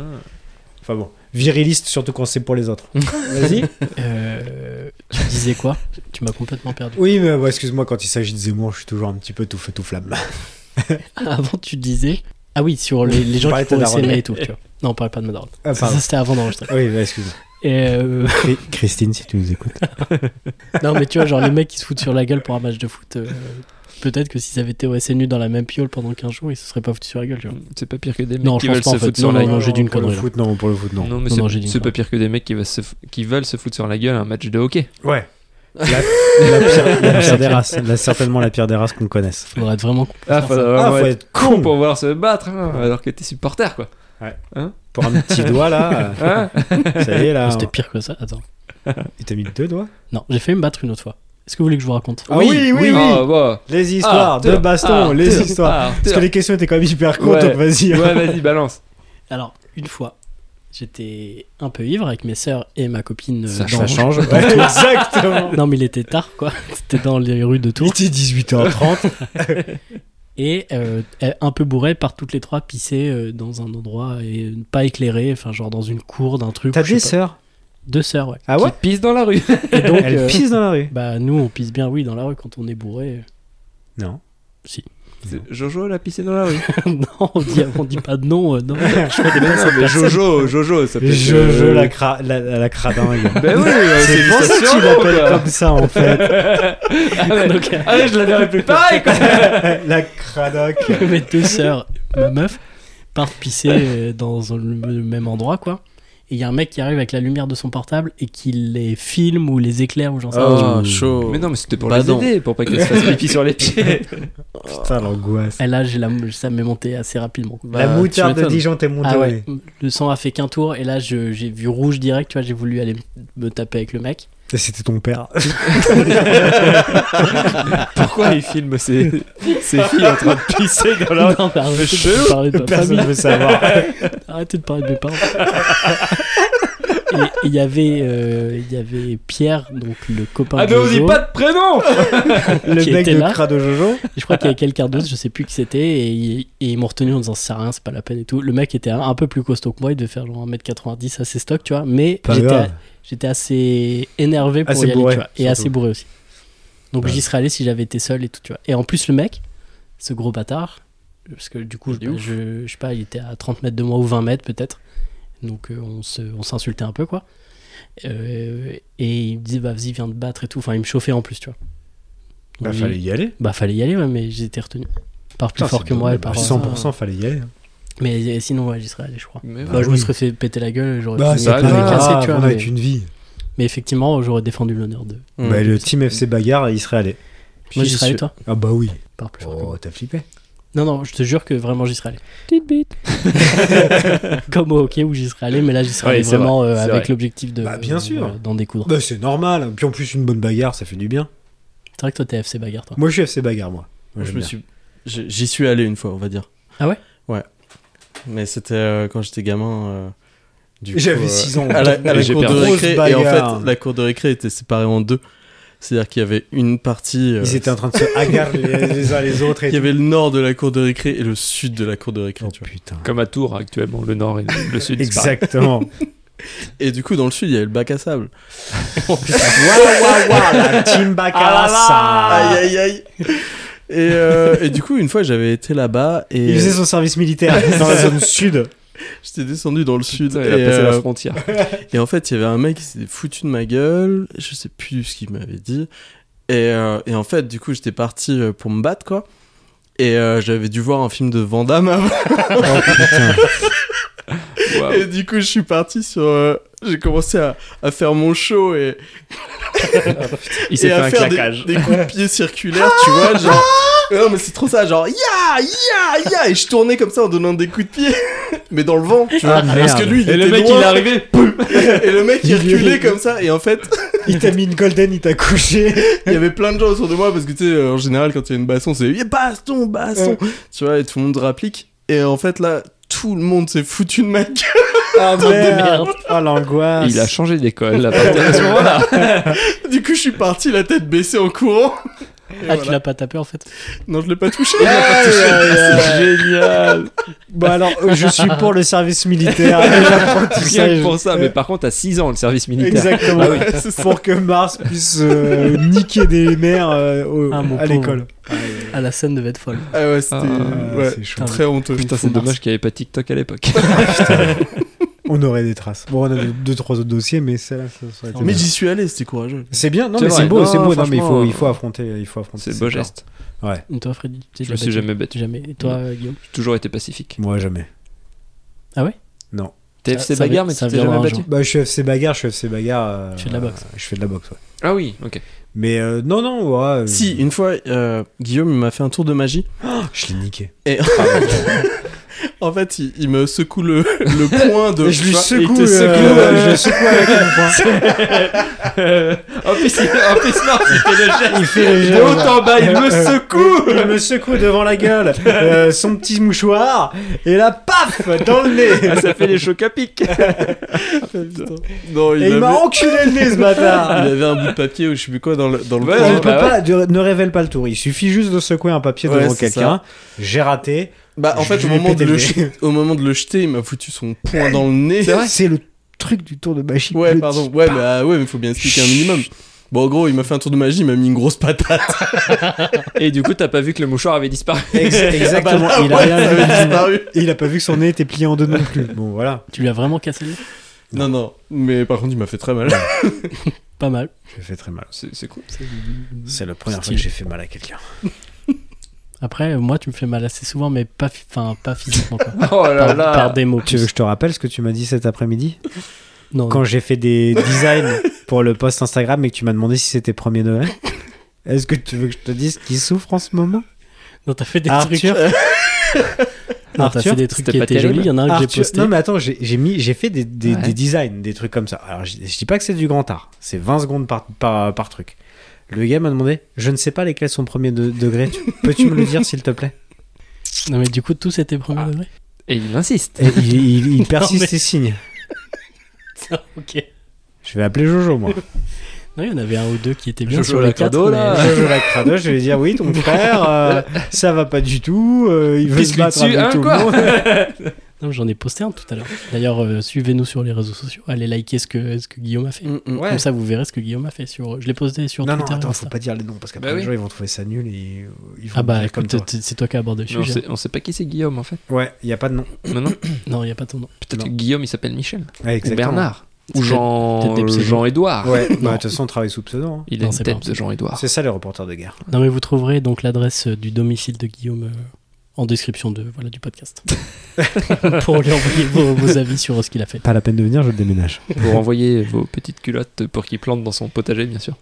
S8: Enfin bon, viriliste, surtout quand c'est pour les autres. Vas-y.
S6: Euh, tu disais quoi Tu m'as complètement perdu.
S8: Oui, mais bon, excuse-moi, quand il s'agit de Zemmour, je suis toujours un petit peu tout feu, tout flamme.
S6: Avant, tu disais. Ah oui, sur les, les gens
S8: Parlais
S6: qui
S8: de ta
S6: pourraient
S8: daronne.
S6: s'aimer et tout. Tu vois. Non, on parle pas de ma daronne.
S8: Ah,
S6: ça,
S8: pardon.
S6: ça, c'était avant d'enregistrer.
S8: Oui, bah, excuse.
S6: Et, euh,
S8: Chri- Christine, si tu nous écoutes.
S6: non, mais tu vois, genre les mecs qui se foutent sur la gueule pour un match de foot, euh, peut-être que s'ils avaient été au SNU dans la même piole pendant 15 jours, ils se seraient pas foutus sur la gueule, tu vois.
S9: C'est pas pire que des mecs
S6: Non,
S9: qui
S6: je pense
S9: veulent
S6: pas,
S9: se
S6: en fait.
S9: foutre sur
S6: Non,
S9: la
S6: non,
S9: gueule.
S6: non, j'ai dit une
S8: pour
S6: connerie,
S8: le
S6: là.
S8: foot, non, pour le foot, non.
S9: Non, mais
S6: Non,
S9: c'est-
S6: non, j'ai dit une
S9: c'est pas
S6: connerie.
S9: pire que des mecs qui, va se f- qui veulent se foutre sur la gueule à un match de hockey.
S8: Ouais. La, la pire, la pire des races. La- certainement la pire des races qu'on connaisse.
S6: Faudrait être vraiment. qu'on puisse
S9: Ah,
S6: faire
S9: faut,
S6: ça.
S8: Ah, faut être con
S9: pour
S8: pour,
S9: vouloir se battre hein, alors que t'es supporter quoi.
S8: un petit doigt là.
S9: Hein
S7: Ah
S8: euh, Ça y est là.
S6: C'était pire que ça. Attends.
S8: Il t'a mis deux doigts
S6: Non, j'ai failli me battre une autre fois. Est-ce que vous voulez que je vous raconte
S8: Ah oui, oui, oui.
S9: Ah, bah.
S8: Les histoires
S9: Arthur,
S8: de baston,
S6: Ah,
S9: Arthur,
S8: les histoires.
S9: Arthur.
S8: Parce que les questions étaient quand même hyper courtes,
S9: Ouais.
S8: donc vas-y.
S9: Ouais, vas-y, balance.
S6: Alors, une fois, j'étais un peu ivre avec mes sœurs et ma copine. euh,
S9: Ça
S6: dans-
S8: Ça change. Ouais, exactement.
S6: Non, mais il était tard, quoi. C'était dans les rues de
S8: Il
S6: Tours.
S8: était 18h30.
S6: Et euh, elle, un peu bourrée, par toutes les trois pissées euh, dans un endroit et euh, pas éclairé, enfin, genre dans une cour d'un truc.
S8: T'as
S6: je sais
S8: des
S6: pas.
S8: sœurs
S6: Deux sœurs, ouais.
S8: Ah ouais
S9: Qui pisse dans la rue.
S6: Et donc,
S8: Elle
S6: euh,
S8: pisse dans la rue
S6: bah, nous, on pisse bien, oui, dans la rue quand on est bourré.
S8: Non.
S9: C'est Jojo l'a pissé dans la rue.
S6: non, on dit, on dit pas de non, euh, non.
S9: mais Jojo, Jojo, ça peut être,
S8: Je,
S9: euh,
S8: je la, cra, la, la, la cradingue.
S9: Ben oui, euh,
S8: C'est
S9: c'est euh.
S8: pour ça
S9: juste
S8: que tu
S9: surnom,
S8: l'appelles
S9: quoi.
S8: comme ça en fait.
S9: Ah ouais,
S6: euh,
S9: ah ouais, je la verrai plus pareil quoi.
S8: la cradoc.
S6: mes deux sœurs, ma meuf, partent pisser euh, dans un- le même endroit, quoi. Et il y a un mec qui arrive avec la lumière de son portable et qui les filme ou les éclaire ou j'en sais rien.
S7: Oh, chaud.
S9: Mais non, mais c'était pour
S7: Bah
S9: les
S7: non.
S9: aider, pour pas qu'elle se fasse pipi sur les pieds.
S8: Putain, l'angoisse.
S6: Et là, j'ai la, mou- ça m'est monté assez rapidement. quoi.
S7: Bah,
S8: la
S7: tu
S8: moutarde de
S7: m'étonnes.
S8: Dijon t'es montée.
S6: Ah ouais, le sang a fait qu'un tour et là je- j'ai vu rouge direct, tu vois, j'ai voulu aller m- me taper avec le mec.
S8: Et C'était ton père.
S6: Bah,
S9: Pourquoi ils filment ces, ces filles en train de pisser dans la rue
S6: non, mais arrêtez
S9: chelou,
S6: de parler de ma
S8: Personne
S6: famille.
S8: veut savoir.
S6: Arrêtez de parler de mes parents. Et et il y avait euh, il y avait Pierre donc le copain
S9: Ah,
S6: de
S9: mais on dit
S6: Jojo.
S9: pas de prénom
S8: Le
S6: Qui
S8: mec
S6: était
S8: de
S6: là.
S8: Crado Jojo.
S6: Je crois qu'il y avait quelqu'un d'autre, je sais plus qui c'était, et, ils- et ils m'ont retenu en disant c'est rien, c'est pas la peine et tout. Le mec était un, un peu plus costaud que moi, il devait faire genre 1m90 assez stock, tu vois, mais
S8: Pas
S6: j'étais,
S8: grave.
S6: j'étais assez énervé pour
S8: Assez
S6: y aller,
S8: bourré,
S6: tu vois, et
S8: surtout.
S6: assez bourré aussi. Donc
S8: Ouais.
S6: j'y serais allé si j'avais été seul et tout, tu vois. Et en plus, le mec, ce gros bâtard, parce que du coup,
S9: Il est
S6: je,
S9: ouf.
S6: je, je sais pas, il était à 30 mètres de moi ou 20 mètres peut-être, donc euh, on, se, on s'insultait un peu, quoi. Euh, et il me disait, bah vas-y, viens te battre et tout, enfin, il me chauffait en plus, tu vois.
S8: Bah,
S6: Donc, j'ai-
S8: fallait y aller.
S6: bah fallait y aller, ouais, mais j'ai été retenu. Par plus
S8: Putain,
S6: fort
S8: c'est
S6: que moi
S8: dommage.
S6: et par.
S8: Bah, 100% fallait y aller.
S6: Mais euh, sinon, ouais, j'y serais allé, je crois.
S9: Mais
S6: Bah,
S8: Bah
S6: je me
S8: oui.
S6: serais fait péter la gueule, j'aurais
S8: Bah,
S6: fini
S8: c'est
S9: ça
S8: pas
S6: avec les
S9: grave,
S6: cassés,
S8: grave.
S6: tu vois,
S8: On
S6: mais... Hmm.
S8: a qu'une vie.
S6: mais effectivement, j'aurais défendu l'honneur de.
S7: Mm.
S8: Bah, le team FC Bagarre, il serait allé.
S6: Moi,
S8: J'y
S6: j'y serais allé,
S8: suis-
S6: toi
S8: Ah bah oui.
S6: Par plus fort que moi.
S8: Oh, t'as flippé.
S6: Non, non, je te jure que vraiment, j'y serais allé. Comme au hockey où j'y serais allé, mais là, j'y serais
S9: Ouais,
S6: allé
S9: c'est
S6: vraiment
S9: vrai,
S6: euh,
S9: c'est
S6: avec
S9: vrai.
S6: l'objectif de.
S8: Bah, bien sûr.
S6: euh, D'en découdre.
S8: Bah, c'est normal. Puis en plus, une bonne bagarre, ça fait du bien.
S6: C'est vrai que toi, t'es FC bagarre, toi.
S8: Moi, je suis FC Bagarre, moi. Moi,
S7: je
S8: j'aime
S7: me
S8: bien.
S7: suis. j'ai- J'y suis allé une fois, on va dire.
S6: Ah ouais
S7: Ouais. Mais c'était euh, quand j'étais gamin. euh, du coup,
S8: J'avais
S7: euh,
S8: 6 ans.
S7: à la, à la
S9: Et j'ai
S7: cour de
S9: perdu.
S7: récré.
S8: Grosse
S7: Et en
S8: bagarre.
S7: fait, la cour de récré était séparée en deux. C'est-à-dire qu'il y avait une partie. euh,
S8: Ils étaient en train de se hagarder les, les uns les autres. Et
S7: il y avait le nord de la cour de récré et le sud de la cour de récré.
S8: Oh,
S7: tu vois.
S8: putain.
S9: Comme à Tours actuellement, le nord et le le sud. disparaissent.
S8: Exactement.
S7: Et du coup, dans le sud, il y avait le bac à sable.
S8: Waouh, waouh, waouh, la team Bagarre, ça.
S7: Ah Aïe aïe aïe. Et, euh, et du coup, une fois, j'avais été là-bas et.
S8: Il faisait son service militaire dans la zone sud.
S7: J'étais descendu dans le sud.
S9: Putain,
S7: et,
S9: il a passé
S7: euh,
S9: la frontière.
S7: Et en fait, il y avait un mec qui s'était foutu de ma gueule. Je sais plus ce qu'il m'avait dit. Et, euh, et en fait, du coup, j'étais parti euh, pour me battre, quoi. Et euh, j'avais dû voir un film de Van Damme avant.
S9: Waouh.
S7: Et du coup, je suis parti sur. euh, j'ai commencé à, à faire mon show et,
S9: Il s'est
S7: et
S9: fait
S7: à
S9: un
S7: faire des-
S9: claquage.
S7: Des, coups de pied circulaires, tu vois, genre. Non, mais c'est trop ça, genre, ya, ya, ya, et je tournais comme ça en donnant des coups de pied, mais dans le vent, tu vois.
S8: Ah, merde.
S7: parce que lui, il
S9: Et
S7: était
S9: le mec,
S7: loin,
S9: il est arrivé.
S7: et le mec, il
S8: Il-
S7: reculait comme ça, et en fait,
S8: Il t'a mis une golden, il t'a couché.
S7: il y avait plein de gens autour de moi, parce que tu sais, euh, en général, quand il y a une baston, c'est Yeah, baston, baston, tu vois, et tout le monde rapplique, et en fait, là, tout le monde s'est foutu de ma gueule.
S8: Ah
S6: merde.
S8: merde. Ah l'angoisse.
S9: Il a changé d'école à partir de ce moment-là.
S7: Du coup, je suis parti la tête baissée en courant. Et
S6: Ah,
S7: voilà.
S6: tu l'as pas tapé en fait.
S7: Non, je l'ai pas touché.
S8: C'est
S9: Génial.
S8: Bon alors, euh, je suis pour le service militaire. J'apprends tout
S9: Rien
S8: ça.
S9: que
S8: je-
S9: pour ça. Mais par contre, à 6 ans, le service militaire.
S8: Exactement.
S9: Ah oui.
S8: Pour que Mars puisse euh, niquer des mères euh, au-
S6: Ah, mon
S8: à
S6: pauvre.
S8: l'école. Euh,
S6: Ah, la scène devait être folle.
S7: Ah ouais, c'était
S9: Ah,
S7: ouais,
S8: c'est chaud.
S7: très honteux.
S9: Putain, c'est dommage qu'il n'y avait pas TikTok à l'époque.
S8: On aurait des traces. Bon, on a deux, deux, trois autres dossiers, mais celle-là, ça aurait été
S7: Mais
S8: bien.
S7: j'y suis allé, c'était courageux.
S8: C'est bien, non
S9: C'est
S8: mais
S9: vrai.
S8: c'est beau,
S9: Non,
S8: c'est beau. Non mais il
S9: franchement,
S8: faut, il faut affronter, il faut affronter.
S9: C'est
S8: ces
S9: beau
S8: peurs.
S9: geste.
S6: Et toi, Freddy tu t'es
S9: Je me
S6: déjà
S9: suis
S6: battu
S9: jamais battu.
S6: Jamais. Et toi, euh, Guillaume
S9: J'ai toujours été pacifique.
S8: Moi jamais.
S9: T'es
S6: Ça-
S9: FC
S6: ça
S9: bagarre,
S6: va-
S9: mais
S6: ça
S9: tu t'es
S6: va
S9: jamais
S6: avoir un
S9: battu
S6: jour.
S8: Bah je suis FC bagarre, je suis FC bagarre. euh,
S6: Tu fais de la boxe.
S8: Je fais de la boxe. Ouais.
S9: Ah oui, ok.
S8: Mais euh, non non, ouais, euh,
S7: Si, une fois, euh, Guillaume il m'a fait un tour de magie.
S8: je l'ai niqué.
S7: Et en fait, il, il me secoue le, le poing de.
S8: je lui
S7: tu vois,
S8: secoue,
S7: il te
S8: euh,
S7: secoue,
S8: je le secoue avec mon poing.
S9: En plus, il, en plus, non, il fait le geste.
S8: Il fait le
S9: De
S8: geste.
S9: haut en bas, il me secoue.
S8: Il me secoue devant la gueule, euh, son petit mouchoir, et là, paf, dans le nez.
S9: Ah, ça fait les chocs à pic.
S7: Non, il,
S8: Et il
S7: avait...
S8: m'a enculé le nez, ce
S7: il
S8: bâtard.
S7: avait un bout de papier ou je sais plus quoi dans le, dans le
S9: Ouais,
S8: Je
S7: poing.
S8: peux
S9: bah
S8: pas, de- ne révèle pas le tour. Il suffit juste de secouer un papier
S7: Ouais,
S8: devant
S7: c'est
S8: quelqu'un. J'ai raté.
S7: Bah, en
S8: Je
S7: fait, au
S8: lui ai
S7: moment, de
S8: pété
S7: le
S8: le
S7: je- au moment de le jeter, il m'a foutu son poing dans le nez.
S8: C'est le truc du tour de magie.
S7: Ouais,
S8: Le
S7: pardon.
S8: type.
S7: Ouais, bah, ouais, mais faut bien expliquer un minimum. Bon, en gros, il m'a fait un tour de magie, il m'a mis une grosse patate.
S9: Et du coup, t'as pas vu que le mouchoir avait disparu.
S8: Ex- exactement.
S7: Ah bah là,
S8: il a
S7: ouais,
S8: rien
S7: ça avait
S8: vu.
S7: disparu.
S8: Et il a pas vu que son nez était plié en deux non plus. Bon, voilà.
S6: Tu lui as vraiment cassé le nez
S7: Non, non, mais par contre, il m'a fait très mal.
S6: Pas mal.
S8: J'ai fait très mal.
S9: C'est c'est cool.
S8: C'est la première
S6: Stylé.
S8: fois que j'ai fait mal à quelqu'un.
S6: Après, euh, moi, tu me fais mal assez souvent, mais pas, fi- enfin, pas physiquement. Quoi.
S9: Oh là
S6: par, par
S9: là.
S6: des mots.
S8: Tu veux que je te rappelle ce que tu m'as dit cet après-midi
S6: Non,
S8: quand j'ai fait des designs pour le post Instagram et que tu m'as demandé si c'était premier degré Est-ce que tu veux que je te dise qui souffre en ce moment
S6: Ah, non, t'as fait des
S8: Arthur
S6: trucs. Non, t'as
S8: Arthur,
S6: fait des trucs
S9: c'était
S6: qui
S9: pas
S6: étaient
S9: terrible.
S6: jolis. Il y en a un que j'ai
S8: Arthur-
S6: posté.
S8: Non mais attends, j'ai j'ai mis, j'ai fait des, des,
S9: Ouais.
S8: des designs, des trucs comme ça. Alors je, je dis pas que c'est du grand art, c'est 20 secondes par, par, par truc. Le gars m'a demandé, je ne sais pas lesquels sont premier de- degré, Tu- peux-tu me le dire s'il te plaît
S6: Non, mais du coup, tous étaient premier
S9: Ah.
S6: degré.
S9: Et il insiste.
S8: Et Il, il- il persiste
S6: mais-
S8: ses signes.
S6: Ok.
S8: Je vais appeler Jojo moi.
S6: Non, il y en avait un ou deux qui étaient bien
S9: Jojo
S6: sur les quatre.
S9: Lacado, là.
S6: mais-
S8: Jojo la crado, je vais lui dire oui ton frère, euh, ça va pas du tout, euh, il veut se
S9: Pisse-lui
S8: battre
S9: dessus,
S8: avec
S9: hein,
S8: tout le
S9: quoi.
S8: monde.
S6: Non, j'en ai posté un tout à l'heure. D'ailleurs, euh, suivez-nous sur les réseaux sociaux. Allez liker ce que, ce que Guillaume a fait.
S7: Mm, mm.
S9: Ouais.
S6: Comme ça, vous verrez ce que Guillaume a fait. Sur... Je l'ai posté sur
S8: Non, non,
S6: Twitter.
S8: attends,
S6: Insta.
S8: faut pas dire les noms parce qu'après
S9: Bah
S8: les
S9: oui.
S8: gens ils vont trouver ça nul et euh, ils vont
S6: Ah bah,
S8: dire comme
S6: écoute,
S8: toi.
S6: t- c'est toi qui as abordé le
S9: Mais on,
S6: sujet.
S9: sait, on sait pas qui c'est Guillaume en fait.
S8: Ouais, il y a pas de nom.
S9: Non, non.
S6: Non, il n'y a pas ton nom.
S9: Peut-être
S8: Non.
S9: que Guillaume il s'appelle Michel.
S8: Ouais,
S9: Ou
S8: exactement.
S9: Bernard. Ou
S6: C'est peut-être des
S9: Jean.
S6: pseudos.
S9: Jean-Édouard.
S8: Ouais, bah, de toute façon on travaille sous pseudo. hein.
S9: Il a
S6: Non,
S9: une
S6: c'est pas
S9: tête
S6: un
S9: de Jean-Édouard.
S8: C'est ça les reporters de guerre.
S6: Non, mais vous trouverez donc l'adresse euh, du domicile de Guillaume euh, en description de, voilà, du podcast. Pour lui envoyer vos, vos avis sur euh, ce qu'il a fait.
S8: Pas la peine de venir, je le déménage.
S9: Pour envoyer vos petites culottes pour qu'il plante dans son potager, bien sûr.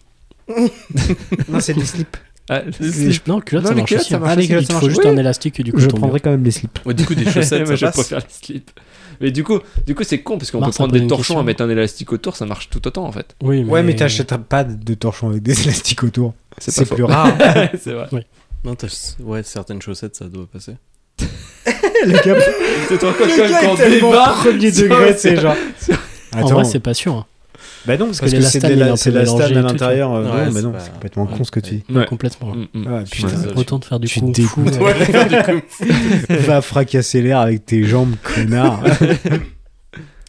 S8: non, c'est des slips.
S9: Ah,
S6: Euh, Non, culotte,
S9: Non,
S6: ça
S9: les
S6: marche
S9: culottes,
S6: aussi.
S9: ça
S6: hein.
S9: marche
S8: Ah, les aussi. culottes,
S6: Il
S8: ça
S6: te faut
S8: marche.
S6: juste
S8: Oui.
S6: un élastique et du coup,
S8: Je
S6: ton
S8: prendrais quand même les slips.
S7: Ouais, du coup, des
S9: Moi,
S7: chaussettes,
S9: je
S7: ça passe.
S9: préfère les slips. Mais du coup, du coup, c'est con parce qu'on peut
S6: Mars a
S9: prendre
S6: posé
S9: des
S6: une
S9: torchons
S6: question.
S9: à mettre un élastique autour, ça marche tout autant en fait.
S6: Oui,
S8: Ouais,
S9: euh,
S8: mais t'achèteras pas de torchon avec des élastiques autour.
S9: pas
S8: C'est
S9: faux.
S8: plus rare.
S9: c'est vrai.
S7: Non, t'as- ouais, certaines chaussettes, ça doit passer.
S8: le gars,
S9: C'est toi quand
S8: le gars est tellement premier degré, c'est genre.
S6: En vrai, c'est pas sûr. hein.
S8: Bah non, parce,
S6: que
S8: que, c'est
S6: l'élastane,
S8: de
S6: il est un
S8: la, c'est
S6: peu
S8: de la
S6: mélangé
S8: stan
S6: et tout,
S8: à
S6: tu
S8: l'intérieur. euh,
S7: Ouais,
S8: non,
S7: c'est
S8: bah non,
S7: pas-
S8: c'est complètement
S7: ouais.
S8: con ce que tu dis.
S6: Complètement.
S9: Mm,
S8: Ah, putain,
S7: Ouais.
S6: Autant de faire du euh,
S8: Tu
S6: coup.
S8: dégoûtes. va fracasser l'air avec tes jambes, connard.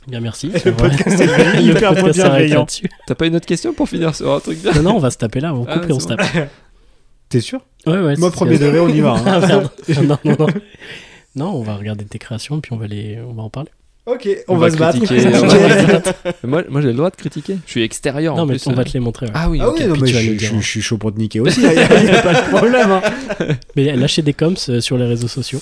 S6: Bien, merci.
S8: Le podcast est
S6: Le
S8: hyper
S6: podcast s'arrête
S8: bienveillant.
S6: là-dessus.
S9: T'as pas une autre question pour finir sur un truc bien
S6: Non, non, on va se taper là, on
S9: Ah,
S6: coupe
S9: c'est
S6: et on se
S9: bon.
S6: tape.
S8: T'es sûr
S6: Ouais, ouais,
S8: Moi,
S6: c'est-
S8: premier degré, on y va. hein.
S6: Ah, merde. non, non, non. Non, on va regarder tes créations, puis on va, les... on va en parler.
S8: Ok, on, va, se battre.
S9: critiquer, on
S8: Ok. Ah
S9: va se battre. moi, moi, j'ai le droit de critiquer. Je suis extérieur
S6: Non,
S9: en
S6: mais
S9: plus.
S6: on va
S9: euh,
S6: te les montrer. ouais.
S9: Ah oui,
S8: Ah
S9: ok.
S8: oui, non,
S6: puis
S8: mais
S6: tu
S8: je,
S6: vas le
S8: suis-
S6: dire.
S8: je suis- je suis chaud pour te niquer aussi, il n'y a, y a pas de problème. hein.
S6: Mais lâchez des coms euh, sur les réseaux sociaux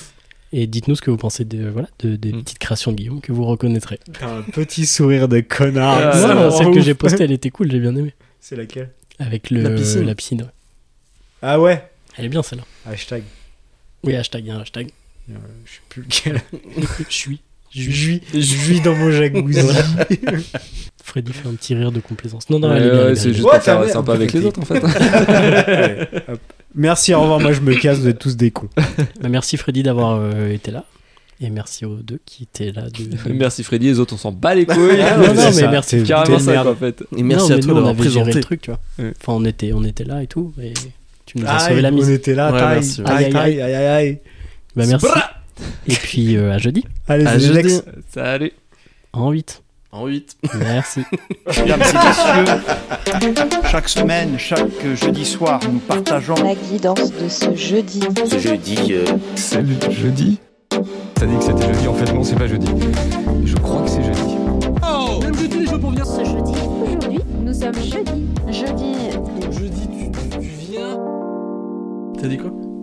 S6: et dites-nous ce que vous pensez de, voilà, de- des
S9: Mm.
S6: petites créations de Guillaume que vous reconnaîtrez.
S8: T'as un petit sourire de connard.
S9: Ah,
S6: Non,
S8: ça me
S6: non,
S8: rend
S6: celle que
S8: ouf.
S6: j'ai postée, elle était cool, j'ai bien aimé.
S8: C'est laquelle
S6: Avec le,
S7: La piscine.
S6: la piscine, ouais.
S8: Ah ouais
S6: Elle est bien celle-là.
S8: Hashtag.
S6: Oui, hashtag, il y a un hashtag.
S8: Euh, je sais plus lequel.
S6: Je suis.
S8: Je vis- je vis dans mon jacuzzi.
S6: Freddy fait un petit rire de complaisance. Non, non, elle est
S9: ouais,
S6: bien, elle est
S9: ouais,
S6: bien,
S9: c'est
S6: elle est
S9: juste
S6: bien.
S8: Ouais,
S9: pour faire
S8: t'as-
S9: sympa avec les autres en fait.
S8: Ouais, hop. Merci, au revoir. Moi, je me casse, vous êtes tous des cons.
S6: Bah, merci Freddy d'avoir euh, été là. Et merci aux deux qui étaient là. De, de-
S9: Merci Freddy, les autres on s'en bat les couilles.
S6: Ah, non, non,
S8: C'est
S6: mais
S8: ça,
S6: merci.
S8: c'est-
S9: Carrément
S8: t'es
S9: ça
S8: merde.
S9: quoi, en fait.
S7: Et merci
S6: Non,
S7: à
S6: mais
S7: toi
S6: nous, on
S7: d'avoir
S6: avait géré le
S7: présenté.
S6: truc, tu vois.
S9: Ouais.
S6: Enfin, on était, on était là et tout. Et tu nous as
S8: Aïe,
S6: sauvé la mise.
S8: On était là,
S7: Ouais,
S8: taille,
S7: merci, ouais.
S8: taille, taille, aïe, aïe, aïe.
S6: Bah, merci.
S8: Bra
S6: Et puis euh, à jeudi,
S8: Allez,
S7: À
S8: c'est
S7: jeudi.
S8: Lex.
S9: Salut.
S6: en 8.
S7: En 8.
S6: Merci.
S1: Mesdames et messieurs, chaque semaine, chaque jeudi soir, nous partageons
S2: La guidance de ce jeudi.
S3: Ce jeudi, euh,
S4: C'est le jeudi T'as dit que c'était jeudi, en fait non, c'est pas jeudi. Je crois que c'est jeudi.
S5: Ce jeudi, aujourd'hui, nous sommes jeudi.
S2: Jeudi.
S7: T'as dit quoi